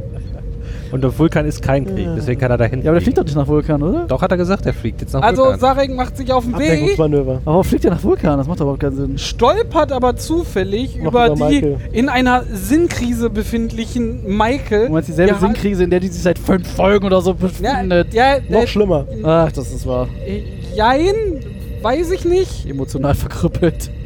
[SPEAKER 1] Und der Vulkan ist kein Krieg, deswegen kann er da hinten.
[SPEAKER 3] Ja, aber der fliegt doch nicht nach Vulkan, oder?
[SPEAKER 1] Doch, hat er gesagt, er fliegt jetzt nach
[SPEAKER 4] Also
[SPEAKER 1] Vulkan.
[SPEAKER 4] Sarek macht sich auf den Weg,
[SPEAKER 2] Ablenkungsmanöver.
[SPEAKER 3] Aber warum fliegt er nach Vulkan? Das macht doch überhaupt keinen Sinn.
[SPEAKER 4] stolpert aber zufällig
[SPEAKER 2] Noch
[SPEAKER 4] über
[SPEAKER 2] über
[SPEAKER 4] die
[SPEAKER 2] Maike.
[SPEAKER 4] in einer Sinnkrise befindlichen Maike.
[SPEAKER 3] Du meinst dieselbe
[SPEAKER 4] Ja,
[SPEAKER 3] Sinnkrise, in der die sich seit fünf Folgen oder so
[SPEAKER 4] Ja,
[SPEAKER 3] befindet.
[SPEAKER 4] ja,
[SPEAKER 2] Noch
[SPEAKER 4] äh,
[SPEAKER 2] schlimmer.
[SPEAKER 3] Ach, das ist wahr.
[SPEAKER 4] äh, jein, weiß ich nicht.
[SPEAKER 3] Emotional verkrüppelt.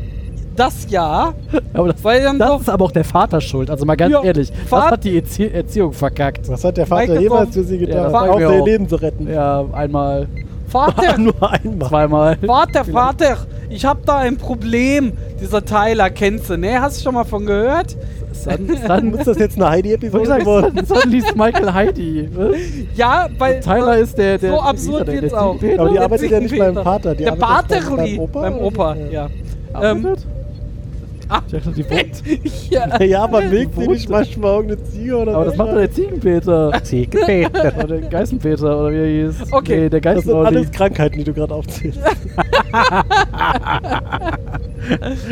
[SPEAKER 4] Das ja,
[SPEAKER 3] Aber das,
[SPEAKER 4] weil dann
[SPEAKER 3] das
[SPEAKER 4] doch
[SPEAKER 3] ist aber auch der Vater schuld. Also mal ganz
[SPEAKER 4] Ja,
[SPEAKER 3] ehrlich, das
[SPEAKER 4] Vater-
[SPEAKER 3] hat die Erzie Erziehung verkackt.
[SPEAKER 2] Was hat der Vater
[SPEAKER 4] Microsoft.
[SPEAKER 2] jemals für sie
[SPEAKER 3] Ja,
[SPEAKER 2] getan?
[SPEAKER 3] das sagen
[SPEAKER 2] auch
[SPEAKER 3] wir
[SPEAKER 2] ihr
[SPEAKER 3] auch.
[SPEAKER 2] Leben zu retten.
[SPEAKER 3] Ja, einmal,
[SPEAKER 4] Vater,
[SPEAKER 2] Nur einmal.
[SPEAKER 3] zweimal.
[SPEAKER 4] Vater, Vater, ich hab da ein Problem. Dieser Tyler kennst du, ne? Hast du schon mal von gehört?
[SPEAKER 3] Sun, Sun,
[SPEAKER 2] Ist das jetzt eine
[SPEAKER 3] Wie
[SPEAKER 2] Heidi-Episode
[SPEAKER 3] gesagt,
[SPEAKER 2] geworden?
[SPEAKER 3] Sun, Sun liest Michael Heidi.
[SPEAKER 4] Ja, weil
[SPEAKER 3] Tyler ist der, der
[SPEAKER 4] so absurd
[SPEAKER 3] der- der-
[SPEAKER 4] geht's
[SPEAKER 3] der-
[SPEAKER 4] auch.
[SPEAKER 3] der-
[SPEAKER 2] Aber die
[SPEAKER 4] Der
[SPEAKER 2] arbeitet ja nicht beim
[SPEAKER 4] Zickenpeter.
[SPEAKER 2] Vater, die
[SPEAKER 4] der
[SPEAKER 2] arbeitet beim-
[SPEAKER 4] Pater
[SPEAKER 2] beim Opa,
[SPEAKER 4] Beim
[SPEAKER 2] oder?
[SPEAKER 4] Opa, ja.
[SPEAKER 2] Ja.
[SPEAKER 4] Ähm, Ah.
[SPEAKER 3] arbeitet? Ich dachte, die wohnt.
[SPEAKER 4] ja.
[SPEAKER 2] Ja, aber
[SPEAKER 3] Die
[SPEAKER 2] legt sie
[SPEAKER 3] Wut.
[SPEAKER 2] nicht manchmal irgendeine Ziege oder
[SPEAKER 3] Aber das macht doch der Ziegenpeter.
[SPEAKER 1] Ziegenpeter.
[SPEAKER 3] oder der Geißenpeter, oder wie er hieß.
[SPEAKER 4] Okay.
[SPEAKER 3] Nee, der
[SPEAKER 2] Das sind alles
[SPEAKER 3] Geißenolli.
[SPEAKER 2] Krankheiten, die du gerade aufzählst.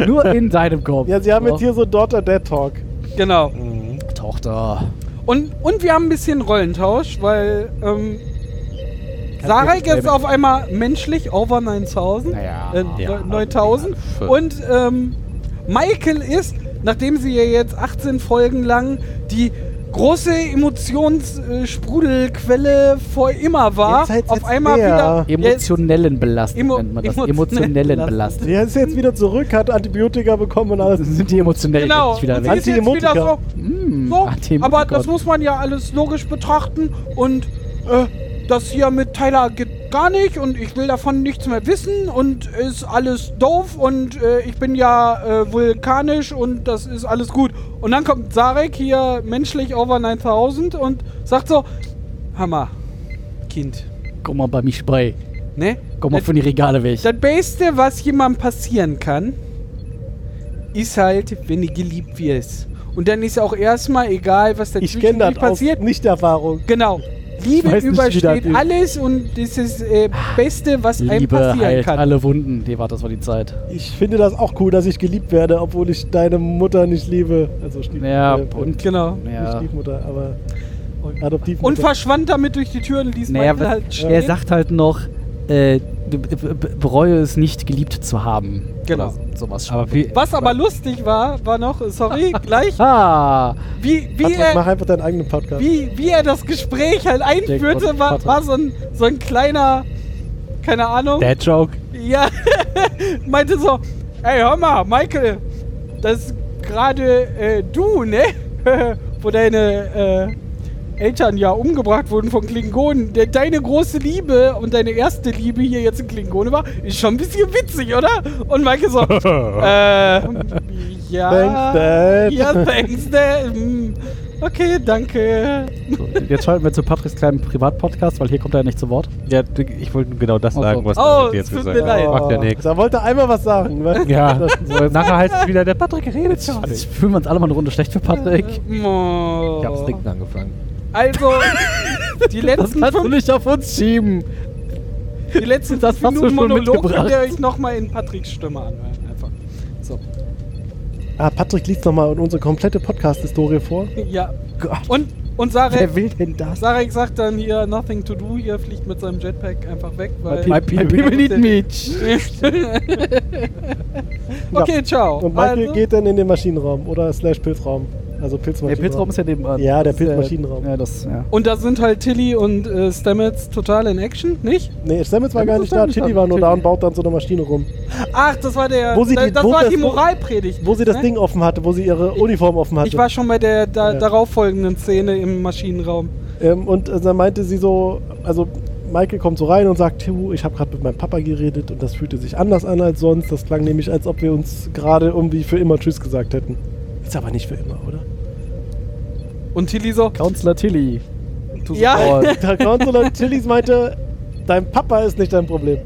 [SPEAKER 3] Nur in seinem Kopf.
[SPEAKER 2] Ja, sie haben jetzt hier so Daughter-Dad-Talk.
[SPEAKER 4] Genau.
[SPEAKER 3] Tochter.
[SPEAKER 4] Und, und wir haben ein bisschen Rollentausch, weil ähm, Sarek
[SPEAKER 3] mir-
[SPEAKER 4] ist auf einmal menschlich over 9000.
[SPEAKER 3] Naja.
[SPEAKER 4] Äh,
[SPEAKER 7] Ja.
[SPEAKER 4] 9000. Und ähm, Michael ist, nachdem sie ja jetzt 18 Folgen lang die große Emotionssprudelquelle vor immer war,
[SPEAKER 2] Jetzt heißt
[SPEAKER 4] auf
[SPEAKER 2] jetzt
[SPEAKER 4] einmal
[SPEAKER 2] der.
[SPEAKER 4] wieder jetzt-
[SPEAKER 3] Emotionellen Belastung
[SPEAKER 4] Emo-
[SPEAKER 3] nennt man das.
[SPEAKER 4] emotionellen
[SPEAKER 3] Emotionellen Belastung.
[SPEAKER 2] Der ist jetzt wieder zurück, hat Antibiotika bekommen und alles.
[SPEAKER 3] Sind die emotionell
[SPEAKER 4] Genau,
[SPEAKER 3] jetzt wieder
[SPEAKER 4] und sie
[SPEAKER 3] weg?
[SPEAKER 4] ist jetzt wieder
[SPEAKER 2] Antiemotika.
[SPEAKER 4] so,
[SPEAKER 3] Mm,
[SPEAKER 4] So,
[SPEAKER 3] Anti-
[SPEAKER 4] aber
[SPEAKER 3] Gott.
[SPEAKER 4] das muss man ja alles logisch betrachten und äh, das hier mit Tyler geht gar nicht und ich will davon nichts mehr wissen und ist alles doof und äh, ich bin ja äh, vulkanisch und das ist alles gut. Und dann kommt Sarek hier menschlich over 9000 und sagt so, Hammer, Kind,
[SPEAKER 3] Guck mal bei mir Spray.
[SPEAKER 4] ne?
[SPEAKER 3] Guck mal
[SPEAKER 4] Das-
[SPEAKER 3] von die Regale weg.
[SPEAKER 4] das Beste, was jemandem passieren kann, ist halt, wenn du geliebt wirst. Und dann ist auch erstmal egal, was
[SPEAKER 2] Ich
[SPEAKER 4] dazwischen
[SPEAKER 2] kenne das aus
[SPEAKER 4] passiert.
[SPEAKER 2] Nicht-Erfahrung.
[SPEAKER 4] Genau. Liebe
[SPEAKER 3] weiß nicht, wie das
[SPEAKER 4] übersteht
[SPEAKER 3] ist.
[SPEAKER 4] alles und das ist äh, Beste, was einem
[SPEAKER 3] Liebe
[SPEAKER 4] passieren
[SPEAKER 3] heilt
[SPEAKER 4] kann.
[SPEAKER 3] alle Wunden. Nee, warte, das war die Zeit.
[SPEAKER 2] Ich finde das auch cool, dass ich geliebt werde, obwohl ich deine Mutter nicht liebe. Also Stief
[SPEAKER 3] Ja,
[SPEAKER 2] äh,
[SPEAKER 3] und-
[SPEAKER 4] Genau.
[SPEAKER 2] nicht
[SPEAKER 3] Ja.
[SPEAKER 2] Stiefmutter, aber
[SPEAKER 4] Und-
[SPEAKER 2] Adoptivmutter.
[SPEAKER 4] Und verschwand damit durch die Türen, die es
[SPEAKER 3] Naja,
[SPEAKER 4] Michael
[SPEAKER 3] was-
[SPEAKER 4] halt
[SPEAKER 3] Er
[SPEAKER 4] steht.
[SPEAKER 3] sagt halt noch, äh, du- b- b- bereue es nicht, geliebt zu haben.
[SPEAKER 4] Genau.
[SPEAKER 3] Oder Sowas.
[SPEAKER 1] Aber wie,
[SPEAKER 4] Was aber lustig war, war noch, sorry, gleich,
[SPEAKER 3] Ah,
[SPEAKER 4] wie, wie,
[SPEAKER 2] Patrick, mach
[SPEAKER 4] er,
[SPEAKER 2] einfach deinen eigenen Podcast.
[SPEAKER 4] wie, wie er das Gespräch halt
[SPEAKER 3] Patrick,
[SPEAKER 4] einführte, war,
[SPEAKER 3] Patrick.
[SPEAKER 4] war so, ein, so ein kleiner, keine Ahnung,
[SPEAKER 1] Dad Joke?
[SPEAKER 4] Ja, meinte so, ey, hör mal, Michael, das ist gerade äh, du, ne? Wo deine äh, Eltern ja umgebracht wurden von Klingonen. De deine große Liebe und deine erste Liebe hier jetzt in Klingone war, ist schon ein bisschen witzig, oder? Und Michael so, äh, ja.
[SPEAKER 2] Thanks, Dad.
[SPEAKER 4] Ja, thanks, Dad. mm, Okay, danke.
[SPEAKER 3] So, jetzt schalten wir zu Patricks kleinen Privatpodcast, weil hier kommt er ja nicht zu Wort.
[SPEAKER 1] Ja, d- ich wollte genau das
[SPEAKER 3] Oh
[SPEAKER 1] sagen,
[SPEAKER 3] Gott.
[SPEAKER 1] was
[SPEAKER 4] Oh,
[SPEAKER 1] du jetzt
[SPEAKER 4] es tut
[SPEAKER 1] gesagt
[SPEAKER 4] mir leid.
[SPEAKER 1] hast. Macht ja nichts.
[SPEAKER 2] Da wollte einmal was sagen. Ne?
[SPEAKER 1] Ja, Oh. so, nachher heißt es wieder, der Patrick redet schon.
[SPEAKER 3] Jetzt fühlen wir uns alle mal eine Runde schlecht für Patrick.
[SPEAKER 4] Oh.
[SPEAKER 1] Ich hab's Trinken angefangen.
[SPEAKER 4] Also, die
[SPEAKER 3] Das
[SPEAKER 4] letzten,
[SPEAKER 3] kannst du
[SPEAKER 4] fünf,
[SPEAKER 3] nicht auf uns schieben.
[SPEAKER 4] die letzten
[SPEAKER 3] das
[SPEAKER 4] fünf
[SPEAKER 3] hast du
[SPEAKER 4] Minuten
[SPEAKER 3] schon
[SPEAKER 4] Monolog könnt ihr
[SPEAKER 3] mitgebracht.
[SPEAKER 4] euch nochmal in Patricks Stimme anhören. Einfach. So.
[SPEAKER 2] Ah, Patrick liest nochmal unsere komplette Podcast-Historie vor.
[SPEAKER 4] Ja.
[SPEAKER 3] Gott,
[SPEAKER 4] Und, und Sarek,
[SPEAKER 3] wer will denn das?
[SPEAKER 4] Sarek sagt dann hier nothing to do, hier fliegt mit seinem Jetpack einfach weg, weil.
[SPEAKER 3] My people, need me.
[SPEAKER 4] okay, ciao.
[SPEAKER 2] Und Michael
[SPEAKER 4] Also-
[SPEAKER 2] geht dann in den Maschinenraum oder slash Pilzraum. Also Pilzmaschinenraum.
[SPEAKER 3] Der Pilzraum ist ja nebenan.
[SPEAKER 2] Ja,
[SPEAKER 3] Das
[SPEAKER 2] der
[SPEAKER 3] ist
[SPEAKER 2] Pilzmaschinenraum.
[SPEAKER 3] Ja, das, ja.
[SPEAKER 4] Und da sind halt Tilly und äh, Stamets total in Action, nicht?
[SPEAKER 2] Nee, Stamets war
[SPEAKER 3] Ja,
[SPEAKER 2] gar
[SPEAKER 3] das
[SPEAKER 2] nicht
[SPEAKER 3] ist
[SPEAKER 2] da.
[SPEAKER 3] nicht
[SPEAKER 2] Chitty
[SPEAKER 3] da.
[SPEAKER 2] war nur da und baut dann so eine Maschine rum.
[SPEAKER 4] Ach, das war der.
[SPEAKER 2] Wo sie
[SPEAKER 4] da-
[SPEAKER 2] die-
[SPEAKER 4] das
[SPEAKER 2] wo
[SPEAKER 4] war
[SPEAKER 2] das-
[SPEAKER 4] die
[SPEAKER 2] wo-
[SPEAKER 4] Moralpredigt.
[SPEAKER 2] Wo sie das
[SPEAKER 4] ne?
[SPEAKER 2] Ding offen hatte, wo sie ihre Uniform offen hatte.
[SPEAKER 4] Ich war schon bei der da,
[SPEAKER 2] Ja.
[SPEAKER 4] darauffolgenden Szene im Maschinenraum.
[SPEAKER 2] ähm, und äh, dann meinte sie so, also Michael kommt so rein und sagt, Tihu, ich habe gerade mit meinem Papa geredet und das fühlte sich anders an als sonst. Das klang nämlich, als ob wir uns gerade irgendwie für immer Tschüss gesagt hätten. Ist aber nicht für immer, oder?
[SPEAKER 4] Und Tilly so.
[SPEAKER 3] Counselor Tilly. to the
[SPEAKER 4] Ja.
[SPEAKER 3] call.
[SPEAKER 2] Der Consular Tillis meinte, dein Papa ist nicht dein Problem.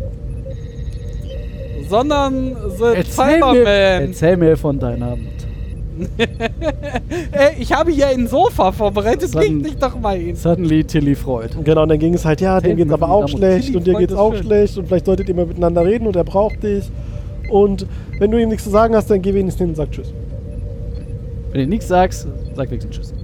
[SPEAKER 4] sondern The
[SPEAKER 3] Erzähl mir,
[SPEAKER 4] Cyberman.
[SPEAKER 3] erzähl mir von deiner Mutter.
[SPEAKER 4] Äh, ich habe hier ein Sofa vorbereitet,
[SPEAKER 3] Dann-
[SPEAKER 4] leg dich doch mal hin.
[SPEAKER 3] Suddenly Tilly Freud.
[SPEAKER 2] Genau, und dann ging es halt, ja, dem
[SPEAKER 3] Helden
[SPEAKER 2] geht's aber
[SPEAKER 3] mit
[SPEAKER 2] auch
[SPEAKER 3] Namen und
[SPEAKER 2] schlecht
[SPEAKER 4] Tilly,
[SPEAKER 2] und dir
[SPEAKER 4] Freund
[SPEAKER 2] geht's
[SPEAKER 4] ist
[SPEAKER 2] auch
[SPEAKER 4] schön.
[SPEAKER 2] schlecht und vielleicht solltet ihr mal miteinander reden und er braucht dich. Und wenn du ihm nichts zu sagen hast, dann geh wenigstens hin und sag Tschüss.
[SPEAKER 3] Wenn du nichts sagst, sag wenigstens Tschüss.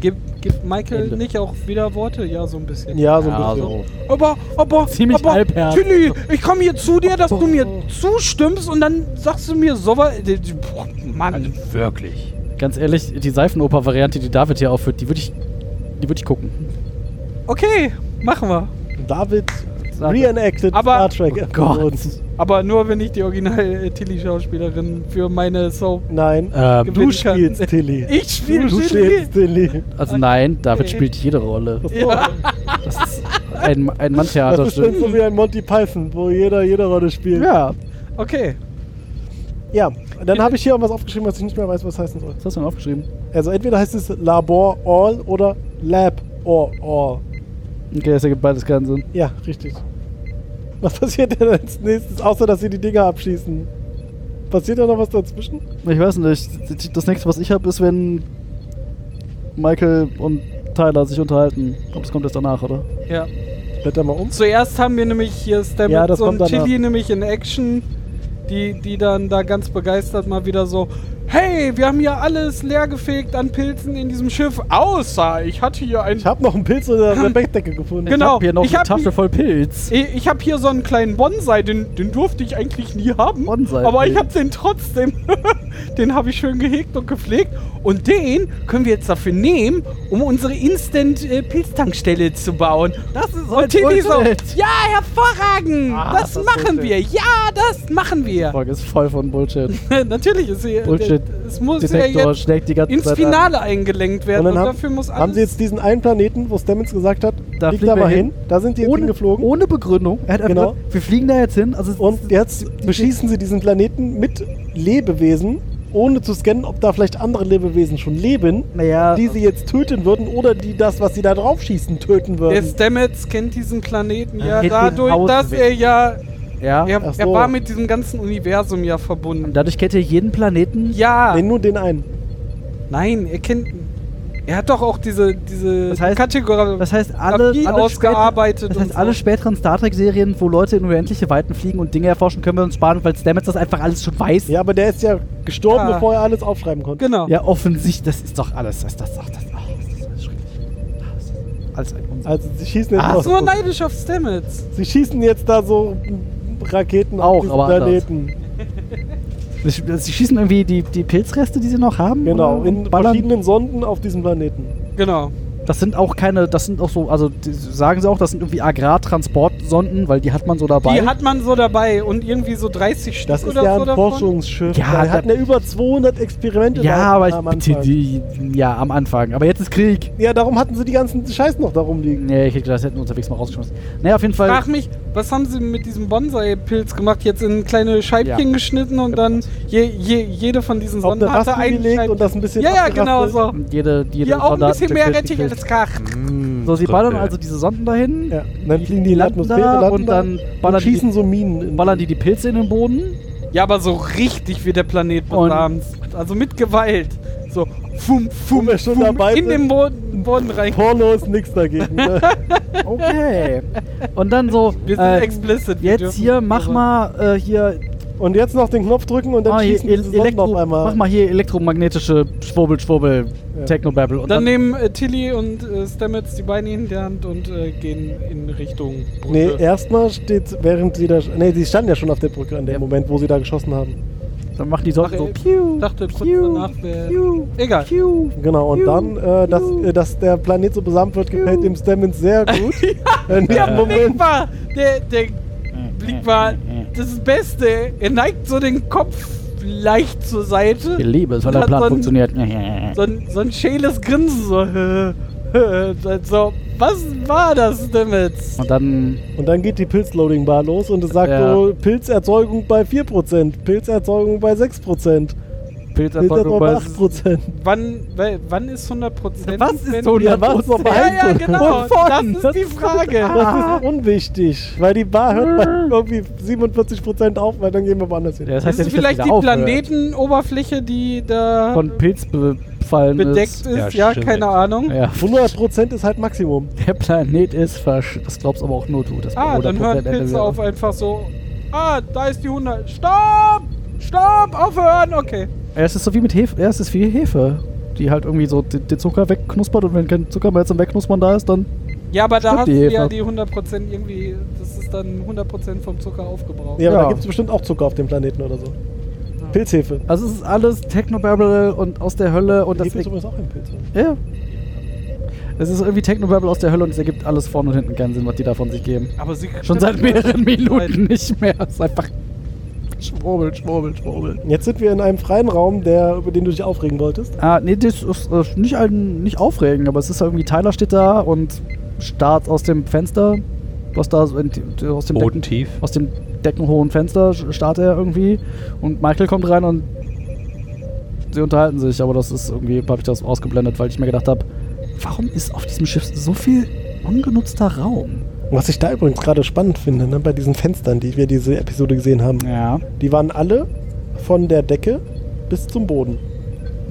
[SPEAKER 4] Gib, gib Michael
[SPEAKER 3] Ende.
[SPEAKER 4] nicht auch wieder Worte? Ja, so ein bisschen.
[SPEAKER 2] Ja, also. so ein
[SPEAKER 3] Ja, also.
[SPEAKER 2] bisschen.
[SPEAKER 3] so.
[SPEAKER 4] Aber, aber,
[SPEAKER 3] Ziemlich
[SPEAKER 4] aber,
[SPEAKER 3] halbherzig.
[SPEAKER 4] Tilly, ich komme hier zu dir, dass du mir zustimmst und dann sagst du mir sowas. Boah, Mann.
[SPEAKER 1] Also Wirklich.
[SPEAKER 3] Ganz ehrlich, die Seifenoper-Variante, die David hier aufführt, die würde ich, die würde ich gucken.
[SPEAKER 4] Okay, machen wir.
[SPEAKER 2] David
[SPEAKER 3] Sag-
[SPEAKER 2] reenacted
[SPEAKER 4] Aber-
[SPEAKER 2] Star Trek.
[SPEAKER 3] Oh Gott.
[SPEAKER 2] für uns.
[SPEAKER 4] Aber nur, wenn ich die Original-Tilly-Schauspielerin für meine Soap.
[SPEAKER 2] Nein,
[SPEAKER 1] Ähm,
[SPEAKER 4] Gewinnen
[SPEAKER 2] du
[SPEAKER 4] kann.
[SPEAKER 2] spielst Tilly.
[SPEAKER 4] Ich spiele
[SPEAKER 2] du
[SPEAKER 4] Tilly.
[SPEAKER 2] spielst Tilly.
[SPEAKER 3] Also nein, David spielt jede Rolle.
[SPEAKER 4] Ja.
[SPEAKER 3] Das ist ein, ein
[SPEAKER 2] Das ist bestimmt
[SPEAKER 3] Mann-Theaterstück.
[SPEAKER 2] so wie ein Monty Python, wo jeder jede Rolle spielt.
[SPEAKER 3] Ah, Ja.
[SPEAKER 4] Okay.
[SPEAKER 2] ja. Dann habe ich hier auch was aufgeschrieben, was ich nicht mehr weiß, was heißen soll.
[SPEAKER 3] Was hast du denn aufgeschrieben?
[SPEAKER 2] Also entweder heißt es Labor All oder Lab or All.
[SPEAKER 3] Okay, das ergibt beides keinen Sinn.
[SPEAKER 2] Ja, richtig. Was passiert denn als nächstes, außer dass sie die Dinger abschießen? Passiert da noch was dazwischen?
[SPEAKER 3] Ich weiß nicht. Das nächste, was ich habe, ist, wenn Michael und Tyler sich unterhalten. Ich glaube, das kommt erst danach, oder?
[SPEAKER 4] Ja.
[SPEAKER 2] Blätter mal um.
[SPEAKER 4] Zuerst haben wir nämlich hier Stamets
[SPEAKER 2] Ja, das
[SPEAKER 4] und
[SPEAKER 2] kommt danach.
[SPEAKER 4] Chili nämlich in Action, die, die dann da ganz begeistert mal wieder so, hey, wir haben hier alles leergefegt an Pilzen in diesem Schiff, außer ich hatte hier ein...
[SPEAKER 2] Ich habe noch einen Pilz unter der Bettdecke gefunden.
[SPEAKER 4] Genau.
[SPEAKER 3] Ich hab hier noch
[SPEAKER 4] Ich
[SPEAKER 3] eine
[SPEAKER 4] hab-
[SPEAKER 3] Tafel voll Pilz.
[SPEAKER 4] Ich, ich habe hier so einen kleinen Bonsai, den, den durfte ich eigentlich nie haben,
[SPEAKER 3] Bonsai,
[SPEAKER 4] aber ich
[SPEAKER 3] nee.
[SPEAKER 4] habe den trotzdem. den habe ich schön gehegt und gepflegt und den können wir jetzt dafür nehmen, um unsere Instant-Pilztankstelle zu bauen.
[SPEAKER 3] Das ist halt
[SPEAKER 4] Und Tilly so,
[SPEAKER 3] Bullshit.
[SPEAKER 4] ja, hervorragend,
[SPEAKER 3] Ah,
[SPEAKER 4] das,
[SPEAKER 3] das ist
[SPEAKER 4] machen
[SPEAKER 3] Bullshit.
[SPEAKER 4] wir, ja, das machen
[SPEAKER 3] Die
[SPEAKER 4] wir.
[SPEAKER 3] Folge ist voll von Bullshit.
[SPEAKER 4] Natürlich ist sie,
[SPEAKER 3] Bullshit.
[SPEAKER 4] es muss ja
[SPEAKER 3] Detektor
[SPEAKER 4] jetzt
[SPEAKER 3] schlägt die ganze
[SPEAKER 4] ins
[SPEAKER 3] Zeit an.
[SPEAKER 4] Finale eingelenkt werden und, dafür muss alles...
[SPEAKER 2] haben sie jetzt diesen einen Planeten, wo Stamets gesagt hat,
[SPEAKER 3] Da
[SPEAKER 2] flieg
[SPEAKER 3] fliegen
[SPEAKER 2] da
[SPEAKER 3] wir
[SPEAKER 2] mal hin.
[SPEAKER 3] hin.
[SPEAKER 2] Da sind die jetzt hingeflogen.
[SPEAKER 3] ohne Begründung. Er hat einfach
[SPEAKER 2] Genau.
[SPEAKER 3] gesagt, wir fliegen da jetzt hin. Also es-
[SPEAKER 2] Und jetzt beschießen sie diesen Planeten mit Lebewesen, ohne zu scannen, ob da vielleicht andere Lebewesen schon leben,
[SPEAKER 3] naja,
[SPEAKER 2] die sie jetzt töten würden oder die das, was sie da drauf schießen, töten
[SPEAKER 4] der
[SPEAKER 2] würden.
[SPEAKER 4] Stamets kennt diesen Planeten ja
[SPEAKER 3] Hätte
[SPEAKER 4] dadurch,
[SPEAKER 3] Haus
[SPEAKER 4] dass er ja
[SPEAKER 3] ja.
[SPEAKER 4] Er,
[SPEAKER 2] Ach so.
[SPEAKER 4] er war mit diesem ganzen Universum ja verbunden.
[SPEAKER 3] Dadurch kennt ihr jeden Planeten.
[SPEAKER 4] Ja.
[SPEAKER 2] Nee, nur den einen.
[SPEAKER 4] Nein, er kennt. Er hat doch auch diese, diese
[SPEAKER 3] Das heißt-
[SPEAKER 4] Kategorie.
[SPEAKER 3] Das heißt, alle,
[SPEAKER 4] Viel
[SPEAKER 3] alle,
[SPEAKER 4] ausgearbeitet
[SPEAKER 3] das heißt,
[SPEAKER 4] und
[SPEAKER 3] alle
[SPEAKER 4] so.
[SPEAKER 3] späteren Star Trek-Serien, wo Leute in unendliche Weiten fliegen und Dinge erforschen, können wir uns sparen, weil Stamets das einfach alles schon weiß.
[SPEAKER 2] Ja, aber der ist ja gestorben,
[SPEAKER 4] Ja.
[SPEAKER 2] bevor er alles aufschreiben konnte.
[SPEAKER 4] genau.
[SPEAKER 3] Ja, offensichtlich, das ist doch alles. Das, das, das, das, ach, das ist alles schrecklich. Ah, das ist Alles ein Unsinn.
[SPEAKER 2] Also sie schießen jetzt
[SPEAKER 3] Ach
[SPEAKER 2] aus.
[SPEAKER 4] Ist nur neidisch auf Stamets.
[SPEAKER 2] Sie schießen jetzt da so Raketen
[SPEAKER 3] Auch,
[SPEAKER 2] auf diesen
[SPEAKER 3] aber anders.
[SPEAKER 2] Planeten.
[SPEAKER 3] Sie- Sie schießen irgendwie die, die Pilzreste, die sie noch haben.
[SPEAKER 2] Genau,
[SPEAKER 3] oder?
[SPEAKER 2] in
[SPEAKER 3] Und ballern.
[SPEAKER 2] verschiedenen Sonden auf diesem Planeten.
[SPEAKER 4] Genau.
[SPEAKER 3] Das sind auch keine, das sind auch so, also die, sagen sie auch, das sind irgendwie Agrartransportsonden, weil die hat man so dabei.
[SPEAKER 4] Die hat man so dabei und irgendwie so 30
[SPEAKER 2] Das
[SPEAKER 4] Stück
[SPEAKER 2] ist
[SPEAKER 4] oder
[SPEAKER 2] ja
[SPEAKER 4] so
[SPEAKER 2] ein
[SPEAKER 4] davon.
[SPEAKER 2] Forschungsschiff.
[SPEAKER 3] Ja,
[SPEAKER 2] da
[SPEAKER 3] da-
[SPEAKER 2] hatten ja über 200 Experimente
[SPEAKER 3] ja,
[SPEAKER 2] da
[SPEAKER 3] aber
[SPEAKER 2] am
[SPEAKER 3] ich bitte
[SPEAKER 2] Anfang.
[SPEAKER 3] die, ja, am Anfang. Aber jetzt ist Krieg.
[SPEAKER 2] Ja, darum hatten sie die ganzen Scheiß noch da rumliegen.
[SPEAKER 3] Nee, ich hätte gedacht, das hätten wir unterwegs mal rausgeschmissen. Naja, auf jeden Fall.
[SPEAKER 4] Frag mich, was haben sie mit diesem Bonsai-Pilz gemacht? Jetzt in kleine Scheibchen
[SPEAKER 3] Ja.
[SPEAKER 4] geschnitten und dann je, je, jede von diesen
[SPEAKER 2] Genau. Auf eine
[SPEAKER 4] Sonden hatte
[SPEAKER 2] Raspel
[SPEAKER 4] einen
[SPEAKER 2] gelegt und
[SPEAKER 4] Scheibchen.
[SPEAKER 2] das ein bisschen
[SPEAKER 4] Ja, ja,
[SPEAKER 2] abgeraspelt.
[SPEAKER 4] genau so.
[SPEAKER 3] Und Jede, jede
[SPEAKER 4] Hier auch ein
[SPEAKER 3] Sonde hat
[SPEAKER 4] bisschen mehr
[SPEAKER 3] gekriegt,
[SPEAKER 4] Rettich
[SPEAKER 3] gekriegt.
[SPEAKER 4] als Krach.
[SPEAKER 1] Hm,
[SPEAKER 2] Hm,
[SPEAKER 3] So, sie ballern also diese Sonden dahin.
[SPEAKER 2] Ja. Und dann fliegen die in die
[SPEAKER 3] landen
[SPEAKER 2] Atmosphäre
[SPEAKER 3] da
[SPEAKER 2] landen
[SPEAKER 3] und
[SPEAKER 2] da
[SPEAKER 3] dann ballern,
[SPEAKER 2] schießen
[SPEAKER 3] die,
[SPEAKER 2] so Minen. in-
[SPEAKER 3] ballern die die Pilze in den Boden.
[SPEAKER 4] Ja, aber so richtig wie der Planet
[SPEAKER 3] Und-
[SPEAKER 4] Badams. Also mit Gewalt. So, fum, fum,
[SPEAKER 2] Wo wir schon
[SPEAKER 4] fum,
[SPEAKER 2] dabei sind.
[SPEAKER 4] in den Boden, Boden rein.
[SPEAKER 2] Porno ist nix dagegen. Ne?
[SPEAKER 3] Okay. und dann so,
[SPEAKER 4] Wir sind
[SPEAKER 3] äh,
[SPEAKER 4] explicit. wir
[SPEAKER 3] jetzt
[SPEAKER 4] dürfen-
[SPEAKER 3] hier, mach
[SPEAKER 4] also-
[SPEAKER 3] mal äh, hier,
[SPEAKER 2] Und jetzt noch den Knopf drücken und dann
[SPEAKER 3] ah, hier
[SPEAKER 2] schießen diese
[SPEAKER 3] El
[SPEAKER 2] Sonden auf
[SPEAKER 3] Elektro,
[SPEAKER 2] einmal.
[SPEAKER 3] mach mal hier elektromagnetische Schwurbel, Schwurbel,
[SPEAKER 2] Ja.
[SPEAKER 3] Technobabble. Und dann,
[SPEAKER 4] Dann, nehmen äh, Tilly und äh, Stamets die Beine in die Hand und äh, gehen in Richtung Brücke.
[SPEAKER 2] Nee, erstmal steht, während sie da. Nee, sie standen ja schon auf der Brücke an dem Moment, wo sie da geschossen haben.
[SPEAKER 3] dann machen die Sonden
[SPEAKER 4] Ach,
[SPEAKER 3] so,
[SPEAKER 4] ey,
[SPEAKER 3] piu,
[SPEAKER 4] dachte kurz
[SPEAKER 3] piu,
[SPEAKER 4] danach, wer-
[SPEAKER 3] piu,
[SPEAKER 4] Egal.
[SPEAKER 3] piu.
[SPEAKER 2] Genau, und dann, äh, dass, äh, dass der Planet so besamt wird, gefällt dem Stemmons sehr gut. In
[SPEAKER 4] Der
[SPEAKER 2] diesem
[SPEAKER 4] Blick
[SPEAKER 2] Moment.
[SPEAKER 4] war, der, der Blick war das Beste. Er neigt so den Kopf leicht zur Seite.
[SPEAKER 3] Ich liebe es, weil
[SPEAKER 4] Und
[SPEAKER 3] der
[SPEAKER 4] hat
[SPEAKER 3] Plan
[SPEAKER 4] so ein-
[SPEAKER 3] funktioniert.
[SPEAKER 4] So ein, so ein schäles Grinsen, so. so, was war das damit?
[SPEAKER 3] Und dann,
[SPEAKER 2] Und dann geht die Pilzloading-Bar los und es sagt
[SPEAKER 3] Ja.
[SPEAKER 2] so: Pilzerzeugung bei 4%, Pilzerzeugung bei 6%, Pilzerzeugung bei 8%.
[SPEAKER 4] Wann, wel- wann ist 100%?
[SPEAKER 3] Was ist
[SPEAKER 4] wenn-
[SPEAKER 3] 100%?
[SPEAKER 2] Ja, was noch bei
[SPEAKER 4] Ja, ja,
[SPEAKER 2] 1%?
[SPEAKER 4] genau. Das
[SPEAKER 3] Wovon?
[SPEAKER 4] ist die Frage.
[SPEAKER 2] Das ist unwichtig, weil die Bar hört bei irgendwie 47% auf, weil dann gehen wir woanders hin.
[SPEAKER 3] Das
[SPEAKER 4] Das
[SPEAKER 3] heißt ja
[SPEAKER 4] ist
[SPEAKER 3] nicht, dass
[SPEAKER 4] vielleicht
[SPEAKER 3] da
[SPEAKER 4] die
[SPEAKER 3] aufhört.
[SPEAKER 4] Planetenoberfläche, die da
[SPEAKER 3] von Pilz befallen
[SPEAKER 4] bedeckt
[SPEAKER 3] ist.
[SPEAKER 4] ist.
[SPEAKER 1] Ja,
[SPEAKER 4] Ja,
[SPEAKER 1] stimmt.
[SPEAKER 4] keine Ahnung.
[SPEAKER 3] Ja,
[SPEAKER 2] 100% ist halt Maximum.
[SPEAKER 3] der Planet ist versch... Das glaubst aber auch nur du. dass bei
[SPEAKER 4] Ah, dann
[SPEAKER 3] 100%
[SPEAKER 4] hören
[SPEAKER 3] Ende
[SPEAKER 4] Pilze
[SPEAKER 3] wäre.
[SPEAKER 4] auf einfach so. Ah, da ist die 100. Stopp! Stopp! Aufhören! Okay.
[SPEAKER 3] Ja, es ist so wie mit Hefe. Ja, es ist wie Hefe, die halt irgendwie so den den Zucker wegknuspert und wenn kein Zucker mehr zum Wegknuspern da ist, dann...
[SPEAKER 4] Ja, aber da
[SPEAKER 3] Stimmt,
[SPEAKER 4] hast
[SPEAKER 3] die
[SPEAKER 4] du
[SPEAKER 3] Hefe.
[SPEAKER 4] ja die 100% irgendwie. Das ist dann 100% vom Zucker aufgebraucht.
[SPEAKER 2] Ja, aber
[SPEAKER 3] Ja.
[SPEAKER 2] da gibt es bestimmt auch Zucker auf dem Planeten oder so. Pilzhefe.
[SPEAKER 3] Also es ist alles Technobabble und aus der Hölle und
[SPEAKER 2] Das
[SPEAKER 3] das...
[SPEAKER 2] ist übrigens auch ein Pilz.
[SPEAKER 3] Ja. Es ist irgendwie Technobabble aus der Hölle und es ergibt alles vorne und hinten keinen Sinn, was die da von sich geben.
[SPEAKER 4] Aber sie
[SPEAKER 3] Schon seit mehreren Minuten nicht mehr. Es ist einfach schwurbel, schwurbel, schwurbel.
[SPEAKER 2] Jetzt sind wir in einem freien Raum, der, über den du dich aufregen wolltest.
[SPEAKER 3] Ah, nee, das ist äh, nicht, ein, nicht aufregend, aber es ist irgendwie, Tyler steht da und starrt aus dem Fenster, was da so in, aus dem Decken,
[SPEAKER 1] Bodentief.
[SPEAKER 3] aus dem deckenhohen Fenster starrt er irgendwie und Michael kommt rein und sie unterhalten sich, aber das ist irgendwie, habe ich das ausgeblendet, weil ich mir gedacht habe, warum ist auf diesem Schiff so viel ungenutzter Raum?
[SPEAKER 2] Was ich da übrigens gerade spannend finde, ne, bei diesen Fenstern, die wir diese Episode gesehen haben,
[SPEAKER 3] Ja.
[SPEAKER 2] die waren alle von der Decke bis zum Boden.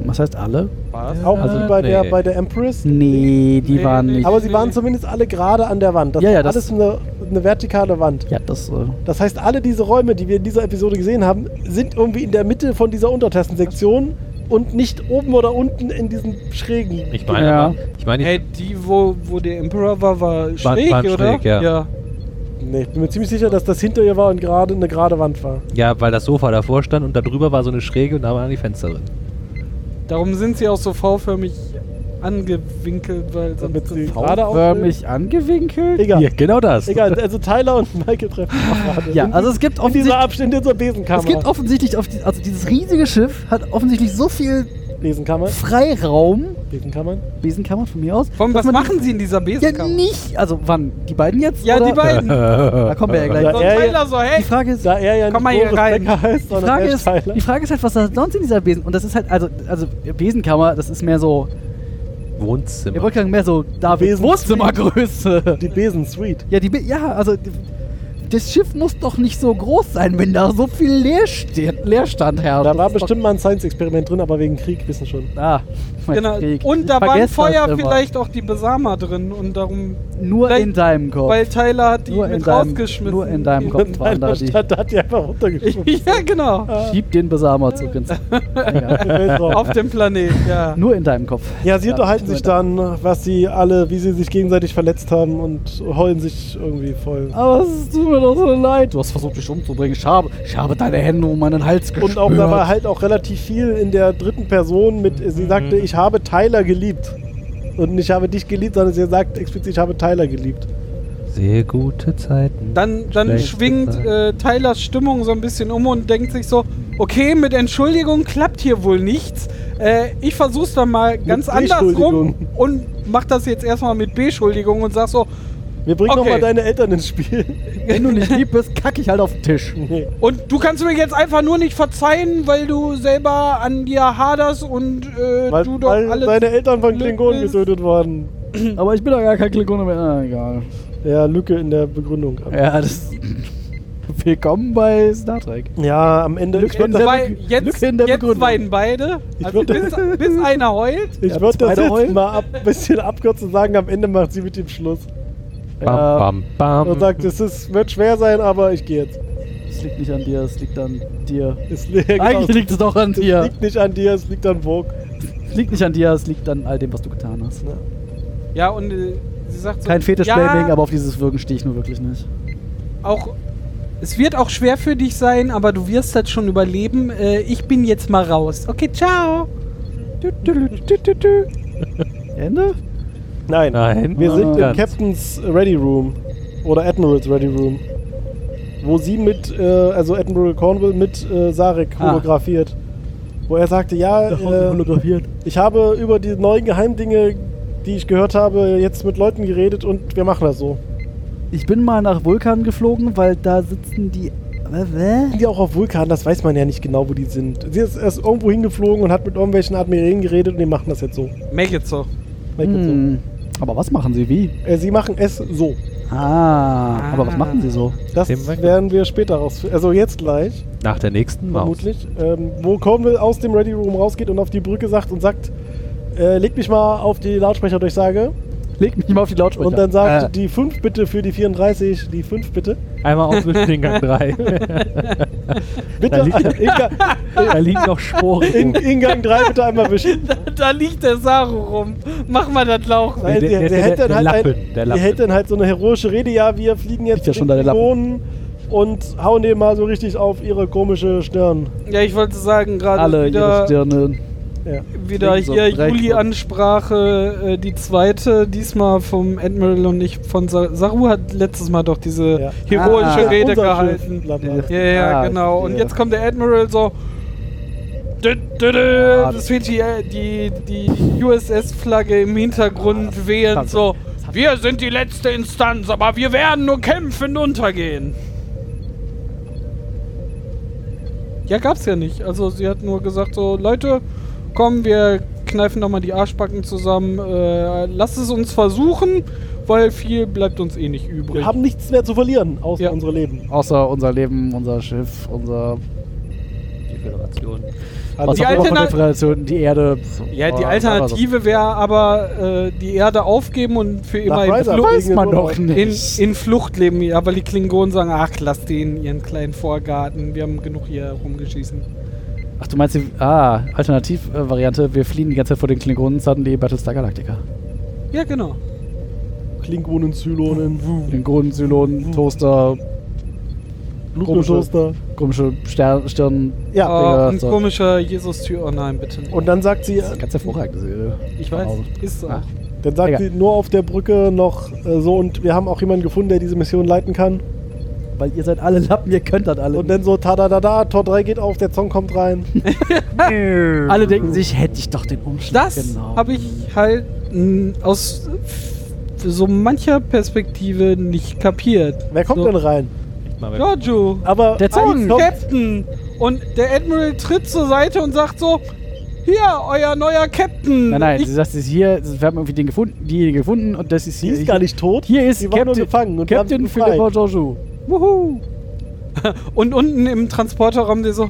[SPEAKER 3] Was heißt alle?
[SPEAKER 4] Was?
[SPEAKER 2] Auch
[SPEAKER 1] Also,
[SPEAKER 2] wie bei, der,
[SPEAKER 1] nee.
[SPEAKER 2] bei der Empress.
[SPEAKER 3] Nee, die
[SPEAKER 4] Nee,
[SPEAKER 3] waren
[SPEAKER 4] nee.
[SPEAKER 3] nicht.
[SPEAKER 2] Aber sie waren zumindest alle gerade an der Wand. Das
[SPEAKER 3] Ja, ja,
[SPEAKER 2] war
[SPEAKER 3] das-
[SPEAKER 2] alles eine, eine vertikale Wand.
[SPEAKER 3] ja, das. Äh,
[SPEAKER 2] Das heißt, alle diese Räume, die wir in dieser Episode gesehen haben, sind irgendwie in der Mitte von dieser Untertassensektion und nicht oben oder unten in diesen schrägen.
[SPEAKER 1] Ich meine,
[SPEAKER 3] Ja.
[SPEAKER 1] aber- ich meine,
[SPEAKER 4] Hey, die, wo, wo der Emperor war, war schräg,
[SPEAKER 1] waren
[SPEAKER 4] oder?
[SPEAKER 1] schräg, ja.
[SPEAKER 2] Nee, ich bin mir ziemlich sicher, dass das hinter ihr war und gerade eine gerade Wand war.
[SPEAKER 1] ja, weil das Sofa davor stand und da drüber war so eine Schräge und da waren die Fenster drin.
[SPEAKER 4] Darum sind sie auch so V-förmig angewinkelt, weil
[SPEAKER 2] Damit
[SPEAKER 4] sonst
[SPEAKER 2] sie
[SPEAKER 4] ist
[SPEAKER 2] gerade aufsteht.
[SPEAKER 3] förmig angewinkelt?
[SPEAKER 2] Egal.
[SPEAKER 1] genau das.
[SPEAKER 2] Egal, also Tyler und Michael treffen sich gerade.
[SPEAKER 3] Ja,
[SPEAKER 2] in,
[SPEAKER 3] also es gibt
[SPEAKER 2] in dieser
[SPEAKER 3] offensichtlich.
[SPEAKER 2] Abstände in so einer Besenkammer.
[SPEAKER 3] Es gibt offensichtlich auf die, also dieses riesige Schiff hat offensichtlich so viel
[SPEAKER 2] Besenkammer,
[SPEAKER 3] Freiraum,
[SPEAKER 2] Besenkammern.
[SPEAKER 3] Besenkammer von mir aus.
[SPEAKER 4] Vom,
[SPEAKER 3] dass
[SPEAKER 4] was
[SPEAKER 3] man-
[SPEAKER 4] machen sie in dieser
[SPEAKER 3] Ja,
[SPEAKER 4] Besenkammer?
[SPEAKER 3] nicht. Also wann? Die beiden jetzt?
[SPEAKER 4] Ja,
[SPEAKER 3] oder?
[SPEAKER 4] die beiden.
[SPEAKER 3] Da kommen wir ja gleich.
[SPEAKER 2] Ja,
[SPEAKER 4] so
[SPEAKER 2] er-
[SPEAKER 4] ein Tyler so,
[SPEAKER 3] Die
[SPEAKER 4] hey,
[SPEAKER 3] Frage ist,
[SPEAKER 2] Da er ja
[SPEAKER 4] Komm
[SPEAKER 2] nicht
[SPEAKER 4] mal hier
[SPEAKER 2] Boris
[SPEAKER 4] rein.
[SPEAKER 2] Becker heißt,
[SPEAKER 3] die
[SPEAKER 2] sondern
[SPEAKER 3] Frage
[SPEAKER 2] Ash
[SPEAKER 3] ist,
[SPEAKER 2] Tyler.
[SPEAKER 3] die Frage ist halt, was da sonst in dieser Besen. Und das ist halt, also, also Besenkammer, das ist mehr so. Ich
[SPEAKER 1] Wohnzimmer.
[SPEAKER 3] wollte sagen, mehr so David
[SPEAKER 2] Besen-
[SPEAKER 3] Wohnzimmergröße.
[SPEAKER 2] Die Besen-Suite.
[SPEAKER 3] Ja, die, Be- ja, also d- das Schiff muss doch nicht so groß sein, wenn da so viel Leerstand, Leerstand herrscht.
[SPEAKER 2] Da
[SPEAKER 3] Das
[SPEAKER 2] war
[SPEAKER 3] ist doch-
[SPEAKER 2] bestimmt mal ein Science-Experiment drin, aber wegen Krieg wissen schon.
[SPEAKER 3] Ah, mein
[SPEAKER 4] genau.
[SPEAKER 3] Krieg. Ich
[SPEAKER 4] Und da waren
[SPEAKER 3] vergesse das
[SPEAKER 4] vorher
[SPEAKER 3] immer.
[SPEAKER 4] vielleicht auch die Besama drin und darum,
[SPEAKER 3] Nur
[SPEAKER 4] Vielleicht-
[SPEAKER 3] in deinem Kopf.
[SPEAKER 4] weil Tyler hat die
[SPEAKER 3] Nur in
[SPEAKER 4] mit
[SPEAKER 3] deinem-
[SPEAKER 4] rausgeschmissen.
[SPEAKER 3] nur in deinem Kopf.
[SPEAKER 2] In
[SPEAKER 3] waren da
[SPEAKER 2] einer
[SPEAKER 3] die-
[SPEAKER 2] Stadt hat die einfach runtergeschoben. Ah.
[SPEAKER 4] ja, genau.
[SPEAKER 3] Schieb den Besamerzug ins. ja.
[SPEAKER 4] Auf dem Planet, ja.
[SPEAKER 3] Nur in deinem Kopf.
[SPEAKER 2] ja, sie
[SPEAKER 3] Ja,
[SPEAKER 2] unterhalten
[SPEAKER 3] nur
[SPEAKER 2] sich
[SPEAKER 3] in deinem-
[SPEAKER 2] dann, was sie alle, wie sie sich gegenseitig verletzt haben und heulen sich irgendwie voll.
[SPEAKER 3] Aber es tut mir doch so leid. Du hast versucht, mich umzubringen. Ich habe, ich habe deine Hände um meinen Hals gespürt.
[SPEAKER 2] Und auch da war halt auch relativ viel in der dritten Person mit, sie
[SPEAKER 3] Mhm.
[SPEAKER 2] sagte, ich habe Tyler geliebt. Und nicht habe dich geliebt, sondern sie sagt explizit, ich habe Tyler geliebt.
[SPEAKER 1] Sehr gute Zeiten.
[SPEAKER 4] Dann, dann
[SPEAKER 1] Schlecht
[SPEAKER 4] schwingt
[SPEAKER 1] gesagt.
[SPEAKER 4] äh, Tylers Stimmung so ein bisschen um und denkt sich so, okay, mit Entschuldigung klappt hier wohl nichts. Äh, ich versuch's dann mal ganz andersrum
[SPEAKER 2] Beschuldigung.
[SPEAKER 4] und mach das jetzt erstmal mit Beschuldigung und sag so,
[SPEAKER 2] Wir bringen
[SPEAKER 4] Okay.
[SPEAKER 2] nochmal deine Eltern ins Spiel.
[SPEAKER 3] Wenn du nicht lieb bist, kacke ich halt auf den Tisch.
[SPEAKER 2] nee.
[SPEAKER 4] Und du kannst mir jetzt einfach nur nicht verzeihen, weil du selber an dir haderst und äh,
[SPEAKER 2] Weil,
[SPEAKER 4] du doch
[SPEAKER 2] weil
[SPEAKER 4] alle.
[SPEAKER 2] deine Eltern von
[SPEAKER 4] Glück
[SPEAKER 2] Klingonen
[SPEAKER 4] ist.
[SPEAKER 2] getötet wurden.
[SPEAKER 3] Aber ich bin doch gar kein Klingone mehr. Ah, egal.
[SPEAKER 2] Ja, Lücke in der Begründung.
[SPEAKER 3] Ja, das. Willkommen bei Star Trek.
[SPEAKER 2] Ja, am Ende. Ich würde das,
[SPEAKER 4] Wobei, jetzt,
[SPEAKER 3] Lücke in der
[SPEAKER 4] jetzt
[SPEAKER 3] Begründung.
[SPEAKER 4] weinen beide.
[SPEAKER 2] Ich
[SPEAKER 4] Also
[SPEAKER 2] würd-
[SPEAKER 4] bis, bis einer heult.
[SPEAKER 2] ich
[SPEAKER 3] Ja,
[SPEAKER 2] würd das
[SPEAKER 3] zweite
[SPEAKER 2] jetzt
[SPEAKER 3] Heulen.
[SPEAKER 2] mal ab, bisschen abkürzen und sagen, am Ende macht sie mit dem Schluss.
[SPEAKER 3] Ja,
[SPEAKER 1] Bam, bam, bam.
[SPEAKER 2] Und sagt, es ist, wird schwer sein, aber ich gehe jetzt.
[SPEAKER 3] Es liegt nicht an dir, es liegt an dir.
[SPEAKER 2] Es liegt, genau,
[SPEAKER 3] Eigentlich liegt es doch an
[SPEAKER 2] es
[SPEAKER 3] dir.
[SPEAKER 2] liegt nicht an dir, es liegt an Vogue.
[SPEAKER 3] Es liegt nicht an dir, es liegt an all dem, was du getan hast.
[SPEAKER 4] Ja, und äh, sie sagt so,
[SPEAKER 3] Kein Fetisch-Blaming,
[SPEAKER 4] ja,
[SPEAKER 3] aber auf dieses Wirken stehe ich nur wirklich nicht.
[SPEAKER 4] auch es wird auch schwer für dich sein, aber du wirst das schon überleben. Äh, ich bin jetzt mal raus. Okay, ciao. Du, du, du, du, du, du.
[SPEAKER 3] Ende?
[SPEAKER 2] Nein.
[SPEAKER 1] Nein.
[SPEAKER 2] Wir sind im
[SPEAKER 1] Ganz.
[SPEAKER 2] Captain's Ready Room. Oder Admiral's Ready Room. Wo sie mit, äh, also Admiral Cornwall mit äh, Sarek
[SPEAKER 3] Ah.
[SPEAKER 2] holografiert. Wo er sagte, ja, äh,
[SPEAKER 3] Holographiert.
[SPEAKER 2] ich habe über die neuen Geheimdinge, die ich gehört habe, jetzt mit Leuten geredet und wir machen das so.
[SPEAKER 3] Ich bin mal nach Vulkan geflogen, weil da sitzen die. Hä?
[SPEAKER 2] Die auch auf Vulkan, das weiß man ja nicht genau, wo die sind. Sie ist erst irgendwo hingeflogen und hat mit irgendwelchen Admirälen geredet und die machen das jetzt so.
[SPEAKER 4] Make it so.
[SPEAKER 2] Make it
[SPEAKER 3] Hm. Aber was machen sie? Wie?
[SPEAKER 2] so. Äh, sie machen es so.
[SPEAKER 3] Ah, aber was machen sie so?
[SPEAKER 2] Das
[SPEAKER 1] Dem weg-
[SPEAKER 2] werden wir später rausfinden. Also jetzt gleich.
[SPEAKER 1] Nach der nächsten Maus.
[SPEAKER 2] vermutlich, ähm, wo Cornwall aus dem Ready Room rausgeht und auf die Brücke sagt und sagt, äh, leg mich mal auf die Lautsprecherdurchsage.
[SPEAKER 3] Leg mich mal auf die Lautsprecher.
[SPEAKER 2] Und dann sagt
[SPEAKER 3] äh,
[SPEAKER 2] die 5 bitte für die 34, die 5 bitte.
[SPEAKER 1] Einmal aufwischen den Gang 3.
[SPEAKER 2] Bitte
[SPEAKER 1] Da liegt-
[SPEAKER 2] Inga,
[SPEAKER 1] da liegen noch Sporen.
[SPEAKER 2] in, Ingang 3 bitte einmal wischen.
[SPEAKER 4] Da, da liegt der Saru rum. Mach mal das Lauch. weg.
[SPEAKER 2] Weil
[SPEAKER 1] der-
[SPEAKER 2] der,
[SPEAKER 1] der-
[SPEAKER 2] der,
[SPEAKER 1] der-
[SPEAKER 2] hält dann
[SPEAKER 1] der
[SPEAKER 2] halt ein-
[SPEAKER 1] Lappen, der
[SPEAKER 2] der
[SPEAKER 1] Lappen.
[SPEAKER 2] hält dann halt so eine heroische Rede, ja, wir fliegen jetzt
[SPEAKER 3] Liegt ja
[SPEAKER 2] mit
[SPEAKER 3] schon da der Lappen.
[SPEAKER 2] Klonen und hauen den mal so richtig auf ihre komische Stirn.
[SPEAKER 4] Ja, ich wollte sagen, gerade
[SPEAKER 3] alle ihre
[SPEAKER 4] wieder,
[SPEAKER 3] Stirne.
[SPEAKER 2] Ja.
[SPEAKER 4] wieder
[SPEAKER 3] Klingt so
[SPEAKER 4] hier
[SPEAKER 3] dreckig.
[SPEAKER 4] Juli-Ansprache, äh, die zweite, diesmal vom Admiral und nicht von Sa Saru hat letztes Mal doch diese
[SPEAKER 2] Ja.
[SPEAKER 4] heroische
[SPEAKER 3] Ah.
[SPEAKER 4] Rede
[SPEAKER 2] Unser
[SPEAKER 4] gehalten.
[SPEAKER 2] Schiff, bla, bla, bla.
[SPEAKER 4] Ja, ja,
[SPEAKER 3] Ah,
[SPEAKER 4] genau.
[SPEAKER 3] ich
[SPEAKER 4] Und
[SPEAKER 3] verstehe.
[SPEAKER 4] jetzt kommt der Admiral so. Dü, dü, dü.
[SPEAKER 3] Ah,
[SPEAKER 4] Das fehlt hier die, die USS-Flagge im Hintergrund wählen
[SPEAKER 3] das-
[SPEAKER 4] so. Wir sind die letzte Instanz, aber wir werden nur kämpfend untergehen. Ja, gab's ja nicht. Also sie hat nur gesagt so, Leute, komm, wir kneifen nochmal die Arschbacken zusammen. Äh, lasst es uns versuchen, weil viel bleibt uns eh nicht übrig.
[SPEAKER 2] Wir haben nichts mehr zu verlieren, außer
[SPEAKER 4] Ja.
[SPEAKER 2] unsere Leben.
[SPEAKER 3] Außer unser Leben, unser Schiff, unser.
[SPEAKER 1] Die Föderation.
[SPEAKER 2] Also
[SPEAKER 4] Die
[SPEAKER 3] auch immer
[SPEAKER 4] Altern-
[SPEAKER 3] von der Föderation, die Erde. Oh,
[SPEAKER 4] Ja, die
[SPEAKER 3] Oder
[SPEAKER 4] Alternative wäre aber äh, die Erde aufgeben und für immer in,
[SPEAKER 2] Freisach.
[SPEAKER 4] Flucht,
[SPEAKER 3] Weiß man doch
[SPEAKER 4] in,
[SPEAKER 3] nicht.
[SPEAKER 4] in Flucht leben. Ja, weil die Klingonen sagen, ach, lass den ihren kleinen Vorgarten, wir haben genug hier rumgeschießen.
[SPEAKER 3] Ach, du meinst die. Ah, Alternativvariante. Wir fliehen die ganze Zeit vor den Klingonen, suddenly Battlestar Galactica.
[SPEAKER 4] Ja, genau.
[SPEAKER 2] Klingonen, Zylonen,
[SPEAKER 3] Klingonen, Zylonen, Toaster,
[SPEAKER 2] Lugno-Toaster.
[SPEAKER 3] komische Stern, Stirn.
[SPEAKER 2] Ja,
[SPEAKER 4] oh,
[SPEAKER 3] Digga,
[SPEAKER 4] ein
[SPEAKER 3] so.
[SPEAKER 4] komischer Jesus-Tür. Oh nein, bitte nicht.
[SPEAKER 2] Und Genau. dann sagt sie,
[SPEAKER 3] Ganz hervorragende Serie.
[SPEAKER 4] Ich weiß,
[SPEAKER 3] Wow.
[SPEAKER 4] ist so.
[SPEAKER 3] Ah.
[SPEAKER 2] dann sagt
[SPEAKER 3] Egal.
[SPEAKER 2] sie nur auf der Brücke noch äh, so und wir haben auch jemanden gefunden, der diese Mission leiten kann.
[SPEAKER 3] Weil ihr seid alle Lappen, ihr könnt das alle.
[SPEAKER 2] Und dann so tadadada, Tor 3 geht auf, der Song kommt rein. Äh.
[SPEAKER 3] alle denken sich, hätte ich doch den Umschlag. genau.
[SPEAKER 4] Das
[SPEAKER 2] genau.
[SPEAKER 4] habe ich halt mh, aus f- so mancher Perspektive nicht kapiert.
[SPEAKER 2] Wer kommt
[SPEAKER 4] so.
[SPEAKER 2] denn rein?
[SPEAKER 4] Giorgio.
[SPEAKER 2] Aber
[SPEAKER 3] Der
[SPEAKER 2] Ah,
[SPEAKER 3] Song.
[SPEAKER 2] jetzt
[SPEAKER 4] Komm.
[SPEAKER 2] kommt-
[SPEAKER 4] Captain! Und der Admiral tritt zur Seite und sagt so: Hier, euer neuer Captain!
[SPEAKER 3] Nein, nein,
[SPEAKER 4] ich,
[SPEAKER 3] sie sagt, sie ist hier, wir haben irgendwie den gefunden, diejenige gefunden und das ist
[SPEAKER 2] Die
[SPEAKER 3] hier.
[SPEAKER 2] ist gar nicht tot.
[SPEAKER 3] Hier ist
[SPEAKER 2] die war nur
[SPEAKER 3] Captain-
[SPEAKER 2] gefangen. Und wir haben sie
[SPEAKER 3] Captain
[SPEAKER 2] befreit.
[SPEAKER 3] Philippa Jojo.
[SPEAKER 4] wuhu. Und unten im Transporterraum, der so: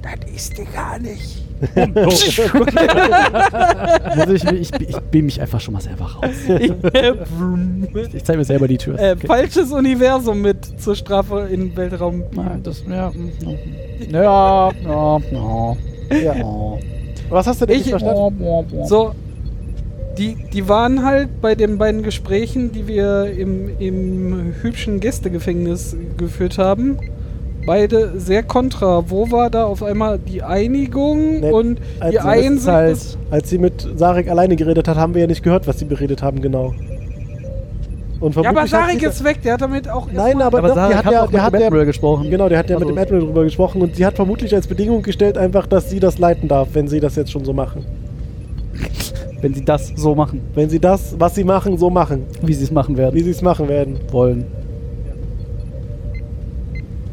[SPEAKER 4] Das ist die gar nicht.
[SPEAKER 2] Oh.
[SPEAKER 3] Also ich, ich, ich beam mich einfach schon mal selber raus.
[SPEAKER 4] äh,
[SPEAKER 3] Ich zeige mir selber die Tür.
[SPEAKER 4] Falsches Universum mit zur Strafe in Weltraum.
[SPEAKER 3] Nein, das, ja, mm, ja, ja, ja,
[SPEAKER 2] Ja.
[SPEAKER 3] ja.
[SPEAKER 2] Was hast du denn
[SPEAKER 4] Ich-
[SPEAKER 2] nicht
[SPEAKER 3] Oh,
[SPEAKER 2] verstanden?
[SPEAKER 4] So, die, die waren halt bei den beiden Gesprächen, die wir im, im hübschen Gästegefängnis geführt haben, beide sehr kontra. Wo war da auf einmal die Einigung
[SPEAKER 2] Nee,
[SPEAKER 4] und
[SPEAKER 2] also
[SPEAKER 4] die
[SPEAKER 2] das
[SPEAKER 4] Einsicht?
[SPEAKER 2] ist
[SPEAKER 4] des-
[SPEAKER 2] halt, als sie mit Sarek alleine geredet hat, haben wir ja nicht gehört, was sie beredet haben, genau. Und
[SPEAKER 4] ja, aber
[SPEAKER 2] vermutlich hat
[SPEAKER 4] Sarek
[SPEAKER 2] sie-
[SPEAKER 4] ist weg, der hat damit auch.
[SPEAKER 2] Nein, aber,
[SPEAKER 3] Aber
[SPEAKER 2] doch, die
[SPEAKER 3] Sarah
[SPEAKER 2] hat,
[SPEAKER 3] hat
[SPEAKER 2] ja,
[SPEAKER 3] auch
[SPEAKER 2] der
[SPEAKER 3] mit
[SPEAKER 2] hat
[SPEAKER 3] dem
[SPEAKER 2] ja,
[SPEAKER 3] Admiral gesprochen.
[SPEAKER 2] Genau, der hat ja
[SPEAKER 3] Also-
[SPEAKER 2] mit dem Admiral drüber gesprochen und sie hat vermutlich als Bedingung gestellt einfach, dass sie das leiten darf, wenn sie das jetzt schon so machen.
[SPEAKER 3] wenn sie das so machen,
[SPEAKER 2] Wenn sie das, was sie machen, so machen,
[SPEAKER 3] wie sie es machen werden
[SPEAKER 2] wie sie es machen werden.
[SPEAKER 3] wollen.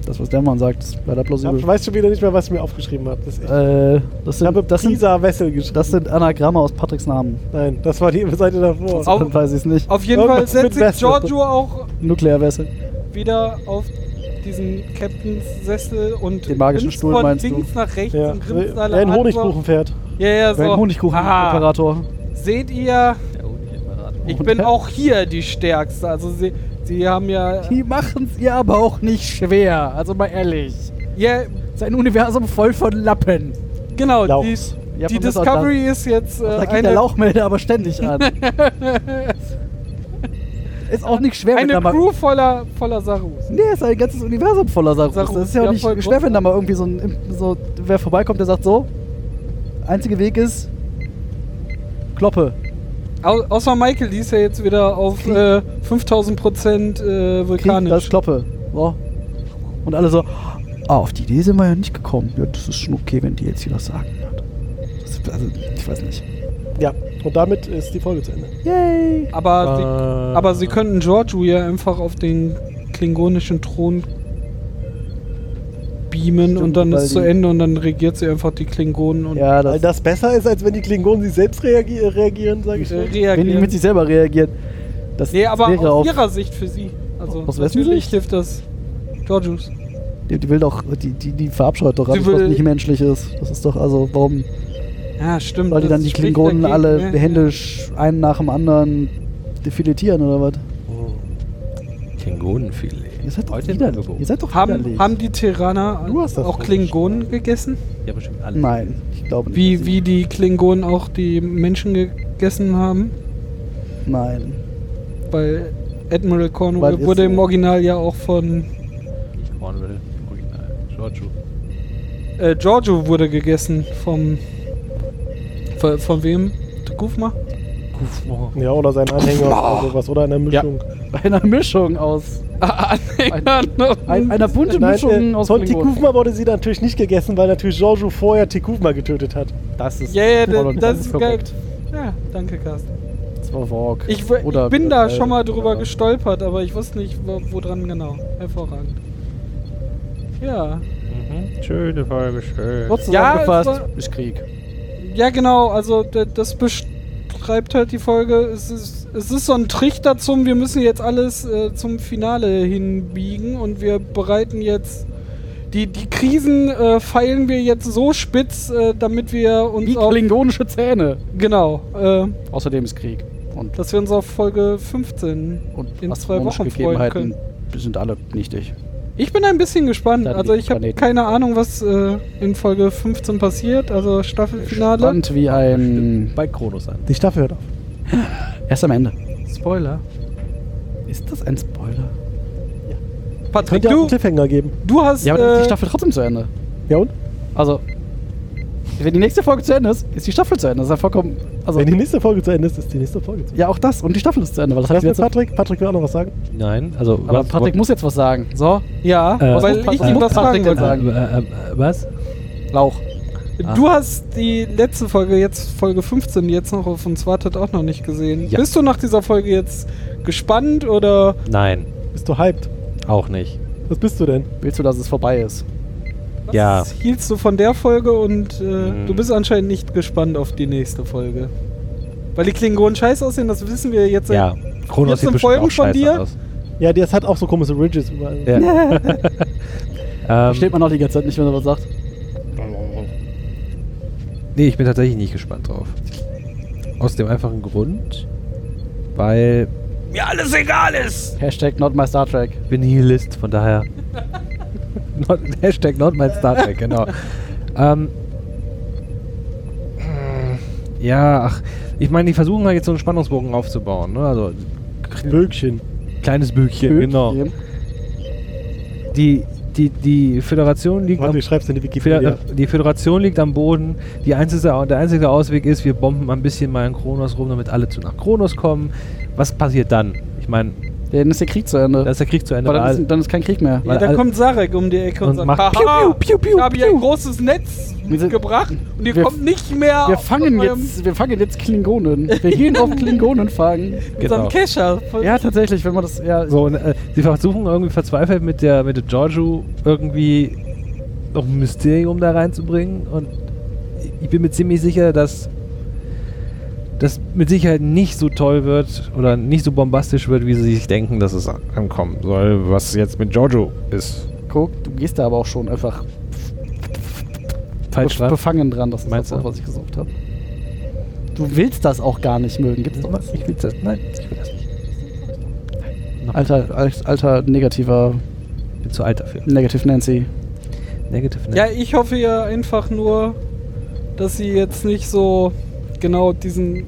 [SPEAKER 3] Das, was der Mann sagt, ist leider
[SPEAKER 2] Ich hab,
[SPEAKER 3] plausibel.
[SPEAKER 2] weiß schon wieder nicht mehr, was ich mir aufgeschrieben habe. Das ist echt-
[SPEAKER 3] Äh, das
[SPEAKER 2] ich habe
[SPEAKER 3] sind, das, sind,
[SPEAKER 2] Pisa Wessel geschrieben.
[SPEAKER 3] das sind Anagramme aus Patricks Namen.
[SPEAKER 2] Nein, das war die Seite davor.
[SPEAKER 4] Au-
[SPEAKER 3] Dann weiß ich es nicht.
[SPEAKER 4] Auf jeden Fall
[SPEAKER 2] Irgendwas mit
[SPEAKER 4] setzt sich
[SPEAKER 2] Wessel.
[SPEAKER 4] Giorgio auch
[SPEAKER 3] Nuklearwässer.
[SPEAKER 4] wieder auf diesen Captains Sessel und
[SPEAKER 3] Den magischen
[SPEAKER 4] grinst
[SPEAKER 3] Stuhl
[SPEAKER 4] von
[SPEAKER 3] meinst du?
[SPEAKER 4] links nach rechts
[SPEAKER 2] Ja.
[SPEAKER 4] und grinst
[SPEAKER 2] Wer
[SPEAKER 4] alle
[SPEAKER 2] ein
[SPEAKER 4] an, so-
[SPEAKER 2] Honigkuchen fährt.
[SPEAKER 4] Ja, ja, so.
[SPEAKER 3] Beim
[SPEAKER 4] Haha,
[SPEAKER 3] Honigkuchen-Operator.
[SPEAKER 4] seht ihr, ich bin auch hier die Stärkste. Also sie, sie haben ja,
[SPEAKER 3] Die machen es ihr aber auch nicht schwer. Also mal ehrlich.
[SPEAKER 4] ja
[SPEAKER 3] Sein Universum voll von Lappen.
[SPEAKER 4] genau,
[SPEAKER 2] Lauch.
[SPEAKER 4] die,
[SPEAKER 3] Ja,
[SPEAKER 4] die
[SPEAKER 3] von mir ist auch
[SPEAKER 4] Discovery ist jetzt äh,
[SPEAKER 3] Da geht der
[SPEAKER 4] eine,
[SPEAKER 3] Lauchmelder aber ständig an. ist auch nicht schwer, wenn
[SPEAKER 4] eine
[SPEAKER 3] da mal.
[SPEAKER 4] Crew voller, voller Sarus.
[SPEAKER 3] Nee, ist ein ganzes Universum voller Sarus.
[SPEAKER 4] Sarus,
[SPEAKER 3] Das ist ja
[SPEAKER 4] ja,
[SPEAKER 3] auch nicht
[SPEAKER 4] voll
[SPEAKER 3] schwer, wenn
[SPEAKER 4] groß.
[SPEAKER 3] da mal irgendwie so ein. So, wer vorbeikommt, der sagt so: Einziger Weg ist. Kloppe.
[SPEAKER 4] Au außer Michael, die ist ja jetzt wieder auf
[SPEAKER 3] Krieg.
[SPEAKER 4] äh, 5000 Prozent äh,
[SPEAKER 3] Krieg, da ist
[SPEAKER 4] vulkanisch.
[SPEAKER 3] Kloppe. So. Und alle so: Ah, auf die Idee sind wir ja nicht gekommen. Ja, das ist schon okay, wenn die jetzt hier was sagen hat. Das ist, also, ich weiß nicht.
[SPEAKER 2] Ja, und damit ist die Folge zu Ende.
[SPEAKER 3] Yay!
[SPEAKER 4] aber, sie,
[SPEAKER 1] Äh,
[SPEAKER 4] aber sie könnten Giorgio ja einfach auf den klingonischen Thron beamen
[SPEAKER 3] Stimmt,
[SPEAKER 4] und dann
[SPEAKER 3] weil
[SPEAKER 4] ist zu
[SPEAKER 3] die-
[SPEAKER 4] Ende und dann regiert sie einfach die Klingonen und
[SPEAKER 3] Ja,
[SPEAKER 2] Weil
[SPEAKER 3] das,
[SPEAKER 2] das besser ist, als wenn die Klingonen sich selbst reagi reagieren, sage
[SPEAKER 4] äh,
[SPEAKER 2] ich mal.
[SPEAKER 3] wenn die
[SPEAKER 4] reagieren.
[SPEAKER 3] mit sich selber reagieren. Das
[SPEAKER 4] nee, aber
[SPEAKER 3] wäre
[SPEAKER 4] aus
[SPEAKER 3] auch.
[SPEAKER 4] ihrer Sicht für sie. Also
[SPEAKER 3] Aus wessen
[SPEAKER 4] natürlich
[SPEAKER 3] Sicht?
[SPEAKER 4] hilft das Giorgios.
[SPEAKER 3] Die, die will doch, die, die, die verabscheut doch
[SPEAKER 4] Sie
[SPEAKER 3] alles, was
[SPEAKER 4] will-
[SPEAKER 3] nicht menschlich ist. Das ist doch, also, warum
[SPEAKER 4] Ja, stimmt.
[SPEAKER 3] soll die
[SPEAKER 4] das
[SPEAKER 3] dann die
[SPEAKER 4] spricht
[SPEAKER 3] Klingonen
[SPEAKER 4] dagegen,
[SPEAKER 3] alle
[SPEAKER 4] ne?
[SPEAKER 3] händisch einen nach dem anderen defiletieren oder was?
[SPEAKER 1] Oh. Klingonenfilet.
[SPEAKER 3] Ihr seid doch
[SPEAKER 1] Heute im
[SPEAKER 3] widerlich.
[SPEAKER 1] Angebot.
[SPEAKER 3] Ihr seid doch
[SPEAKER 4] Haben,
[SPEAKER 3] widerlich.
[SPEAKER 4] haben die Terraner
[SPEAKER 2] Du hast das
[SPEAKER 4] auch
[SPEAKER 2] doch
[SPEAKER 4] Klingonen gegessen?
[SPEAKER 1] Ja, bestimmt alle.
[SPEAKER 3] Nein, ich glaube nicht. dass
[SPEAKER 4] Wie,
[SPEAKER 3] sie-
[SPEAKER 4] wie die Klingonen auch die Menschen gegessen haben?
[SPEAKER 3] Nein.
[SPEAKER 4] Weil Admiral
[SPEAKER 3] Weil
[SPEAKER 4] Cornwall
[SPEAKER 3] ist
[SPEAKER 4] wurde
[SPEAKER 3] so.
[SPEAKER 4] im Original ja auch von
[SPEAKER 1] Nicht Cornwall, im Original. Giorgio.
[SPEAKER 4] äh, Giorgio wurde gegessen vom von, von wem? Gufma?
[SPEAKER 1] Kufmo.
[SPEAKER 2] Ja, oder sein Anhänger oder sowas. Oder eine Mischung.
[SPEAKER 3] Bei einer Mischung aus.
[SPEAKER 4] Ah, Anhängern und-
[SPEAKER 3] Ein, einer bunten
[SPEAKER 2] Nein,
[SPEAKER 3] Mischung
[SPEAKER 2] äh,
[SPEAKER 3] aus
[SPEAKER 2] von
[SPEAKER 3] Klingonen.
[SPEAKER 2] Tikuvma wurde sie natürlich nicht gegessen, weil natürlich Giorgio vorher Tikuvma getötet hat.
[SPEAKER 3] Das ist.
[SPEAKER 4] Ja, ja, das,
[SPEAKER 3] voll und
[SPEAKER 4] das
[SPEAKER 3] ganz
[SPEAKER 4] ist geil.
[SPEAKER 3] korrekt.
[SPEAKER 4] Ja, danke Carsten.
[SPEAKER 3] Das war Vork.
[SPEAKER 4] Ich, w-
[SPEAKER 3] Oder-
[SPEAKER 4] ich bin da
[SPEAKER 3] äh,
[SPEAKER 4] schon mal drüber
[SPEAKER 3] oder-
[SPEAKER 4] gestolpert, aber ich wusste nicht, wo, wo dran genau. Hervorragend. Ja.
[SPEAKER 1] Mhm. Schöne Folge, schön.
[SPEAKER 3] Kurz
[SPEAKER 4] Ja, es
[SPEAKER 3] zusammengefasst,
[SPEAKER 4] war-
[SPEAKER 3] ich krieg.
[SPEAKER 4] Ja, genau, also d- das beschreibt halt die Folge. Es ist, es ist so ein Trichter zum, wir müssen jetzt alles äh, zum Finale hinbiegen und wir bereiten jetzt. Die, die Krisen äh, feilen wir jetzt so spitz, äh, damit wir uns
[SPEAKER 3] Wie
[SPEAKER 4] auf.
[SPEAKER 3] klingonische Zähne.
[SPEAKER 4] Genau, äh,
[SPEAKER 3] Außerdem ist Krieg. Und,
[SPEAKER 4] dass wir uns auf Folge 15
[SPEAKER 3] und
[SPEAKER 4] in zwei
[SPEAKER 3] astronomische
[SPEAKER 4] Wochen freuen
[SPEAKER 3] Gegebenheiten
[SPEAKER 4] können.
[SPEAKER 3] sind alle nichtig.
[SPEAKER 4] Ich bin ein bisschen gespannt.
[SPEAKER 3] Dann
[SPEAKER 4] Also
[SPEAKER 3] die
[SPEAKER 4] ich habe
[SPEAKER 3] Planeten.
[SPEAKER 4] keine Ahnung, was äh, in Folge 15 passiert, also Staffelfinale.
[SPEAKER 3] Land wie ein.
[SPEAKER 1] bei Kronos an.
[SPEAKER 2] Die Staffel hört auf.
[SPEAKER 3] Erst am Ende.
[SPEAKER 4] Spoiler.
[SPEAKER 3] Ist das ein Spoiler?
[SPEAKER 4] Patrick,
[SPEAKER 2] Könnte ja auch
[SPEAKER 4] du,
[SPEAKER 2] einen Cliffhanger geben.
[SPEAKER 4] du hast.
[SPEAKER 3] Ja, aber dann ist die
[SPEAKER 4] äh,
[SPEAKER 3] Staffel trotzdem zu Ende.
[SPEAKER 2] Ja und?
[SPEAKER 3] Also. Wenn die nächste Folge zu Ende ist, ist die Staffel zu Ende. Das ist ja vollkommen. Also,
[SPEAKER 2] Wenn die nächste Folge zu Ende ist, ist die nächste Folge zu Ende.
[SPEAKER 3] ja, auch das. Und die Staffel ist zu Ende, weil das hat
[SPEAKER 2] Was
[SPEAKER 3] die
[SPEAKER 2] mit
[SPEAKER 3] letzte.
[SPEAKER 2] Patrick? Patrick will auch noch was sagen.
[SPEAKER 1] Nein, also.
[SPEAKER 3] Aber Patrick muss jetzt was sagen. So,
[SPEAKER 4] Ja,
[SPEAKER 1] Äh,
[SPEAKER 4] weil
[SPEAKER 3] was
[SPEAKER 4] ich
[SPEAKER 3] muss
[SPEAKER 4] ihm was
[SPEAKER 3] Patrick
[SPEAKER 4] fragen
[SPEAKER 1] äh,
[SPEAKER 3] denn sagen.
[SPEAKER 4] wollte.
[SPEAKER 1] äh, äh, was?
[SPEAKER 3] Lauch.
[SPEAKER 1] Ah.
[SPEAKER 4] Du hast die letzte Folge, jetzt Folge 15, die jetzt noch auf uns wartet, auch noch nicht gesehen.
[SPEAKER 1] Ja.
[SPEAKER 4] Bist du nach dieser Folge jetzt gespannt oder
[SPEAKER 1] Nein,
[SPEAKER 2] Bist du hyped?
[SPEAKER 1] auch nicht.
[SPEAKER 2] Was bist du denn?
[SPEAKER 3] Willst du, dass es vorbei ist?
[SPEAKER 4] was
[SPEAKER 1] Ja.
[SPEAKER 4] hieltst du von der Folge und äh,
[SPEAKER 1] Mhm.
[SPEAKER 4] du bist anscheinend nicht gespannt auf die nächste Folge? Weil die Klingonen scheiße aussehen, das wissen wir jetzt. seit-
[SPEAKER 1] Ja, Kronos sieht
[SPEAKER 4] 14
[SPEAKER 1] bestimmt
[SPEAKER 4] Folgen
[SPEAKER 1] auch
[SPEAKER 4] von
[SPEAKER 1] scheiße
[SPEAKER 4] dir?
[SPEAKER 1] aus.
[SPEAKER 2] Ja, das hat auch so komische Ridges überall.
[SPEAKER 1] Ja.
[SPEAKER 3] Versteht
[SPEAKER 1] ähm,
[SPEAKER 3] man auch die ganze Zeit nicht, wenn er was sagt.
[SPEAKER 1] nee, ich bin tatsächlich nicht gespannt drauf. Aus dem einfachen Grund, weil mir alles egal ist.
[SPEAKER 3] Hashtag not my Star Trek.
[SPEAKER 1] Ich bin Nihilist, von daher. not, Hashtag not mein Star Trek, genau. ähm, ja, ach, ich meine, die versuchen halt jetzt so einen Spannungsbogen aufzubauen. Ne? Also,
[SPEAKER 2] Bögchen.
[SPEAKER 1] kleines Bökchen, genau. Die, die, die Föderation liegt
[SPEAKER 2] Warte,
[SPEAKER 1] am
[SPEAKER 2] ich schreib's in die
[SPEAKER 1] Die Föder-
[SPEAKER 2] Wikipedia.
[SPEAKER 1] Die Föderation liegt am Boden. Die einzige, der einzige Ausweg ist, wir bomben ein bisschen mal in Kronos rum, damit alle zu nach Kronos kommen. Was passiert dann? Ich meine,
[SPEAKER 3] Dann ist der Krieg zu Ende.
[SPEAKER 1] Da ist der Krieg zu Ende.
[SPEAKER 3] Aber dann
[SPEAKER 1] weil-
[SPEAKER 3] ist, dann ist kein Krieg mehr.
[SPEAKER 1] Weil
[SPEAKER 4] Ja, da
[SPEAKER 1] alle-
[SPEAKER 4] kommt Sarek um die Ecke und,
[SPEAKER 1] Und
[SPEAKER 4] sagt,
[SPEAKER 1] macht
[SPEAKER 4] haha,
[SPEAKER 3] Piu, piu, piu, piu,
[SPEAKER 4] Ah, ich habe hier
[SPEAKER 3] piu."
[SPEAKER 4] ein großes Netz
[SPEAKER 3] Wir sind-
[SPEAKER 4] gebracht und ihr
[SPEAKER 3] wir-
[SPEAKER 4] kommt nicht mehr
[SPEAKER 3] Wir
[SPEAKER 4] auf
[SPEAKER 3] fangen
[SPEAKER 4] eurem-
[SPEAKER 3] jetzt, wir fangen jetzt Klingonen. Wir gehen auf Klingonen fangen.
[SPEAKER 4] mit so einem Kescher.
[SPEAKER 3] genau. Ja, tatsächlich, wenn man das. Ja,
[SPEAKER 1] So, und, äh, sie versuchen irgendwie verzweifelt mit der mit der Giorgio irgendwie noch ein Mysterium da reinzubringen und ich bin mir ziemlich sicher, dass das mit Sicherheit nicht so toll wird oder nicht so bombastisch wird, wie sie sich denken, dass es an- ankommen soll, was jetzt mit Giorgio ist.
[SPEAKER 3] guck, du gehst da aber auch schon einfach
[SPEAKER 1] Falsch,
[SPEAKER 3] bef-
[SPEAKER 1] ne?
[SPEAKER 3] befangen dran. Das ist
[SPEAKER 1] Meinst
[SPEAKER 3] das,
[SPEAKER 1] du?
[SPEAKER 3] was ich gesucht habe. Du willst das auch gar nicht mögen, gibt's doch.
[SPEAKER 1] Ich will das. Nein, ich will das nicht.
[SPEAKER 3] Alter, als- alter negativer,
[SPEAKER 1] Ich bin zu alt dafür.
[SPEAKER 3] negative Nancy.
[SPEAKER 1] Negative. ne?
[SPEAKER 4] Ja, ich hoffe ja einfach nur, dass sie jetzt nicht so genau diesen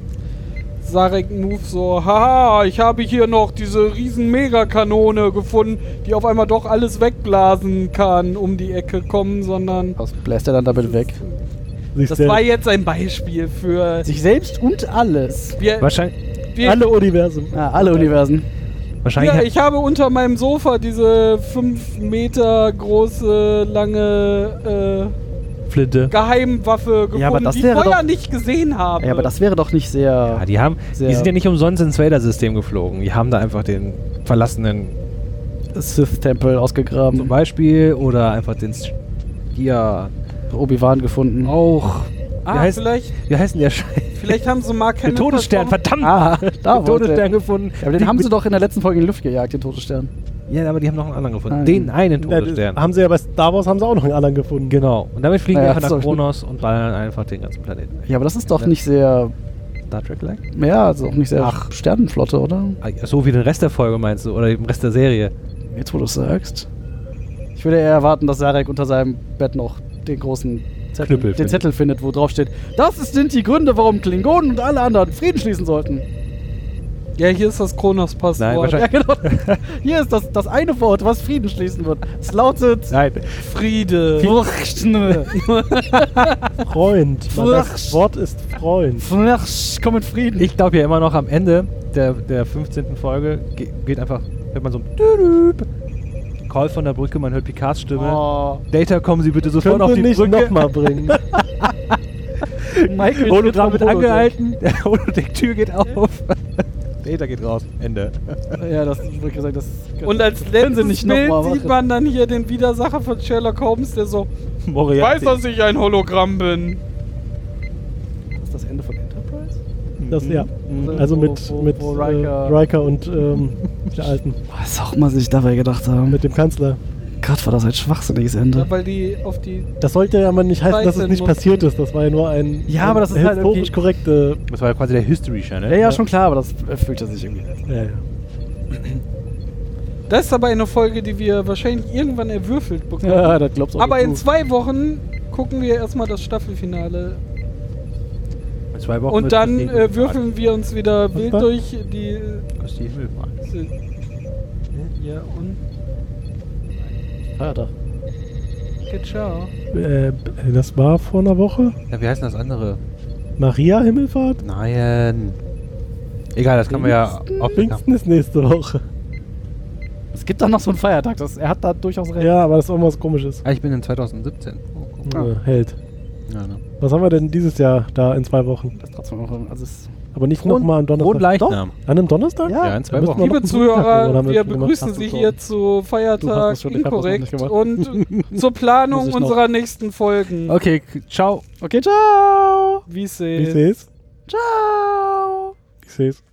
[SPEAKER 4] Sarek-Move so, haha, ich habe hier noch diese riesen Megakanone gefunden, die auf einmal doch alles wegblasen kann, um die Ecke kommen, sondern
[SPEAKER 3] Was bläst er dann damit weg?
[SPEAKER 2] Sich
[SPEAKER 4] das
[SPEAKER 2] selbst-
[SPEAKER 4] war jetzt ein Beispiel für
[SPEAKER 3] Sich selbst und alles.
[SPEAKER 4] wir,
[SPEAKER 1] Wahrscheinlich,
[SPEAKER 4] wir,
[SPEAKER 2] alle Universen.
[SPEAKER 3] Ja, alle Universen.
[SPEAKER 1] wahrscheinlich
[SPEAKER 4] ja, ich habe unter meinem Sofa diese 5 Meter große, lange
[SPEAKER 1] hat Flinte.
[SPEAKER 4] äh, Geheimwaffe gefunden,
[SPEAKER 3] Ja, aber das
[SPEAKER 4] die
[SPEAKER 3] wäre
[SPEAKER 4] vorher
[SPEAKER 3] doch-
[SPEAKER 4] nicht gesehen habe.
[SPEAKER 3] Ja, aber das wäre doch nicht sehr.
[SPEAKER 1] Ja, die haben, die
[SPEAKER 3] Sehr-
[SPEAKER 1] sind ja nicht umsonst ins Vader-System geflogen. Die haben da einfach den verlassenen
[SPEAKER 3] Sith-Tempel
[SPEAKER 1] zum
[SPEAKER 3] ausgegraben,
[SPEAKER 1] Beispiel oder einfach den Sch- hier
[SPEAKER 3] Obi-Wan gefunden.
[SPEAKER 1] auch.
[SPEAKER 4] ah,
[SPEAKER 1] wie, heißt,
[SPEAKER 4] vielleicht
[SPEAKER 1] wie heißt denn der Scheiß?
[SPEAKER 4] Vielleicht haben sie Mark
[SPEAKER 1] Den
[SPEAKER 4] Hamill
[SPEAKER 1] Todesstern,
[SPEAKER 4] versprochen.
[SPEAKER 1] verdammt!
[SPEAKER 3] Ah, da
[SPEAKER 1] den
[SPEAKER 3] wollte-
[SPEAKER 1] Todesstern gefunden.
[SPEAKER 3] Ja, aber
[SPEAKER 1] Die-
[SPEAKER 3] den haben sie doch in der letzten Folge in die Luft gejagt, den Todesstern.
[SPEAKER 1] Ja, aber die haben noch einen anderen gefunden.
[SPEAKER 3] Nein.
[SPEAKER 1] Den einen
[SPEAKER 2] Ja, das
[SPEAKER 1] Todesstern.
[SPEAKER 2] haben sie ja bei Star Wars haben sie auch noch einen anderen gefunden.
[SPEAKER 1] genau. Und damit fliegen
[SPEAKER 3] Ja,
[SPEAKER 1] wir einfach
[SPEAKER 3] sorry.
[SPEAKER 1] nach Kronos und ballern einfach den ganzen Planeten.
[SPEAKER 3] Ja, aber das ist doch
[SPEAKER 1] Ja.
[SPEAKER 3] nicht sehr.
[SPEAKER 1] Star Trek-like?
[SPEAKER 3] Ja, also auch nicht sehr
[SPEAKER 1] Ach.
[SPEAKER 3] Sternenflotte, oder?
[SPEAKER 1] Ah, ja, So wie den Rest der Folge meinst du? Oder den Rest der Serie?
[SPEAKER 3] Jetzt, wo du es sagst. Ich würde eher erwarten, dass Sarek unter seinem Bett noch den großen Zettel,
[SPEAKER 1] Knüppel
[SPEAKER 3] den
[SPEAKER 1] findet.
[SPEAKER 3] Zettel findet, wo drauf steht: Das sind die Gründe, warum Klingonen und alle anderen Frieden schließen sollten.
[SPEAKER 4] Ja, hier ist das Kronos-Passwort.
[SPEAKER 1] Nein,
[SPEAKER 3] Ja,
[SPEAKER 1] wahrscheinlich-
[SPEAKER 3] genau. Hier ist das, das eine Wort, was Frieden schließen wird. Es lautet.
[SPEAKER 1] Nein.
[SPEAKER 4] Friede.
[SPEAKER 3] Furchtne.
[SPEAKER 2] Freund. Man,
[SPEAKER 3] Furcht.
[SPEAKER 2] das Wort ist Freund.
[SPEAKER 3] Furcht, komm in Frieden.
[SPEAKER 1] Ich glaube ja immer noch am Ende der, der 15. Folge ge geht einfach, hört man so ein Düdüb. Call von der Brücke, man hört Picards Stimme.
[SPEAKER 3] Oh,
[SPEAKER 1] Data, kommen Sie bitte sofort
[SPEAKER 2] Können
[SPEAKER 1] auf
[SPEAKER 2] wir
[SPEAKER 1] die
[SPEAKER 2] nicht
[SPEAKER 1] Brücke.
[SPEAKER 2] nochmal bringen.
[SPEAKER 3] Michael
[SPEAKER 1] Hologramm
[SPEAKER 3] wird
[SPEAKER 1] wird
[SPEAKER 3] vom Holodeck.
[SPEAKER 1] angehalten, der Holodeck-Tür geht auf. Data geht raus. Ende.
[SPEAKER 3] Ja, das ich wollte gesagt, das
[SPEAKER 4] Und als
[SPEAKER 3] Können
[SPEAKER 4] letztes
[SPEAKER 3] sie nicht noch
[SPEAKER 4] Bild
[SPEAKER 3] mal
[SPEAKER 4] sieht
[SPEAKER 3] machen.
[SPEAKER 4] man dann hier den Widersacher von Sherlock Holmes, der so
[SPEAKER 1] Moriarty.
[SPEAKER 4] weiß, dass ich ein Hologramm bin.
[SPEAKER 3] ist das Ende von Enterprise?
[SPEAKER 2] Das, ja. Also mit,
[SPEAKER 3] Mhm. Wo- wo-
[SPEAKER 2] mit
[SPEAKER 3] wo
[SPEAKER 2] äh,
[SPEAKER 3] Riker-
[SPEAKER 2] Riker und ähm, der Alten.
[SPEAKER 3] Was auch immer sie sich dabei gedacht haben.
[SPEAKER 2] Mit dem Kanzler.
[SPEAKER 3] Gott, war das ein schwachsinniges Ende.
[SPEAKER 4] Ja, weil die auf die.
[SPEAKER 2] Das sollte ja aber nicht heißen, dass es
[SPEAKER 4] Weißen
[SPEAKER 2] nicht
[SPEAKER 4] muss-
[SPEAKER 2] passiert ist. Das war ja nur ein
[SPEAKER 3] Ja,
[SPEAKER 2] ein
[SPEAKER 3] aber das ist halt
[SPEAKER 2] historisch
[SPEAKER 3] irgendwie-
[SPEAKER 2] korrekte.
[SPEAKER 1] Das war ja quasi der History Channel.
[SPEAKER 3] Ja, ja, schon klar, aber das äh, fühlte sich irgendwie.
[SPEAKER 2] Ja, ja.
[SPEAKER 4] Das ist aber eine Folge, die wir wahrscheinlich irgendwann erwürfelt bekommen.
[SPEAKER 3] Ja, das glaubst du auch
[SPEAKER 4] aber
[SPEAKER 3] nicht
[SPEAKER 4] in
[SPEAKER 3] du.
[SPEAKER 4] zwei Wochen gucken wir erstmal das Staffelfinale.
[SPEAKER 1] In Zwei Wochen
[SPEAKER 4] Und
[SPEAKER 1] wird
[SPEAKER 4] dann
[SPEAKER 1] Regen
[SPEAKER 4] äh, würfeln wir uns wieder wild
[SPEAKER 2] dann?
[SPEAKER 4] durch die.
[SPEAKER 1] Kostet die Himmel mal.
[SPEAKER 4] Ja, und.
[SPEAKER 3] Feiertag.
[SPEAKER 4] Okay, ciao.
[SPEAKER 2] Äh, das war vor einer Woche.
[SPEAKER 1] Ja, wie heißt denn das andere?
[SPEAKER 2] Maria Himmelfahrt?
[SPEAKER 1] Nein. Egal, das kann man ja auf
[SPEAKER 2] Pfingsten ist nächste Woche.
[SPEAKER 3] Es gibt doch noch so einen Feiertag, das, er hat da durchaus recht.
[SPEAKER 2] Ja, aber das ist auch mal was komisches.
[SPEAKER 1] Ah, ich bin in 2017. Oh, guck.
[SPEAKER 4] Ah.
[SPEAKER 2] Äh, Held.
[SPEAKER 1] Ja, ne.
[SPEAKER 2] Was haben wir denn dieses Jahr da in zwei Wochen?
[SPEAKER 3] Das ist trotzdem noch, also es,
[SPEAKER 2] Aber nicht
[SPEAKER 1] Kron-
[SPEAKER 2] nochmal am Donnerstag.
[SPEAKER 1] Leichnam.
[SPEAKER 2] An einem Donnerstag?
[SPEAKER 3] Ja.
[SPEAKER 1] Ja, in zwei
[SPEAKER 2] Da müssen
[SPEAKER 1] Wochen.
[SPEAKER 2] wir noch
[SPEAKER 4] Liebe
[SPEAKER 2] einen Sonntag, oder
[SPEAKER 4] Zuhörer,
[SPEAKER 2] haben wir
[SPEAKER 4] wir
[SPEAKER 2] schon gemacht?
[SPEAKER 4] begrüßen Sie hier zu
[SPEAKER 3] Du hast das
[SPEAKER 4] Feiertag
[SPEAKER 3] schon, ich hab das noch nicht
[SPEAKER 4] Inkorrekt
[SPEAKER 3] gemacht.
[SPEAKER 4] und zur
[SPEAKER 3] Muss
[SPEAKER 4] Planung
[SPEAKER 3] ich noch.
[SPEAKER 4] unserer nächsten Folgen.
[SPEAKER 1] Okay, k- ciao.
[SPEAKER 3] okay, ciao.
[SPEAKER 4] Wie
[SPEAKER 2] Ich
[SPEAKER 4] seht
[SPEAKER 2] sehe es.
[SPEAKER 3] Ciao.
[SPEAKER 2] Ich sehe es.